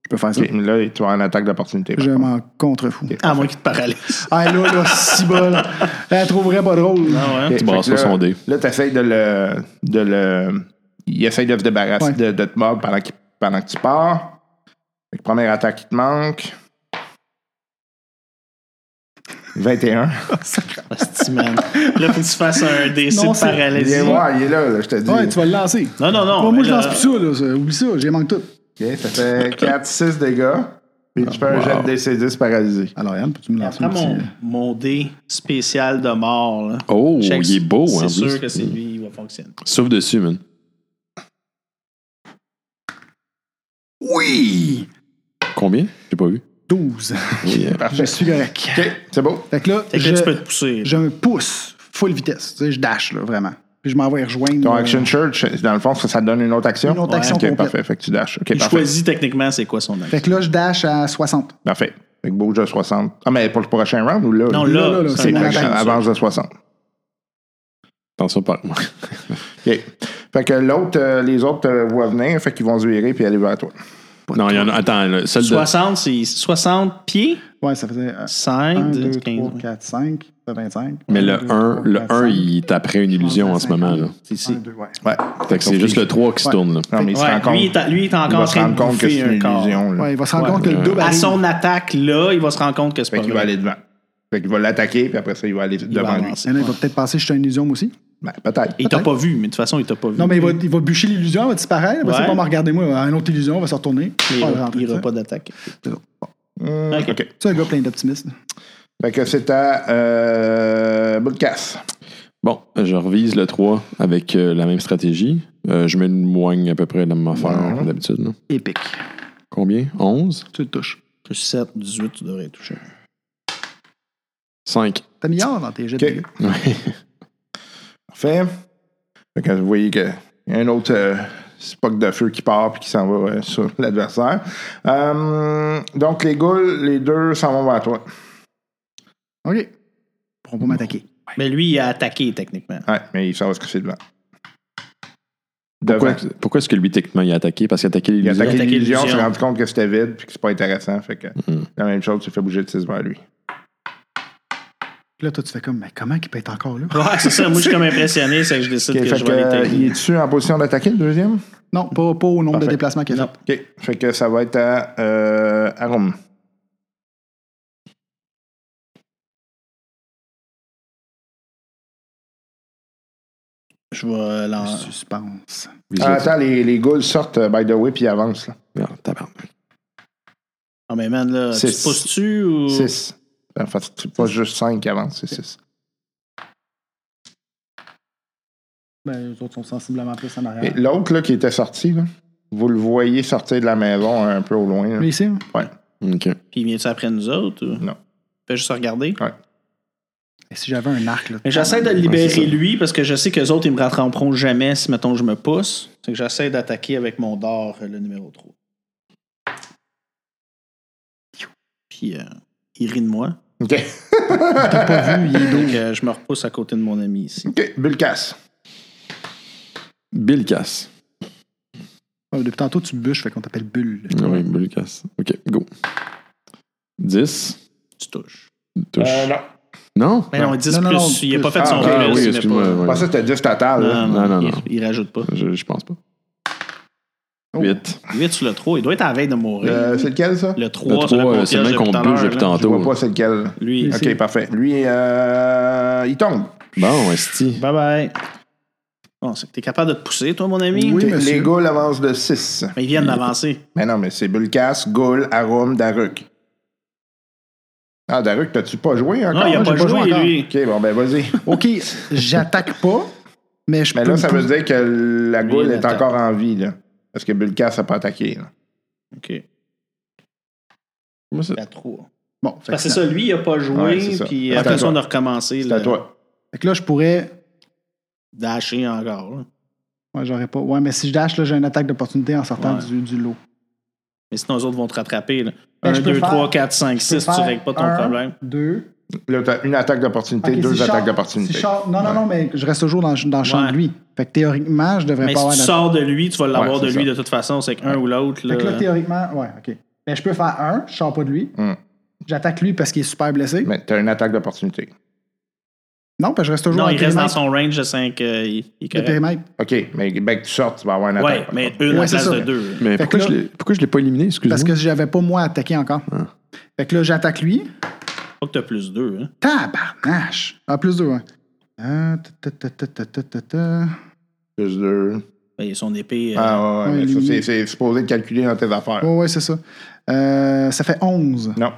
Speaker 4: Je peux faire ça.
Speaker 6: OK, mais là, tu vas en attaque d'opportunité. par
Speaker 4: Je
Speaker 6: contre.
Speaker 4: m'en contrefous.
Speaker 3: À moins qu'il te paralyse.
Speaker 4: Ah, là, <laughs> là, si bol. Elle trouverait pas drôle.
Speaker 3: Ah ouais.
Speaker 6: Ok,
Speaker 1: Tu
Speaker 6: fait
Speaker 1: brasses
Speaker 6: que
Speaker 1: pas
Speaker 6: là-
Speaker 1: son dé.
Speaker 6: Là, t'essayes de le, de le. Il essaye de se débarrasser
Speaker 4: Ouais.
Speaker 6: de, de te mordre pendant, qu'il- pendant que tu pars. Fait que première attaque, il te manque. 21.
Speaker 4: <laughs>
Speaker 3: Asti, man. Là, faut que tu fasses un DC
Speaker 4: Non,
Speaker 3: de
Speaker 4: c'est-
Speaker 6: Il est,
Speaker 3: paralysie.
Speaker 6: ouais, il est là, là, je te dis.
Speaker 4: Ouais, tu vas le lancer.
Speaker 3: Non, non, non.
Speaker 4: Bon,
Speaker 3: mais
Speaker 4: moi, je
Speaker 3: là-
Speaker 4: lance plus ça, là. ça. Oublie ça, j'ai manque tout.
Speaker 6: Ok, ça fait 4, 6 dégâts. Puis tu fais un jet de DC10 paralysé.
Speaker 4: Alors, Yann, peux-tu me lancer
Speaker 3: Prends
Speaker 4: un petit... euh,
Speaker 3: mon, mon dé spécial de mort. Là.
Speaker 1: Oh,
Speaker 3: Check
Speaker 1: il est beau,
Speaker 3: si-
Speaker 6: hein,
Speaker 1: en
Speaker 3: C'est sûr
Speaker 1: plus.
Speaker 3: que c'est
Speaker 6: Mm.
Speaker 3: lui, il va fonctionner.
Speaker 1: Sauf dessus, man.
Speaker 4: Oui!
Speaker 1: Combien J'ai pas vu.
Speaker 4: 12.
Speaker 1: Oui, euh,
Speaker 4: je suis correct.
Speaker 6: Ok, c'est beau.
Speaker 4: Fait que là,
Speaker 3: Fait que
Speaker 4: je,
Speaker 3: là, tu peux te pousser. là.
Speaker 4: je me pousse full vitesse. Tu sais, je dash, là, vraiment. Puis je m'en vais rejoindre.
Speaker 6: Ton
Speaker 4: euh,
Speaker 6: action church, dans le fond, ça, ça te donne une autre action.
Speaker 4: Une autre action
Speaker 6: Ok,
Speaker 4: complète.
Speaker 6: parfait. Fait que tu dashes. Ok,
Speaker 3: Il
Speaker 6: parfait.
Speaker 3: choisit techniquement c'est quoi son action.
Speaker 4: Fait que là, je dash à 60.
Speaker 6: Parfait. Fait que beau jeu 60. Ah, mais pour le prochain round ou là?
Speaker 3: Non,
Speaker 6: Ok,
Speaker 4: là,
Speaker 3: là,
Speaker 4: là,
Speaker 6: fait
Speaker 4: c'est
Speaker 3: c'est
Speaker 6: que
Speaker 3: un
Speaker 4: mon
Speaker 3: action.
Speaker 4: attaque.
Speaker 6: avance de 60.
Speaker 1: attention, pas moi.
Speaker 6: <laughs> OK. Fait que l'autre, euh, les autres euh, voient venir, fait qu'ils vont se virer puis aller vers toi.
Speaker 1: Non, il y en a. Attends, le seul de.
Speaker 3: 60, c'est 60 pieds.
Speaker 4: Ouais, ça faisait euh,
Speaker 3: 5,
Speaker 4: 1,
Speaker 3: 2,
Speaker 4: 2,
Speaker 3: 15.
Speaker 4: 3, 4, 5. Ça fait 25.
Speaker 1: Mais le
Speaker 4: Un, deux,
Speaker 1: 1,
Speaker 4: trois,
Speaker 1: le
Speaker 4: quatre,
Speaker 1: 1
Speaker 4: cinq.
Speaker 1: il taperait une illusion en ce moment. là.
Speaker 3: C'est ici.
Speaker 4: Un, deux, ouais.
Speaker 6: Ouais.
Speaker 1: Fait que c'est juste le 3 qui se
Speaker 4: Ouais.
Speaker 1: tourne. là.
Speaker 6: Non, mais il se
Speaker 3: Ouais,
Speaker 6: rend compte.
Speaker 3: lui, il est en- lui, il est
Speaker 6: il va
Speaker 3: encore en
Speaker 6: se
Speaker 3: train de
Speaker 6: rendre compte que c'est
Speaker 3: bouffer
Speaker 6: une
Speaker 3: un corps.
Speaker 6: illusion. Là.
Speaker 4: Ouais, il va se rendre
Speaker 3: Ouais.
Speaker 4: compte que le double
Speaker 3: À
Speaker 4: arrive.
Speaker 3: son attaque, là, il va se rendre compte que c'est
Speaker 6: Fait
Speaker 3: pas
Speaker 6: qu'il va
Speaker 3: vrai.
Speaker 6: aller devant. Fait qu'il va l'attaquer, puis après ça, il va aller
Speaker 3: Il va
Speaker 6: devant lui.
Speaker 3: avancer.
Speaker 4: Et là, il va peut-être penser que je suis un illusion aussi.
Speaker 6: Ben, peut-être.
Speaker 3: Il t'a pas vu, mais de toute façon, il t'a pas vu.
Speaker 4: Non, mais il va, il va bûcher l'illusion, il va disparaître. Il va
Speaker 3: Ouais.
Speaker 4: pas me regarder, moi. Un autre illusion, il va se retourner.
Speaker 3: Mais il
Speaker 4: Ah,
Speaker 3: aura-
Speaker 4: rentre,
Speaker 3: il
Speaker 4: tu
Speaker 3: aura
Speaker 4: sais.
Speaker 3: pas d'attaque.
Speaker 6: Hmm,
Speaker 3: Ok.
Speaker 6: OK.
Speaker 4: C'est un gars plein d'optimisme.
Speaker 6: Fait que c'est à euh, bout de casse.
Speaker 1: Bon, je revise le 3 avec euh, la même stratégie. Euh, je m'éloigne à peu près de la même affaire
Speaker 6: Mhm.
Speaker 1: comme d'habitude. là.
Speaker 4: Épique.
Speaker 1: Combien 11
Speaker 4: Tu le touches.
Speaker 3: Plus 7, 18, tu devrais toucher.
Speaker 1: 5.
Speaker 4: T'as milliard dans tes jets
Speaker 6: Ok.
Speaker 4: de dégâts.
Speaker 1: <laughs>
Speaker 6: Parfait. Fait que vous voyez qu'il y a un autre euh, spock de feu qui part puis qui s'en va euh, sur <laughs> l'adversaire. Euh, donc, les ghouls, les deux s'en vont vers toi.
Speaker 4: OK. Ils pourront pas m'attaquer.
Speaker 3: Mais lui, il a attaqué techniquement.
Speaker 6: Ouais, mais ils savent ce que c'est devant.
Speaker 1: Pourquoi,
Speaker 6: Devant.
Speaker 1: pourquoi est-ce que lui, techniquement, il a attaqué Parce qu'il a attaqué
Speaker 6: Il a
Speaker 1: l'illusion.
Speaker 6: attaqué
Speaker 3: attaqué
Speaker 6: l'illusion, il s'est
Speaker 3: l'illusion. Hmm.
Speaker 6: rendu compte que c'était vide puis que c'est pas intéressant. Fait que
Speaker 1: Mhm.
Speaker 6: la même chose, tu fais bouger de 6 vers lui.
Speaker 4: Puis Là, toi, tu fais comme, mais comment qu'il peut être encore là?
Speaker 3: Ouais, c'est ça. Moi, je suis comme impressionné, c'est que je décide
Speaker 6: Ok,
Speaker 3: que
Speaker 6: fait
Speaker 3: je
Speaker 6: que,
Speaker 3: vais
Speaker 6: euh,
Speaker 3: aller
Speaker 6: il
Speaker 3: t'aider.
Speaker 6: est-tu en position d'attaquer le deuxième?
Speaker 4: Non, pas, pas au nombre
Speaker 6: Parfait.
Speaker 4: de déplacements qu'il a
Speaker 3: Non.
Speaker 4: fait.
Speaker 6: OK. Fait que ça va être à euh, Arum.
Speaker 3: Je vais
Speaker 4: Le
Speaker 3: l'en-
Speaker 4: Suspense.
Speaker 6: Ah,
Speaker 1: Visuel.
Speaker 6: attends, les, les ghouls sortent, euh, by the way, puis ils avancent.
Speaker 1: Ah, tabarnak.
Speaker 3: Ah, mais man, là, tu
Speaker 6: Six.
Speaker 3: te pousses-tu ou.
Speaker 6: 6. En fait, c'est pas juste 5 qui avancent, c'est 6.
Speaker 4: Ben, les autres sont sensiblement plus en
Speaker 6: Et
Speaker 3: Ah.
Speaker 4: arrière.
Speaker 6: l'autre là, qui était sorti, là, vous le voyez sortir de la maison un peu au loin. là.
Speaker 4: Mais ici, hein?
Speaker 1: Ok.
Speaker 3: Puis vient-tu après nous autres ou-
Speaker 6: Non.
Speaker 3: Fais juste regarder.
Speaker 4: Et si j'avais un arc, là.
Speaker 3: Mais j'essaie de le
Speaker 1: Ouais, c'est
Speaker 3: libérer
Speaker 1: ça.
Speaker 3: lui parce que je sais que les autres, ils me rattraperont jamais si, mettons, je me pousse. C'est que j'essaie d'attaquer avec mon dard euh, le numéro 3. Puis euh, il rit de moi.
Speaker 6: OK.
Speaker 3: Puis donc, euh, je me repousse à côté de mon ami ici.
Speaker 6: OK. Bulkas.
Speaker 1: Bill Cass.
Speaker 4: Ouais, depuis tantôt, tu bûches, fait qu'on t'appelle Bulle.
Speaker 1: Ah Oui, Bill Cass. Ok, go. 10.
Speaker 3: Tu touches.
Speaker 1: Touche.
Speaker 6: Euh, non.
Speaker 1: non.
Speaker 3: Mais Ben non, 10
Speaker 4: Non, non,
Speaker 3: plus.
Speaker 4: non,
Speaker 3: il n'a pas
Speaker 4: plus.
Speaker 3: fait son
Speaker 6: Ah,
Speaker 3: jeu,
Speaker 6: ah
Speaker 3: là,
Speaker 1: oui,
Speaker 3: s'il met
Speaker 1: excuse-moi,
Speaker 3: pas-
Speaker 1: ouais.
Speaker 6: Je pensais que c'était 10 total. Ah, là.
Speaker 3: Non,
Speaker 1: Non,
Speaker 3: non,
Speaker 1: non,
Speaker 3: il-
Speaker 1: non.
Speaker 3: Il, rajoute pas.
Speaker 1: Je, je pense pas.
Speaker 4: Oh.
Speaker 1: 8.
Speaker 3: 8 sur le 3. Il doit être à la veille de mourir.
Speaker 6: Euh, c'est lequel, ça?
Speaker 3: le
Speaker 1: Le
Speaker 3: 3, sur
Speaker 1: 3, c'est le même
Speaker 3: concierge
Speaker 1: qu'on
Speaker 3: depuis tout à
Speaker 1: bouge
Speaker 3: l'heure,
Speaker 1: depuis
Speaker 3: là.
Speaker 6: Je vois
Speaker 1: tantôt.
Speaker 6: pas c'est lequel.
Speaker 3: Lui,
Speaker 6: OK, parfait. Lui, euh, il tombe.
Speaker 1: Bon, esti.
Speaker 3: bye bye. Bon, c'est que t'es capable de te pousser, toi, mon ami.
Speaker 4: Oui,
Speaker 6: Ok,
Speaker 4: monsieur.
Speaker 6: Les ghouls avancent de 6.
Speaker 3: Mais ils viennent d'avancer.
Speaker 6: Mais non, mais c'est Bulkas, Ghoul, Arum, Daruk. Ah, Daruk, t'as-tu pas joué encore?
Speaker 3: Non, il
Speaker 4: moi,
Speaker 3: n'a pas
Speaker 4: j'ai pas
Speaker 3: joué,
Speaker 4: joué encore.
Speaker 3: lui.
Speaker 6: OK, bon, ben vas-y.
Speaker 4: <laughs> OK, j'attaque pas, mais je
Speaker 6: Mais
Speaker 4: peux.
Speaker 6: là, ça veut dire que la
Speaker 3: Lui,
Speaker 6: Ghoul
Speaker 3: il
Speaker 6: est
Speaker 3: attaque.
Speaker 6: encore en vie, là. Parce que Bulkas n'a pas attaqué, là.
Speaker 3: OK.
Speaker 1: Moi, c'est-
Speaker 3: La 3.
Speaker 4: Bon, fait
Speaker 3: Parce que
Speaker 4: que
Speaker 3: c'est ça, lui, il n'a pas
Speaker 6: Ouais,
Speaker 3: joué,
Speaker 6: c'est ça.
Speaker 3: puis
Speaker 6: C'est à
Speaker 3: après ça,
Speaker 6: toi.
Speaker 3: on a recommencé
Speaker 6: C'est à
Speaker 3: le
Speaker 6: toi.
Speaker 4: Fait que là, je pourrais.
Speaker 3: dasher encore. là.
Speaker 4: Ouais, j'aurais pas. Ouais, mais si je dash, là, j'ai une attaque d'opportunité en sortant
Speaker 3: Ouais.
Speaker 4: du, du lot.
Speaker 3: Mais sinon, les autres vont te rattraper. Là.
Speaker 4: Ben,
Speaker 3: 1,
Speaker 4: je peux
Speaker 3: 2,
Speaker 4: faire-
Speaker 3: 3, 4, 5,
Speaker 4: je
Speaker 3: 6, tu
Speaker 4: peux
Speaker 3: ne
Speaker 4: faire
Speaker 3: règles pas ton
Speaker 4: un,
Speaker 3: problème.
Speaker 4: Deux.
Speaker 6: Là, t'as une attaque d'opportunité,
Speaker 4: Ok,
Speaker 6: deux
Speaker 4: si je
Speaker 6: attaques
Speaker 4: sors-
Speaker 6: d'opportunité.
Speaker 4: si je sors- non, non,
Speaker 6: Ouais.
Speaker 4: non, mais je reste toujours dans, dans le champ
Speaker 3: Ouais.
Speaker 4: de lui. Fait que théoriquement, je devrais
Speaker 3: Mais
Speaker 4: pas
Speaker 3: si
Speaker 4: avoir
Speaker 3: tu
Speaker 4: d'attaque.
Speaker 3: sors de lui, tu vas l'avoir
Speaker 6: Ouais,
Speaker 3: de
Speaker 6: c'est
Speaker 3: lui
Speaker 6: ça.
Speaker 3: de toute façon. C'est qu'un ou l'autre.
Speaker 4: Fait que là,
Speaker 3: là,
Speaker 4: théoriquement, ouais, OK. Mais je peux faire un, je sors pas de lui.
Speaker 6: Hum.
Speaker 4: J'attaque lui parce qu'il est super blessé.
Speaker 6: Mais t'as une attaque d'opportunité.
Speaker 4: Non, parce que je reste toujours
Speaker 3: Non,
Speaker 4: dans
Speaker 3: il
Speaker 4: le
Speaker 3: reste dans
Speaker 4: périmètre.
Speaker 3: son range de 5. il, il est
Speaker 4: Le
Speaker 3: correct.
Speaker 4: périmètre.
Speaker 6: OK, mais ben, que tu sortes, tu vas avoir une
Speaker 3: Ouais,
Speaker 6: attaque.
Speaker 3: mais une
Speaker 4: Ouais,
Speaker 3: en
Speaker 4: c'est
Speaker 3: place
Speaker 4: ça.
Speaker 3: de deux. là.
Speaker 1: Mais
Speaker 4: Fait que
Speaker 1: pourquoi,
Speaker 4: là-
Speaker 1: je l'ai- pourquoi je l'ai pas éliminé, excuse-moi?
Speaker 4: Parce que j'avais pas moi attaqué encore.
Speaker 6: Ah.
Speaker 4: Fait que là, j'attaque lui.
Speaker 3: Pas que tu as plus deux. Hein.
Speaker 4: Tabarnache! Ah, plus deux, ouais. Ah, ta, ta, ta, ta, ta, ta, ta.
Speaker 6: Plus deux.
Speaker 3: Ben, son épée. euh,
Speaker 6: Ah, ouais, ouais,
Speaker 4: ouais,
Speaker 6: mais ça,
Speaker 4: lui-
Speaker 6: c'est- c'est supposé de calculer dans tes affaires.
Speaker 4: Oh, Ouais, ouais, c'est ça. Euh, ça fait 11.
Speaker 6: Non.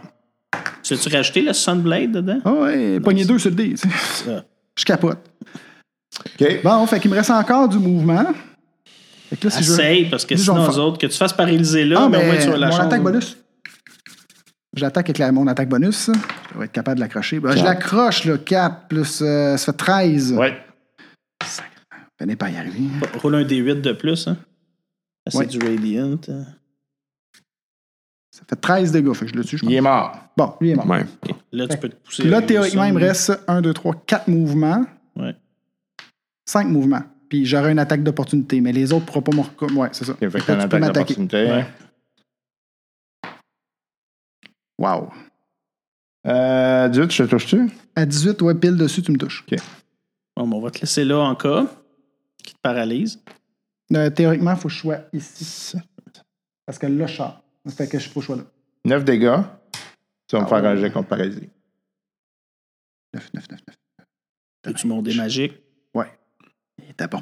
Speaker 3: Tu as-tu rajouté le Sunblade dedans?
Speaker 4: Ah ouais, pogné deux sur le dé. tu sais.
Speaker 3: Ça.
Speaker 4: Je capote.
Speaker 6: OK.
Speaker 4: Bon, fait qu'il me reste encore du mouvement. Fait que là, Ah, si je veux-
Speaker 3: Essaye, parce que
Speaker 4: Disons
Speaker 3: sinon,
Speaker 4: fa-
Speaker 3: eux autres, que tu fasses paralyser là,
Speaker 4: Ah,
Speaker 3: mais au moins
Speaker 4: mais
Speaker 3: tu as la
Speaker 4: mon
Speaker 3: chance.
Speaker 4: attaque bonus. J'attaque avec la- mon attaque bonus. Je devrais être capable de l'accrocher. Ben, je l'accroche, là. 4 plus... euh, ça fait 13.
Speaker 6: Ouais.
Speaker 4: Venez pas y arriver. hein.
Speaker 3: Roule un D8 de plus. Hein. Ça, C'est
Speaker 4: Ouais.
Speaker 3: du Radiant. hein.
Speaker 4: Ça fait 13 dégâts. Fait que je le tue, je
Speaker 6: Il est mort.
Speaker 4: pense. Bon, lui est mort.
Speaker 1: Ouais.
Speaker 3: Là, tu peux te pousser.
Speaker 4: Puis là,
Speaker 3: avec le
Speaker 4: théoriquement, il me
Speaker 3: Sun.
Speaker 4: reste 1, 2, 3, 4 mouvements.
Speaker 3: Ouais.
Speaker 4: 5 mouvements. Puis j'aurai une attaque d'opportunité. Mais les autres ne pourront pas me reco- Ouais, c'est ça.
Speaker 6: Il fait que
Speaker 4: Fait
Speaker 6: t'as
Speaker 4: que
Speaker 6: une
Speaker 4: tu peux
Speaker 6: attaque
Speaker 4: m'attaquer.
Speaker 6: d'opportunité.
Speaker 3: Ouais.
Speaker 4: Wow.
Speaker 6: Euh, Dude, je te touche-tu?
Speaker 4: À 18, ouais, pile dessus, tu me touches.
Speaker 3: Bon, ben, on va te laisser là encore. Qui te paralyse.
Speaker 4: Euh, théoriquement, il faut que je sois ici. Parce que là, je sors. Ça fait que il faut que je sois là.
Speaker 6: 9 dégâts. Tu
Speaker 4: Ah
Speaker 6: vas me faire un jet contre paralysie.
Speaker 4: 9, 9, 9, 9.
Speaker 3: Peux-tu monter magique?
Speaker 4: Il était bon.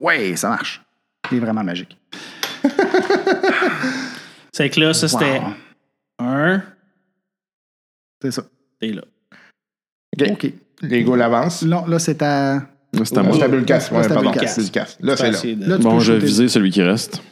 Speaker 4: Ouais, ça marche. Il est vraiment magique.
Speaker 3: C'est que là, ça, c'était
Speaker 4: Wow.
Speaker 3: un.
Speaker 4: C'est ça.
Speaker 3: T'es là.
Speaker 6: OK.
Speaker 4: OK.
Speaker 6: Les goals avancent.
Speaker 4: Non, là, c'est à.
Speaker 1: Là, c'est à moi.
Speaker 6: Moi, c'est Bulcas.
Speaker 4: Ouais,
Speaker 6: Ouais,
Speaker 4: c'est
Speaker 6: pardon.
Speaker 3: Abulcas.
Speaker 6: Abulcas. Là, c'est là.
Speaker 3: Essayer de-
Speaker 4: Là, tu
Speaker 1: Bon,
Speaker 4: peux
Speaker 1: je vais
Speaker 4: shooter.
Speaker 1: viser celui qui reste.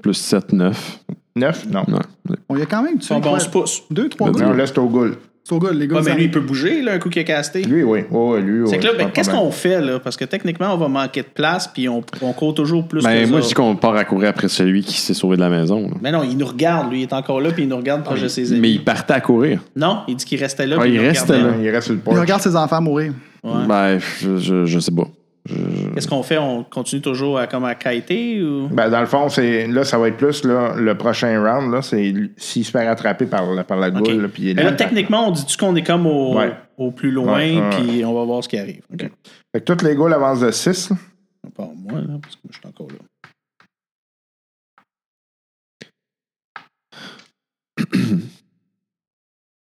Speaker 1: Plus 7, 9.
Speaker 6: 9? Non.
Speaker 1: Non.
Speaker 4: On y a quand même tué.
Speaker 3: Bon, bon,
Speaker 4: quoi,
Speaker 3: on se pousse.
Speaker 4: Deux, trois
Speaker 6: Non,
Speaker 4: gars.
Speaker 6: là, c'est au goal.
Speaker 4: C'est au gars, les gars.
Speaker 3: Ouais,
Speaker 4: ils
Speaker 3: mais lui,
Speaker 4: arrivent.
Speaker 3: il peut bouger, là, un coup qui a casté.
Speaker 6: Lui, oui. Ouais, ouais, lui,
Speaker 3: C'est
Speaker 6: ouais,
Speaker 3: que là,
Speaker 6: pas
Speaker 3: ben,
Speaker 6: de
Speaker 3: qu'est-ce
Speaker 6: problème.
Speaker 3: qu'on fait, là? Parce que techniquement, on va manquer de place, puis on, on court toujours plus
Speaker 1: Ben,
Speaker 3: que
Speaker 1: moi,
Speaker 3: ça.
Speaker 1: je dis qu'on part à courir après celui qui s'est sauvé de la maison. là.
Speaker 3: Mais non, il nous regarde, lui, il est encore là, puis il nous regarde proche de ses amis.
Speaker 1: Ah, Mais il partait à courir.
Speaker 3: Non, il dit qu'il restait là.
Speaker 1: Ah,
Speaker 3: puis
Speaker 1: il
Speaker 3: nous
Speaker 1: restait
Speaker 3: regardait.
Speaker 1: là.
Speaker 6: Il reste sur le
Speaker 4: Il
Speaker 6: porch.
Speaker 4: regarde ses enfants mourir.
Speaker 3: Ouais.
Speaker 1: Ben, je, je- je sais pas.
Speaker 3: Qu'est-ce qu'on fait? On continue toujours à, comme à kiter ou.
Speaker 6: Ben, dans le fond, c'est là, ça va être plus là, le prochain round. là, C'est l- s'il se fait rattraper par, la- par la
Speaker 3: OK.
Speaker 6: goule. là, puis il est
Speaker 3: Mais là,
Speaker 6: là.
Speaker 3: techniquement, on dit-tu qu'on est comme au,
Speaker 6: Ouais.
Speaker 3: au plus loin,
Speaker 6: Ouais, ouais,
Speaker 3: puis on va voir ce qui arrive. OK.
Speaker 6: Fait que toutes les goals avancent de 6.
Speaker 3: À part moi, là, parce que moi, je suis encore là.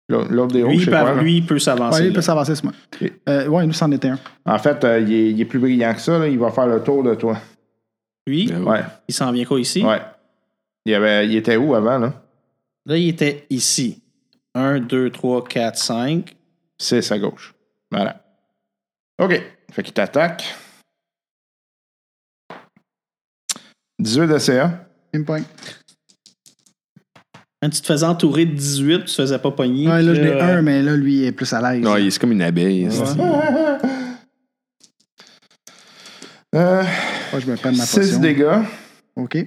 Speaker 6: L'autre des
Speaker 3: Lui,
Speaker 6: rouges, c'est
Speaker 3: par-
Speaker 6: quoi? là?
Speaker 3: lui, il peut
Speaker 4: Ouais,
Speaker 3: s'avancer.
Speaker 4: il peut
Speaker 3: là.
Speaker 4: s'avancer, c'est moi. Euh, ouais, nous, c'en était un.
Speaker 6: En fait, euh, il, est, il est plus brillant que ça. là, Il va faire le tour de toi.
Speaker 3: Lui,
Speaker 6: Ouais.
Speaker 3: il s'en vient quoi ici?
Speaker 6: Ouais. Il, avait, il était où avant? là?
Speaker 3: Là, il était ici. 1, 2, 3, 4, 5.
Speaker 6: 6 à gauche. Voilà. OK. Fait qu'il t'attaque. 18 de CA.
Speaker 4: Il me pogne.
Speaker 3: Quand tu te faisais entourer de 18, tu te faisais pas pogner.
Speaker 4: Ouais, là, je
Speaker 3: puis euh,
Speaker 4: l'ai un, mais là, lui, il est plus à l'aise.
Speaker 1: Non, il- c'est comme une abeille. c'est-
Speaker 6: Euh,
Speaker 4: Ouais, je me prends ma
Speaker 6: 6
Speaker 4: potion.
Speaker 6: dégâts.
Speaker 4: OK.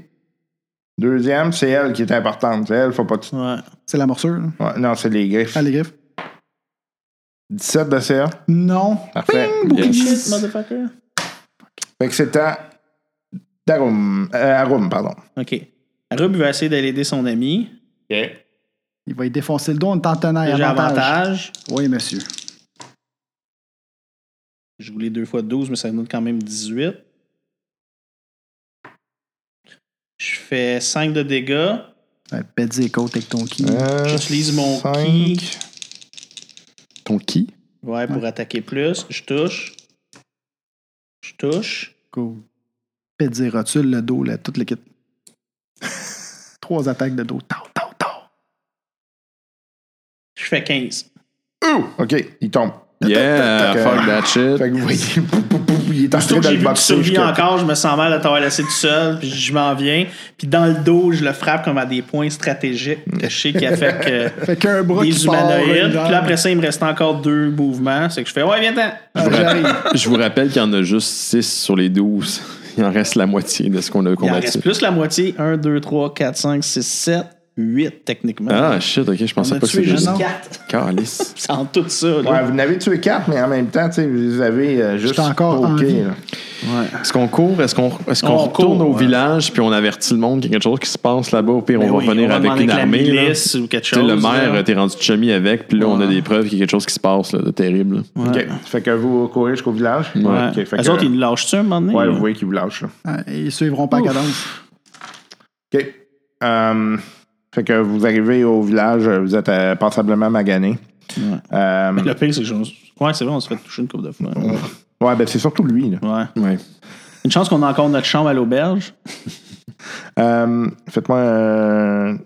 Speaker 6: Deuxième, c'est elle qui est importante. C'est elle, faut pas que tu-
Speaker 3: Ouais.
Speaker 4: C'est la morsure. là.
Speaker 6: Ouais, non, c'est les griffes.
Speaker 4: Ah, les griffes.
Speaker 6: 17 de CA.
Speaker 4: Non.
Speaker 6: Parfait.
Speaker 4: Ping, bouclier.
Speaker 3: Shit, motherfucker.
Speaker 6: Fait que c'est à Darum. euh, Arum, pardon.
Speaker 3: OK. Rub va essayer d'aller aider son ami.
Speaker 4: Il va y défoncer le dos, on est en tenaille.
Speaker 3: J'ai
Speaker 4: avantage.
Speaker 3: avantage.
Speaker 4: Oui, monsieur.
Speaker 3: Je voulais deux fois 12, mais ça nous donne quand même 18. Je fais 5 de dégâts.
Speaker 4: Ouais, Pète les côtes avec ton ki.
Speaker 6: Euh,
Speaker 3: J'utilise mon
Speaker 6: cinq.
Speaker 3: ki.
Speaker 1: Ton qui?
Speaker 3: Ouais, pour attaquer plus. Je touche. Je touche.
Speaker 4: Cool. Pète les rotules, le dos, là, toute l'équipe. <laughs> Trois attaques de dos. Tau, tau, tau.
Speaker 3: Je fais 15.
Speaker 6: Ouh! OK, il tombe.
Speaker 1: Yeah, fuck that shit.
Speaker 6: Fait que vous voyez, <laughs> pou, pou, pou, il est en
Speaker 3: Surtout
Speaker 6: train
Speaker 3: que j'ai
Speaker 6: de
Speaker 3: vu que
Speaker 6: le
Speaker 3: tu
Speaker 6: boxer.
Speaker 3: survis
Speaker 6: jusqu'à-
Speaker 3: encore, je me sens mal de t'avoir laissé tout seul, puis je m'en viens. Puis dans le dos, je le frappe comme à des points stratégiques que je sais qu'il a fait que
Speaker 4: <laughs> Fait qu'un bras
Speaker 3: des
Speaker 4: qui part.
Speaker 3: humanoïdes.
Speaker 4: une
Speaker 3: Puis
Speaker 4: jambe.
Speaker 3: là, après ça, il me reste encore deux mouvements. C'est que je fais Ouais, viens-t'en.
Speaker 4: Ah,
Speaker 1: Je vous, rappelle,
Speaker 3: <laughs>
Speaker 1: je vous rappelle qu'il y en a juste 6 sur les 12. Il en reste la moitié de ce qu'on a
Speaker 3: Il en
Speaker 1: combattu.
Speaker 3: reste plus la moitié. 1, 2, 3, 4, 5, 6, 7, 8 techniquement.
Speaker 1: Ah shit, ok, je
Speaker 3: On
Speaker 1: pensais
Speaker 3: a
Speaker 1: pas que
Speaker 3: tué
Speaker 1: c'était
Speaker 3: juste
Speaker 1: juste.
Speaker 3: quatre.
Speaker 1: Calice.
Speaker 3: C'est en tout ça. là.
Speaker 6: Ouais, vous n'avez tué quatre, mais en même temps, tu sais, vous avez euh, juste
Speaker 4: J'étais encore en
Speaker 6: poké,
Speaker 4: vie.
Speaker 6: là.
Speaker 1: Est-ce qu'on court? Est-ce qu'on est-ce qu'on
Speaker 3: On
Speaker 1: retourne
Speaker 3: court,
Speaker 1: au
Speaker 3: ouais.
Speaker 1: village puis on avertit le monde qu'il y a quelque chose qui se passe là-bas? Au pire,
Speaker 3: Ben
Speaker 1: on va
Speaker 3: oui,
Speaker 1: revenir avec
Speaker 3: demander
Speaker 1: une
Speaker 3: que la
Speaker 1: armée. là.
Speaker 3: milice ou quelque
Speaker 1: Tu sais,
Speaker 3: chose.
Speaker 1: le maire,
Speaker 3: là.
Speaker 1: euh, t'es rendu chummy avec, puis là, on a des preuves qu'il y a quelque chose qui se passe là, de terrible. là.
Speaker 6: OK. Fait que vous courez jusqu'au village.
Speaker 3: Ouais.
Speaker 6: OK, fait
Speaker 3: Eux
Speaker 6: que-
Speaker 3: autres,
Speaker 1: euh,
Speaker 3: ils le lâchent-tu un moment donné?
Speaker 6: Ouais,
Speaker 3: là?
Speaker 6: vous voyez qu'ils vous lâchent. là.
Speaker 4: Ah, Ils suivront pas la cadence.
Speaker 6: OK. Euh, fait que vous arrivez au village, vous êtes euh, passablement magané. Euh,
Speaker 3: Le pire, c'est que. je- Ouais, c'est vrai, on se fait toucher une couple de fois.
Speaker 6: ouais, ben c'est surtout lui. Là.
Speaker 3: Ouais. Une chance qu'on a encore notre chambre à l'auberge.
Speaker 6: Euh, Faites-moi. euh,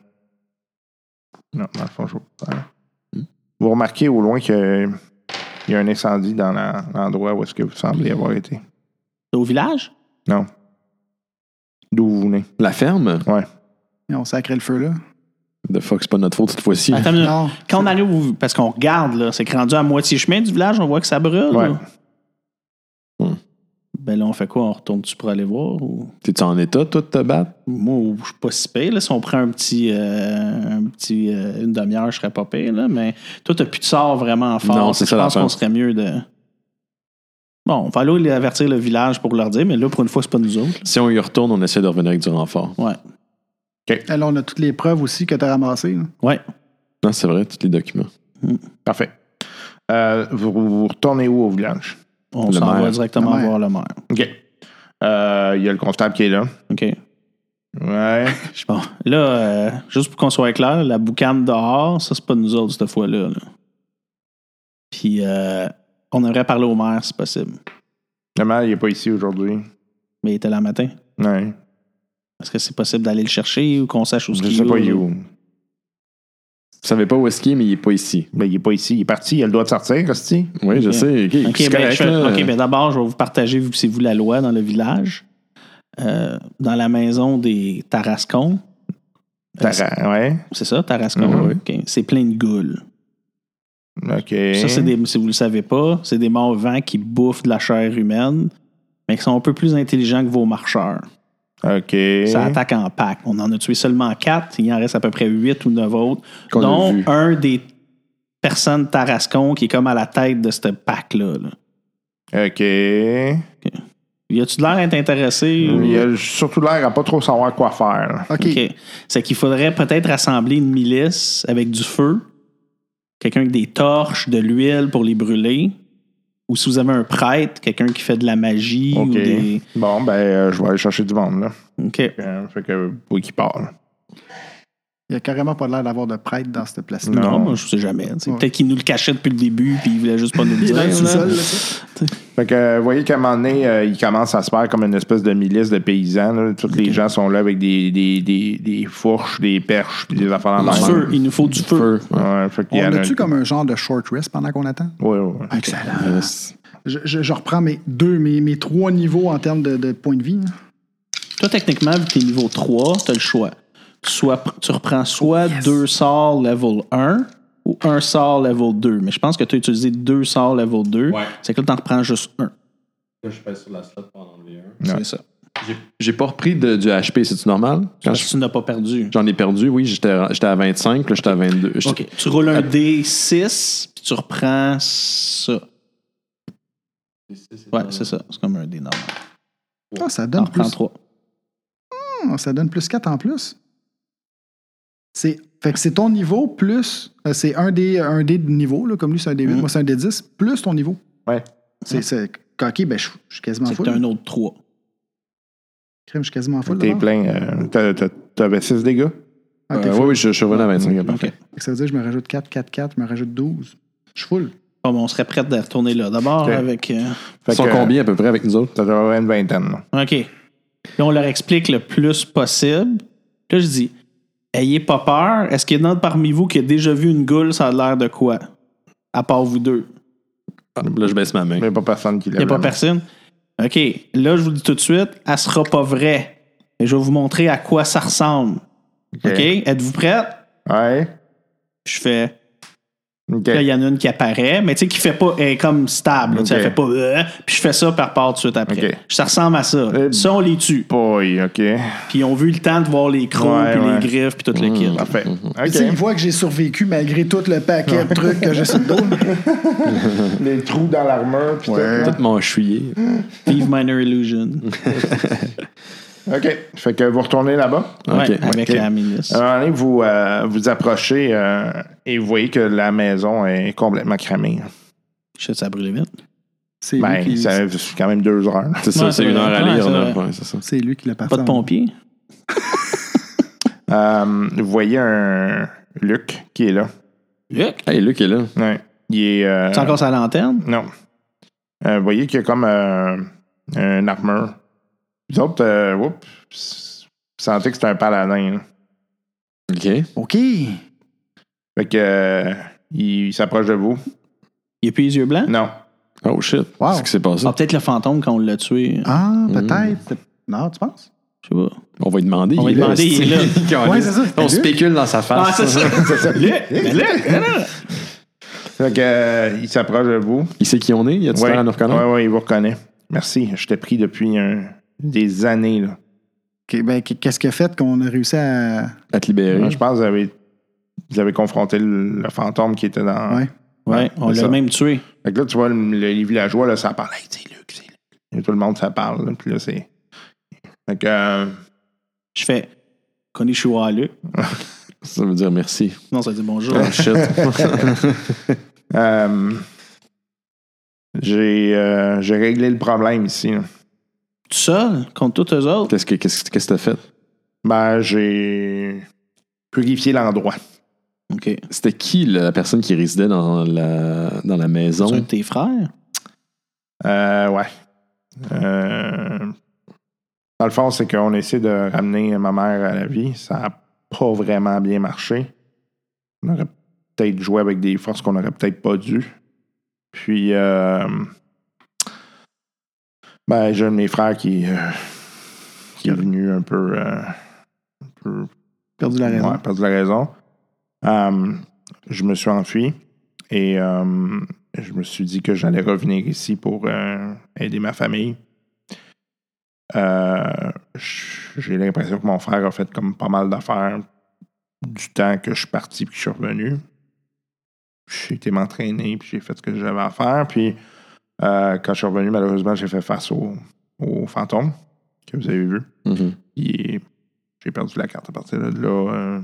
Speaker 6: Non, dans le fond, je vais pas faire. Vous remarquez au loin qu'il y a un incendie dans la- l'endroit où est-ce que vous semblez avoir été.
Speaker 3: Au village?
Speaker 6: Non. D'où vous venez.
Speaker 1: La ferme?
Speaker 4: Et on sacrait le feu là.
Speaker 1: The fuck, c'est pas notre faute cette fois-ci.
Speaker 3: Attends une minute.
Speaker 4: Non.
Speaker 3: Quand on arrive, au- parce qu'on regarde, là, c'est que rendu à moitié chemin du village, on voit que ça brûle.
Speaker 6: Ouais.
Speaker 3: là.
Speaker 1: Hmm.
Speaker 3: Ben là, on fait quoi? On retourne-tu pour aller voir? Ou...
Speaker 1: T'es-tu en état, toi, de te battre?
Speaker 3: Moi, je suis pas si pire. Là. Si on prend un petit, euh, un petit euh, une demi-heure, je serais pas pire. Là. Mais toi, t'as plus de sort vraiment fort.
Speaker 1: Non, c'est
Speaker 3: je
Speaker 1: ça,
Speaker 3: pense
Speaker 1: l'affaire.
Speaker 3: qu'on serait mieux de. Bon, on va aller avertir le village pour leur dire, mais là, pour une fois, c'est pas nous autres.
Speaker 1: Si on y retourne, on essaie de revenir avec du renfort.
Speaker 3: Ouais.
Speaker 4: Et Eh, Là, on a toutes les preuves aussi que t'as ramassées. là.
Speaker 3: Ouais.
Speaker 1: Non, c'est vrai, tous les documents.
Speaker 6: Parfait. Euh, vous, vous retournez où au village?
Speaker 3: On
Speaker 1: Le
Speaker 3: s'en
Speaker 1: maire.
Speaker 3: va directement
Speaker 4: Le maire.
Speaker 3: voir le maire.
Speaker 6: OK. Euh, Il y a le comptable qui est là.
Speaker 3: OK.
Speaker 6: Ouais.
Speaker 3: Bon, là, euh, juste pour qu'on soit clair, la boucane dehors, ça, c'est pas nous autres cette fois-là. là. Puis, euh, on aimerait parler au maire, si possible.
Speaker 6: Le maire, il n'est pas ici aujourd'hui.
Speaker 3: Mais il était là le matin.
Speaker 6: Ouais.
Speaker 3: Est-ce que c'est possible d'aller le chercher ou qu'on sache où
Speaker 6: Je
Speaker 3: qu'il
Speaker 6: sais
Speaker 3: est,
Speaker 6: pas
Speaker 3: ou-
Speaker 6: il est où.
Speaker 1: Vous savez pas où est-ce qu'il est, mais il est pas ici.
Speaker 6: Ben, il est pas ici. Il est parti. Il a le droit de sortir, Rusty.
Speaker 1: Oui, je
Speaker 3: Ok.
Speaker 1: sais. Ok,
Speaker 3: OK,
Speaker 1: c'est
Speaker 3: ben,
Speaker 1: correct,
Speaker 3: je fais-
Speaker 1: là.
Speaker 3: ok, ben d'abord, je vais vous partager, vu que c'est vous la loi dans le village, euh, dans la maison des Tarascons. Euh, c'est-
Speaker 6: Tara- Ouais.
Speaker 3: c'est ça, Tarascon?
Speaker 6: Mhm.
Speaker 3: OK. C'est plein de goules.
Speaker 6: OK.
Speaker 3: Ça, c'est des, si vous le savez pas, c'est des morts vivants qui bouffent de la chair humaine, mais qui sont un peu plus intelligents que vos marcheurs.
Speaker 6: OK.
Speaker 3: Ça attaque en pack. On en a tué seulement quatre. Il en reste à peu près huit ou neuf autres.
Speaker 1: Qu'on a
Speaker 3: dont
Speaker 1: vu.
Speaker 3: un des personnes Tarascon qui est comme à la tête de ce pack-là. là.
Speaker 6: OK. Il
Speaker 3: Y a-tu de l'air d'être intéressé? ou-
Speaker 6: a surtout l'air à pas trop savoir quoi faire. là.
Speaker 4: OK.
Speaker 3: OK. C'est qu'il faudrait peut-être rassembler une milice avec du feu, quelqu'un avec des torches, de l'huile pour les brûler. Ou si vous avez un prêtre, quelqu'un qui fait de la magie
Speaker 6: OK.
Speaker 3: ou des.
Speaker 6: Bon, ben, euh, je vais aller chercher du monde, là.
Speaker 3: OK.
Speaker 6: Euh, fait que, oui, qui parle.
Speaker 4: Il y a carrément pas l'air d'avoir de prêtre dans cette place-là.
Speaker 6: Non.
Speaker 3: Non, moi, je sais jamais. tu sais.
Speaker 4: Ouais.
Speaker 3: Peut-être qu'il nous le cachait depuis le début puis il voulait juste pas nous le
Speaker 4: Il est
Speaker 3: dire.
Speaker 4: là, tout
Speaker 3: là.
Speaker 4: seul, là, ça.
Speaker 6: Fait que, euh, vous voyez qu'à un moment donné, euh, il commence à se faire comme une espèce de milice de paysans, là. Tous les gens sont là avec des, des, des, des fourches, des perches, puis des affaires en
Speaker 3: Du
Speaker 6: main.
Speaker 3: feu, il nous faut du feu.
Speaker 1: Feu. Ouais.
Speaker 6: Ouais, fait qu'il y
Speaker 4: On
Speaker 6: en a Ah,
Speaker 4: a-tu comme un genre de short rest pendant qu'on attend?
Speaker 6: Ouais, ouais.
Speaker 4: Excellent. Je, je- je reprends mes deux, mes, mes trois niveaux en termes de, de points de vie. là.
Speaker 3: Toi, techniquement, vu que t'es niveau 3, t'as le choix. Tu, sois- tu reprends soit deux sorts level 1 ou un sort level 2. Mais je pense que tu as utilisé deux sorts level 2.
Speaker 12: Ouais.
Speaker 3: C'est que là, t'en reprends juste un.
Speaker 12: Là, je passe sur la slot pour en enlever un.
Speaker 3: C'est ça.
Speaker 1: J'ai pas repris de- du HP, c'est-tu normal? Quand
Speaker 3: Parce
Speaker 1: je-
Speaker 3: que tu n'as pas perdu.
Speaker 1: J'en ai perdu, oui, j'étais j'étais à 25, puis là, j'étais à 22. J'étais-
Speaker 3: OK. Tu roules un D6, puis tu reprends ça. Ouais, c'est ça. C'est comme un D normal.
Speaker 4: Ah, ça,
Speaker 3: T'en
Speaker 4: donne
Speaker 3: reprends
Speaker 4: plus,
Speaker 3: 3.
Speaker 4: Ah, ça donne plus 4 en plus. C'est, fait que c'est ton niveau plus. euh, C'est un des, un des de niveau, là, comme lui, c'est un des 8,
Speaker 3: Mm.
Speaker 4: moi, c'est un des 10, plus ton niveau.
Speaker 6: Ouais.
Speaker 4: C'est, c'est, OK, ben, je je suis quasiment
Speaker 3: C'est que
Speaker 4: full.
Speaker 3: t'as un autre 3.
Speaker 4: Crime, Je suis quasiment full.
Speaker 6: T'es
Speaker 4: d'abord.
Speaker 6: plein. euh, t'as- t'as- T'avais 6 dégâts?
Speaker 4: Ah, t'es
Speaker 1: Euh,
Speaker 4: full.
Speaker 1: oui, oui, je je suis revenu à 25.
Speaker 3: OK.
Speaker 1: parfait.
Speaker 4: Fait que Ça veut dire que je me rajoute 4, 4, 4, je me rajoute 12. Je suis full.
Speaker 3: Bon, ben, on serait prêt de retourner là. D'abord,
Speaker 6: OK.
Speaker 3: avec. euh,
Speaker 6: Fait
Speaker 1: Ils sont
Speaker 6: que,
Speaker 1: combien à peu près avec nous autres?
Speaker 6: Ça doit avoir une vingtaine, là.
Speaker 3: OK. Puis on leur explique le plus possible. Là, je dis, ayez pas peur. Est-ce qu'il y en a parmi vous qui a déjà vu une goule, ça a l'air de quoi? À part vous deux.
Speaker 1: Ah, là, je baisse ma main.
Speaker 6: Il n'y a pas personne qui lève.
Speaker 3: Il n'y a pas
Speaker 6: la main.
Speaker 3: personne. OK, là, je vous dis tout de suite, elle sera pas vraie. Et je vais vous montrer à quoi ça ressemble. OK? Êtes-vous prête?
Speaker 6: Ouais.
Speaker 3: Je fais.
Speaker 6: OK.
Speaker 3: Là, il y en a une qui apparaît, mais tu sais, qui fait pas. Elle est comme stable. là, tu sais,
Speaker 6: Ok.
Speaker 3: Elle fait pas. euh, puis je fais ça, par part tout de suite après.
Speaker 6: Ok.
Speaker 3: Ça ressemble à ça.
Speaker 6: Eh,
Speaker 3: Ça, on les tue.
Speaker 6: Boy, OK.
Speaker 3: Puis ils ont vu le temps de voir les crocs,
Speaker 6: Ouais,
Speaker 3: puis
Speaker 6: ouais. Mm.
Speaker 3: les griffes, puis tout le kit.
Speaker 6: <laughs>
Speaker 3: <laughs>
Speaker 6: Parfait.
Speaker 4: Tu sais, il
Speaker 6: OK.
Speaker 4: voit que j'ai survécu malgré tout le paquet de trucs que j'ai sur <laughs> le dos.
Speaker 6: Les trous dans l'armure. puis
Speaker 4: Ouais.
Speaker 6: tout,
Speaker 1: Tout mon chouillé.
Speaker 3: Vive Minor Illusion.
Speaker 6: là. OK. Fait que vous retournez là-bas.
Speaker 1: Ok.
Speaker 3: Ouais, avec
Speaker 6: Ok.
Speaker 3: la milice.
Speaker 6: À un moment donné, vous euh, vous approchez euh, et vous voyez que la maison est complètement cramée.
Speaker 3: Je sais, ça a brûlé vite.
Speaker 4: C'est lui
Speaker 6: Ben,
Speaker 4: qui-
Speaker 6: ça c'est quand même deux heures. là.
Speaker 1: C'est ça,
Speaker 3: Ouais,
Speaker 1: c'est
Speaker 3: c'est
Speaker 1: une heure
Speaker 3: vrai.
Speaker 1: à lire.
Speaker 3: Ouais,
Speaker 1: là.
Speaker 3: c'est vrai.
Speaker 1: Ouais, c'est ça.
Speaker 4: c'est lui qui l'a parti.
Speaker 3: Pas de pompiers?
Speaker 6: Euh, vous voyez un Luc qui est là.
Speaker 3: Luc?
Speaker 1: Hey, Luc est là.
Speaker 6: Ouais. Il est. euh,
Speaker 3: C'est encore sa lanterne?
Speaker 6: Non. Euh, vous voyez qu'il y a comme euh, un armure. Vous autres, euh, oups, vous sentez que c'est un paladin. là.
Speaker 1: OK.
Speaker 4: OK.
Speaker 6: Fait que. euh, il s'approche de vous.
Speaker 3: Il a plus les yeux blancs?
Speaker 6: Non.
Speaker 1: Oh shit.
Speaker 4: Wow.
Speaker 1: Qu'est-ce qui s'est passé?
Speaker 3: Ah, peut-être le fantôme quand on l'a tué.
Speaker 4: Ah, peut-être. Non, tu penses?
Speaker 3: Je sais pas.
Speaker 1: On va lui demander.
Speaker 3: On va lui demander, il est là.
Speaker 6: <laughs>
Speaker 4: Ouais, c'est ça.
Speaker 1: On spécule dans sa face.
Speaker 3: Ah,
Speaker 5: Ah,
Speaker 3: Luc! Luc!
Speaker 6: Fait que. euh, il s'approche de vous.
Speaker 1: Il sait qui on est. Il a du
Speaker 6: Oui,
Speaker 1: temps à nous reconnaître.
Speaker 6: il vous reconnaît. Merci. Je t'ai pris depuis un- des années. Là.
Speaker 4: Ok, ben, Qu'est-ce que fait qu'on a réussi à.
Speaker 1: À te
Speaker 5: Eh
Speaker 1: libérer.
Speaker 6: Je pense que vous avez, vous avez confronté le, le fantôme qui était dans.
Speaker 4: Ouais.
Speaker 3: Ouais, on
Speaker 6: c'est
Speaker 3: l'a
Speaker 6: ça.
Speaker 3: même tué.
Speaker 6: Fait que là, tu vois, le- le- les villageois, là, ça parle. Hey, c'est Luc, c'est Luc. Et tout le monde, ça parle. là, Puis là, c'est. Fait que. euh,
Speaker 3: Je fais Konnichiwa Luc.
Speaker 1: Ça veut dire merci.
Speaker 3: Non, ça dit bonjour.
Speaker 1: Oh shit.
Speaker 6: euh, j'ai, euh, j'ai réglé le problème ici. là.
Speaker 3: Tout seul, contre tous eux autres.
Speaker 1: Qu'est-ce que qu'est-ce que- qu'est-ce que t'as fait?
Speaker 6: Ben, j'ai purifié l'endroit.
Speaker 3: OK. C'est
Speaker 1: C'était qui la personne qui résidait dans la, dans la maison?
Speaker 3: un de tes frères?
Speaker 6: Euh, ouais. Euh, dans le fond, c'est qu'on essaie de ramener ma mère à la vie. Ça n'a pas vraiment bien marché. On aurait peut-être joué avec des forces qu'on n'aurait peut-être pas dû. Puis, euh, ben, j'ai un de mes frères qui, euh, qui est venu un peu. euh, un peu
Speaker 4: Perdu la raison.
Speaker 6: Ouais, perdu la raison. Euh, je me suis enfui et euh, je me suis dit que j'allais revenir ici pour euh, aider ma famille. Euh, j- J'ai l'impression que mon frère a fait comme pas mal d'affaires du temps que je suis parti puis que je suis revenu. J'ai été m'entraîner puis j'ai fait ce que j'avais à faire. Puis euh, quand je suis revenu, malheureusement, j'ai fait face au, au fantôme que vous avez vu.
Speaker 1: Mhm.
Speaker 6: Il est- J'ai perdu la carte à partir de là. euh,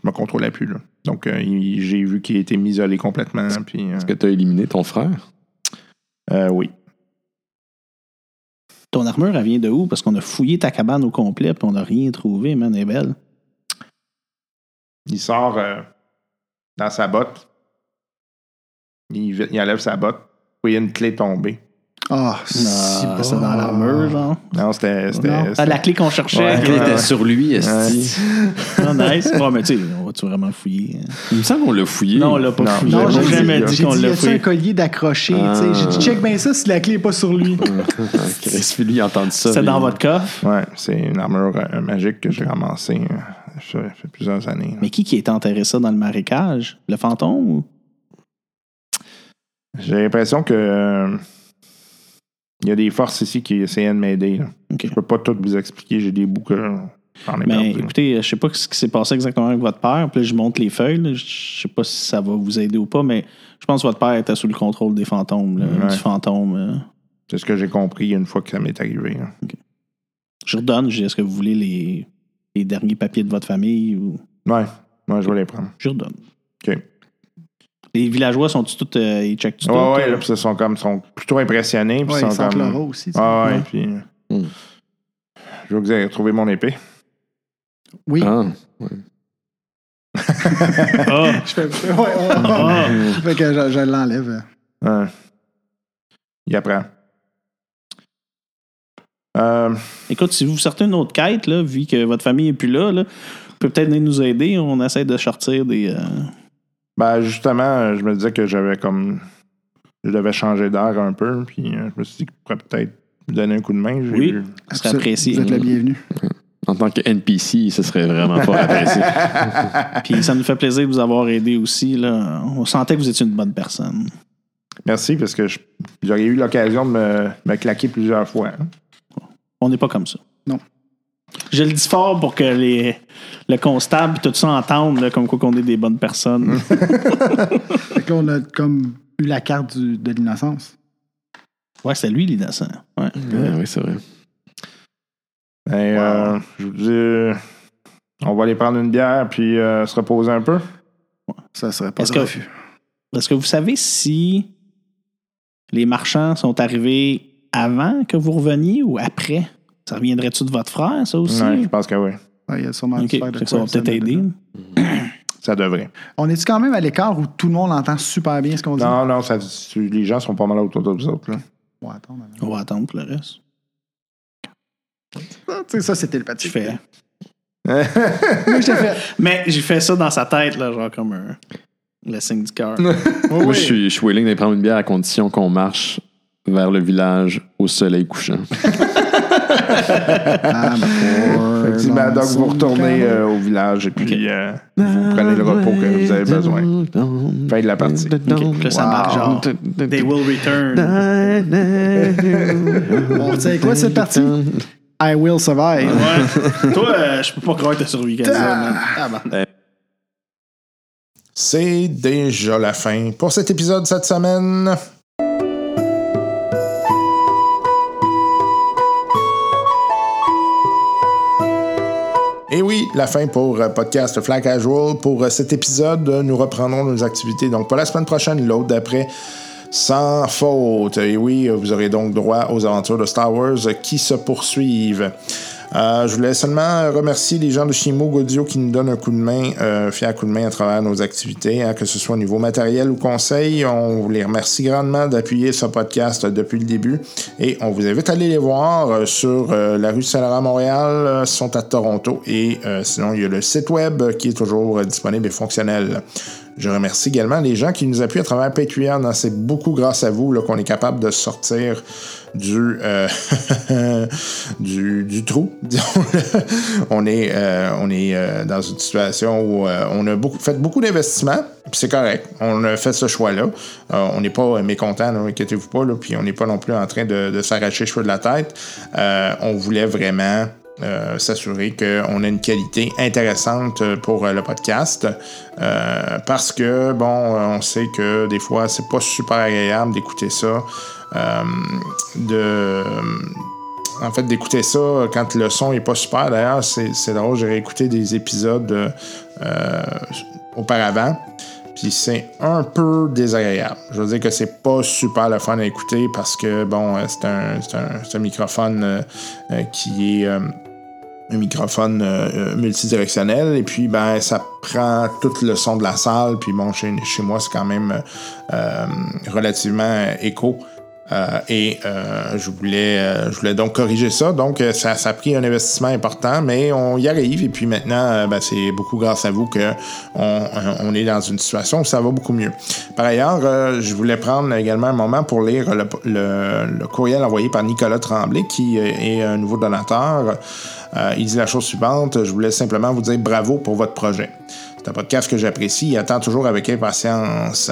Speaker 6: je me contrôlais plus. Là. Donc, euh, il- j'ai vu qu'il était isolé complètement. Puis, euh,
Speaker 1: Est-ce que t'as éliminé ton frère?
Speaker 6: euh, oui.
Speaker 3: Ton armure, elle vient de où? Parce qu'on a fouillé ta cabane au complet puis on n'a rien trouvé, man. Elle est belle.
Speaker 6: Il sort euh, dans sa botte. Il, vi- il enlève sa botte. Il y a une clé tombée.
Speaker 4: Ah, si
Speaker 3: Ah,
Speaker 4: bon.
Speaker 3: C'est dans l'armure, genre.
Speaker 6: Non, c'était. c'était-
Speaker 4: Non.
Speaker 3: Ah,
Speaker 6: c'était-
Speaker 3: la clé qu'on cherchait.
Speaker 6: Ouais,
Speaker 1: Il
Speaker 6: ouais,
Speaker 1: était
Speaker 6: ouais.
Speaker 1: sur lui, esti.
Speaker 3: Ah, nice. Ouais, mais tu sais, on va-tu vraiment fouiller?
Speaker 1: Il me semble qu'on l'a fouillé.
Speaker 3: Non, on l'a pas
Speaker 6: Non,
Speaker 3: fouillé.
Speaker 6: j'ai
Speaker 4: Non,
Speaker 6: pas
Speaker 4: j'ai
Speaker 6: dit,
Speaker 4: jamais
Speaker 3: jamais
Speaker 6: là.
Speaker 4: dit
Speaker 3: dit qu'on
Speaker 4: J'ai dit, y
Speaker 3: l'a Ah.
Speaker 4: a-tu un Ah,
Speaker 3: fouillé.
Speaker 4: collier d'accroché? tu sais? J'ai dit, check bien ça si la clé n'est pas sur lui.
Speaker 1: Chris, puis lui, il a entendu ça.
Speaker 3: C'est
Speaker 1: puis-
Speaker 3: dans votre coffre.
Speaker 6: Ouais, c'est une armure euh, magique que j'ai ramassée euh, ça fait plusieurs années. là.
Speaker 3: Mais qui qui est enterré ça dans le marécage? Le fantôme ou?
Speaker 6: J'ai l'impression que. euh, il y a des forces ici qui essayaient de m'aider. là.
Speaker 3: OK.
Speaker 6: Je peux pas tout vous expliquer. J'ai des bouts que j'en
Speaker 3: Mais
Speaker 6: ai perdu.
Speaker 3: écoutez, je sais pas ce qui s'est passé exactement avec votre père. Puis là, je monte les feuilles. là. Je sais pas si ça va vous aider ou pas, mais je pense que votre père était sous le contrôle des fantômes, là,
Speaker 6: Ouais.
Speaker 3: du fantôme. euh.
Speaker 6: C'est ce que j'ai compris une fois que ça m'est arrivé. là.
Speaker 3: Je redonne. Je dis, est-ce que vous voulez les, les derniers papiers de votre famille? Ou...
Speaker 6: Ouais, moi je vais les prendre.
Speaker 3: Je redonne.
Speaker 6: OK.
Speaker 3: Les villageois sont-ils tous. euh, ils checkent tout?
Speaker 6: Ouais, ouais, là, puis ils sont comme sont plutôt impressionnés. Puis
Speaker 4: Ouais,
Speaker 6: sont
Speaker 4: il sent
Speaker 6: comme... Ah
Speaker 4: le rat aussi. tu sais.
Speaker 6: Ouais, ouais, puis.
Speaker 1: Hmm.
Speaker 6: Je veux que vous ayez retrouvé mon épée.
Speaker 4: Oui.
Speaker 1: Ah.
Speaker 6: <laughs>
Speaker 3: Ah!
Speaker 4: Je fais. <laughs> Ouais, ouais, ouais.
Speaker 3: Ah!
Speaker 4: Fait que je, je l'enlève.
Speaker 6: Ouais. Hein. Il apprend. Euh,
Speaker 3: Écoute, si vous sortez une autre quête, là, vu que votre famille est plus là, là vous pouvez peut-être venir nous aider. On essaie de sortir des. euh,
Speaker 6: ben, justement, euh, je me disais que j'avais comme je devais changer d'air un peu, puis euh, je me suis dit que je pourrais peut-être vous donner un coup de main. J'ai
Speaker 3: Oui.
Speaker 6: eu-
Speaker 3: C'est apprécié.
Speaker 4: Vous êtes le bienvenu.
Speaker 1: En tant que NPC, ce serait vraiment
Speaker 3: <laughs>
Speaker 1: pas apprécié.
Speaker 6: Ah.
Speaker 3: Puis ça nous fait plaisir de vous avoir aidé aussi. Là. On sentait que vous étiez une bonne personne.
Speaker 6: Merci, parce que je- j'aurais eu l'occasion de me, me claquer plusieurs fois. hein.
Speaker 3: On n'est pas comme ça.
Speaker 4: Non.
Speaker 3: Je le dis fort pour que les, le constable et tout ça entende là, comme quoi qu'on est des bonnes
Speaker 4: Mm.
Speaker 3: personnes.
Speaker 4: Fait que là, on a comme eu la carte du- de l'innocence.
Speaker 3: ouais, c'est lui l'innocent. Ouais.
Speaker 1: Ouais, oui, c'est vrai.
Speaker 6: Et, euh, je vous dis, euh, on va aller prendre une bière, puis euh, se reposer un peu.
Speaker 4: Ça serait pas
Speaker 3: Est-ce que-
Speaker 4: refus.
Speaker 3: Est-ce que vous savez si les marchands sont arrivés avant que vous reveniez ou après? Ça reviendrait-tu de votre frère, ça aussi?
Speaker 6: Ouais, je pense que oui.
Speaker 4: Ouais, il y a sûrement
Speaker 3: Ok,
Speaker 4: dû faire de
Speaker 3: fait que ça
Speaker 4: quoi,
Speaker 3: va
Speaker 4: cette
Speaker 3: peut-être aider.
Speaker 4: année-là.
Speaker 6: Ça devrait.
Speaker 4: On est-tu quand même à l'écart où tout le monde entend super bien ce qu'on dit?
Speaker 6: Non, non, ça, tu- les gens sont pas mal autour de vous autres. là.
Speaker 4: Ouais, attends, mais-
Speaker 3: On va attendre pour le reste.
Speaker 4: Ah, tu sais, ça, c'était le
Speaker 3: Je
Speaker 4: patch.
Speaker 3: fais.
Speaker 4: Moi, j'ai fait.
Speaker 3: Mais j'ai fait ça dans sa tête, là, genre comme un. Le signe du
Speaker 4: <laughs>
Speaker 3: cœur.
Speaker 1: Moi, je suis, je suis willing d'aller prendre une bière à condition qu'on marche vers le village au soleil couchant.
Speaker 4: Ah,
Speaker 3: Euh,
Speaker 6: Fait que, ben, donc, vous retournez euh, au village et puis euh, vous prenez le repos que vous avez
Speaker 3: Ah,
Speaker 6: besoin. Fin de la partie.
Speaker 3: Puis là, ça marche genre. They will return.
Speaker 4: On retient quoi de cette <laughs> partie? I will survive.
Speaker 3: Ouais. Toi, euh, je peux pas croire que t'as survécu à ça. man.
Speaker 4: Ah, bah.
Speaker 2: C'est déjà la fin pour cet épisode cette semaine. Et oui, la fin pour euh, podcast Flag Casual. Pour euh, cet épisode, euh, nous reprendrons nos activités. Donc, pas la semaine prochaine, l'autre d'après, sans faute. Et oui, euh, vous aurez donc droit aux aventures de Star Wars euh, qui se poursuivent. Euh, je voulais seulement euh, remercier les gens de chez Moog Audio qui nous donnent un coup de main, euh, fier coup de main à travers nos activités, hein, que ce soit au niveau matériel ou conseil. On les remercie grandement d'appuyer ce podcast euh, depuis le début et on vous invite à aller les voir euh, sur euh, la rue Saint-Laurent à Montréal. euh, sont à Toronto et euh, sinon, il y a le site web euh, qui est toujours euh, disponible et fonctionnel. Je remercie également les gens qui nous appuient à travers Patreon. hein. C'est beaucoup grâce à vous là, qu'on est capable de sortir du, euh, <laughs> du, du trou. <laughs> disons-le. on est, euh, on est euh, dans une situation où euh, on a beaucoup, fait beaucoup d'investissements, puis c'est correct. On a fait ce choix-là. Euh, on n'est pas euh, mécontent, là, inquiétez-vous pas, là, puis on n'est pas non plus en train de, de s'arracher les cheveux de la tête. Euh, on voulait vraiment euh, s'assurer qu'on a une qualité intéressante euh, pour euh, le podcast. Euh, parce que, bon, euh, on sait que des fois, c'est pas super agréable d'écouter ça. euh, de. euh, En fait, d'écouter ça quand le son est pas super. D'ailleurs, c'est c'est drôle, j'ai réécouté des épisodes euh, euh, auparavant. Puis c'est un peu désagréable. Je veux dire que c'est pas super le fun à écouter parce que, bon, euh, c'est un, c'est un- c'est un microphone euh, euh, qui est euh, un microphone euh, euh, multidirectionnel. Et puis, ben, ça prend tout le son de la salle. Puis, bon, chez, chez moi, c'est quand même euh, euh, relativement euh, écho. Euh, et euh, je, voulais, euh, je voulais donc corriger ça. Donc, euh, ça, ça a pris un investissement important, mais on y arrive. Et puis maintenant, euh, ben, c'est beaucoup grâce à vous que on, on est dans une situation où ça va beaucoup mieux. Par ailleurs, euh, je voulais prendre également un moment pour lire le, le- le courriel envoyé par Nicolas Tremblay, qui euh, est un nouveau donateur. Euh, il dit la chose suivante Je voulais simplement vous dire bravo pour votre projet. C'est un podcast que j'apprécie et attend toujours avec impatience.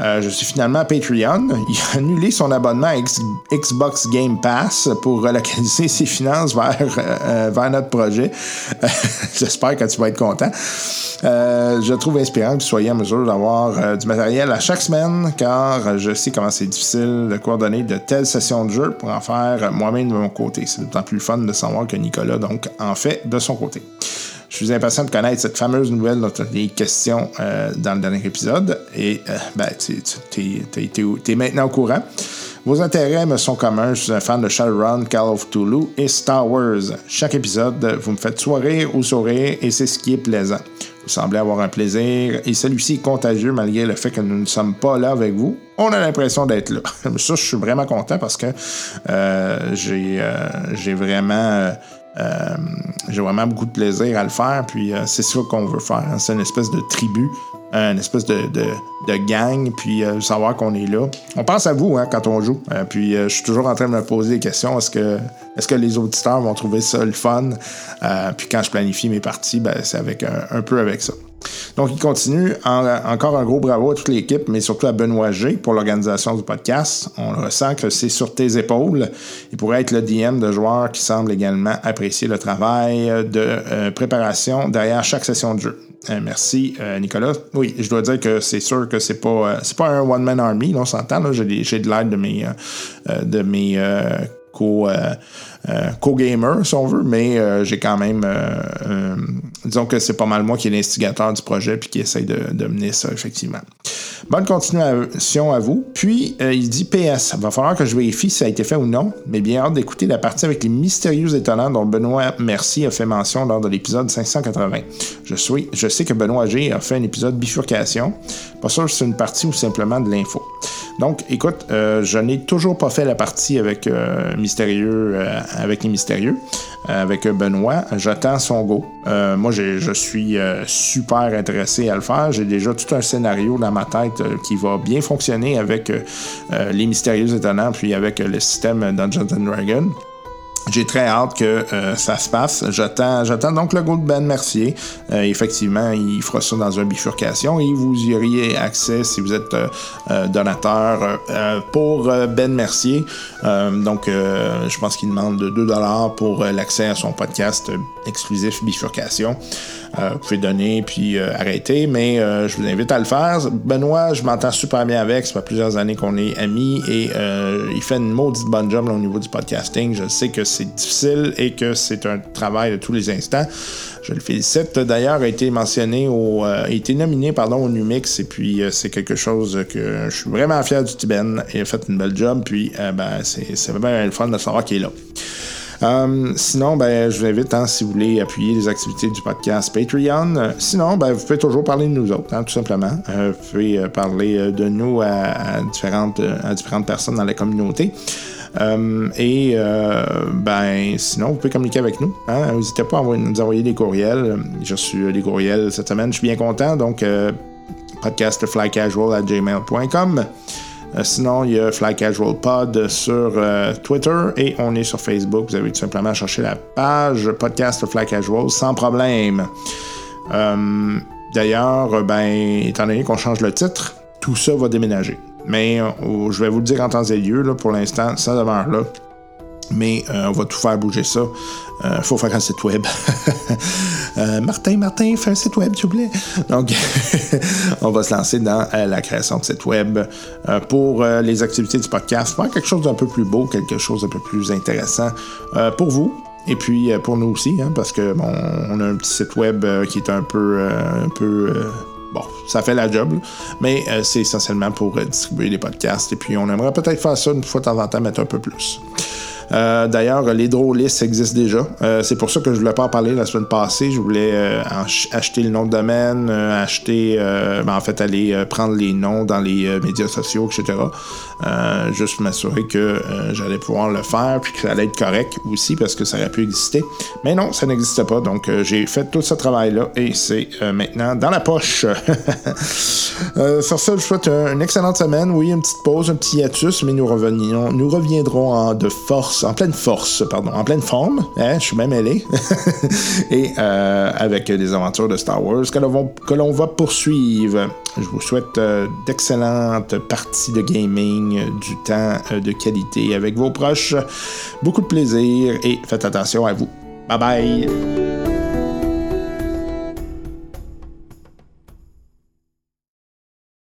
Speaker 2: Euh, je suis finalement à Patreon. Il a annulé son abonnement à X- Xbox Game Pass pour relocaliser ses finances vers, euh, euh, vers notre projet. Euh, <laughs> J'espère que tu vas être content. Euh, je trouve inspirant que vous soyez en mesure d'avoir euh, du matériel à chaque semaine, car je sais comment c'est difficile de coordonner de telles sessions de jeu pour en faire euh, moi-même de mon côté. C'est d'autant plus le fun de savoir que Nicolas donc en fait de son côté. Je suis impatient de connaître cette fameuse nouvelle dont on a des questions euh, dans le dernier épisode. Et euh, ben, tu es maintenant au courant. Vos intérêts me sont communs. Je suis un fan de Shadowrun, Call of Cthulhu et Star Wars. Chaque épisode, vous me faites sourire ou sourire et c'est ce qui est plaisant. Vous semblez avoir un plaisir et celui-ci est contagieux malgré le fait que nous ne sommes pas là avec vous. On a l'impression d'être là. <laughs> Ça, je suis vraiment content parce que euh, j'ai euh, j'ai vraiment... euh, Euh, J'ai vraiment beaucoup de plaisir à le faire, puis euh, c'est ça qu'on veut faire. hein. C'est une espèce de tribu, euh, une espèce de, de, de gang, puis euh, savoir qu'on est là. On pense à vous hein, quand on joue, Euh, puis euh, je suis toujours en train de me poser des questions. Est-ce que, est que les auditeurs vont trouver ça le fun? Euh, puis quand je planifie mes parties, ben, c'est avec un, un peu avec ça. Donc, il continue. En- encore un gros bravo à toute l'équipe, mais surtout à Benoît G pour l'organisation du podcast. On le ressent que c'est sur tes épaules. Il pourrait être le DM de joueurs qui semble également apprécier le travail de euh, préparation derrière chaque session de jeu. Euh, merci, euh, Nicolas. Oui, je dois dire que c'est sûr que c'est pas, euh, c'est pas un one-man army, là, on s'entend. là. J'ai des- j'ai de l'aide de mes, euh, euh, de mes euh, co, euh, euh, co-gamer, si on veut, mais euh, j'ai quand même. euh, euh, disons que c'est pas mal moi qui est l'instigateur du projet puis qui essaye de, de mener ça, effectivement. Bonne continuation à vous. Puis, euh, il dit PS. Va falloir que je vérifie si ça a été fait ou non, mais bien hâte d'écouter la partie avec les mystérieux étonnants dont Benoît Mercier a fait mention lors de l'épisode 580. Je, suis, je sais que Benoît G a fait un épisode bifurcation. Pas sûr si c'est une partie ou simplement de l'info. Donc, écoute, euh, je n'ai toujours pas fait la partie avec euh, mystérieux, euh, avec les mystérieux, euh, avec Benoît. J'attends son go. Euh, moi, j'ai- je suis euh, super intéressé à le faire. J'ai déjà tout un scénario dans ma tête euh, qui va bien fonctionner avec euh, euh, les mystérieux étonnants, puis avec euh, le système Dungeons and Dragons. J'ai très hâte que euh, ça se passe. J'attends, j'attends donc le go de Ben Mercier. Euh, effectivement, il fera ça dans une bifurcation et vous y auriez accès si vous êtes euh, euh, donateur euh, euh, pour euh, Ben Mercier. Euh, donc, euh, je pense qu'il demande de 2$ pour euh, l'accès à son podcast euh, exclusif bifurcation. Euh, vous pouvez donner puis euh, arrêter, mais euh, je vous invite à le faire. Benoît, je m'entends super bien avec. Ça fait plusieurs années qu'on est amis et euh, il fait une maudite bonne job là, au niveau du podcasting. Je sais que c'est difficile et que c'est un travail de tous les instants. Je le félicite. D'ailleurs, a été mentionné au, euh, a été nominé pardon au Numix et puis euh, c'est quelque chose que je suis vraiment fier du Tiben. Il a fait une belle job puis euh, ben, c'est c'est vraiment le fun de savoir qu'il est là. Euh, sinon, ben, je vous invite, hein, si vous voulez appuyer les activités du podcast Patreon. Euh, sinon, ben, vous pouvez toujours parler de nous autres, hein, tout simplement. Euh, vous pouvez euh, parler euh, de nous à, à différentes, euh, à différentes personnes dans la communauté. Euh, et euh, ben sinon, vous pouvez communiquer avec nous. hein. N'hésitez pas à envoyer- nous envoyer des courriels. J'ai reçu euh, des courriels cette semaine. Je suis bien content. Donc, euh, podcastflycasual@gmail.com. Euh, Sinon, il y a Fly Casual Pod sur euh, Twitter et on est sur Facebook. Vous avez tout simplement cherché la page podcast Fly Casual sans problème. Euh, D'ailleurs, euh, ben, étant donné qu'on change le titre, tout ça va déménager. Mais euh, oh, je vais vous le dire en temps et lieu, là, pour l'instant, ça demeure là. Mais euh, on va tout faire bouger ça. Euh, faut faire un site web. <laughs> Euh, Martin, Martin, fais un site web, s'il vous plaît. Donc, <laughs> on va se lancer dans euh, la création de site web euh, pour euh, les activités du podcast. Faire quelque chose d'un peu plus beau, quelque chose d'un peu plus intéressant euh, pour vous. Et puis euh, pour nous aussi, hein, parce que bon, on a un petit site web euh, qui est un peu, euh, un peu euh, bon, ça fait la job, là. mais euh, c'est essentiellement pour euh, distribuer des podcasts. Et puis, on aimerait peut-être faire ça une fois de temps en temps, mettre un peu plus. Euh, D'ailleurs, euh, les drôlistes existent déjà. Euh, c'est pour ça que je voulais pas en parler la semaine passée. Je voulais euh, ach- acheter le nom de domaine, euh, acheter, euh, ben, en fait, aller euh, prendre les noms dans les euh, médias sociaux, etc. Euh, juste m'assurer que euh, j'allais pouvoir le faire, puis que ça allait être correct aussi, parce que ça aurait pu exister. Mais non, ça n'existe pas. Donc, euh, j'ai fait tout ce travail-là et c'est euh, maintenant dans la poche. <laughs> Euh, sur ce, je vous souhaite un- une excellente semaine. Oui, une petite pause, un petit hiatus, mais nous revenions, nous reviendrons en, de force, en pleine force, pardon, en pleine forme. Hein, je suis même allé. <laughs> et euh, avec les aventures de Star Wars que l'on va- que l'on va poursuivre. Je vous souhaite euh, d'excellentes parties de gaming, euh, du temps euh, de qualité avec vos proches. Beaucoup de plaisir et faites attention à vous. Bye bye!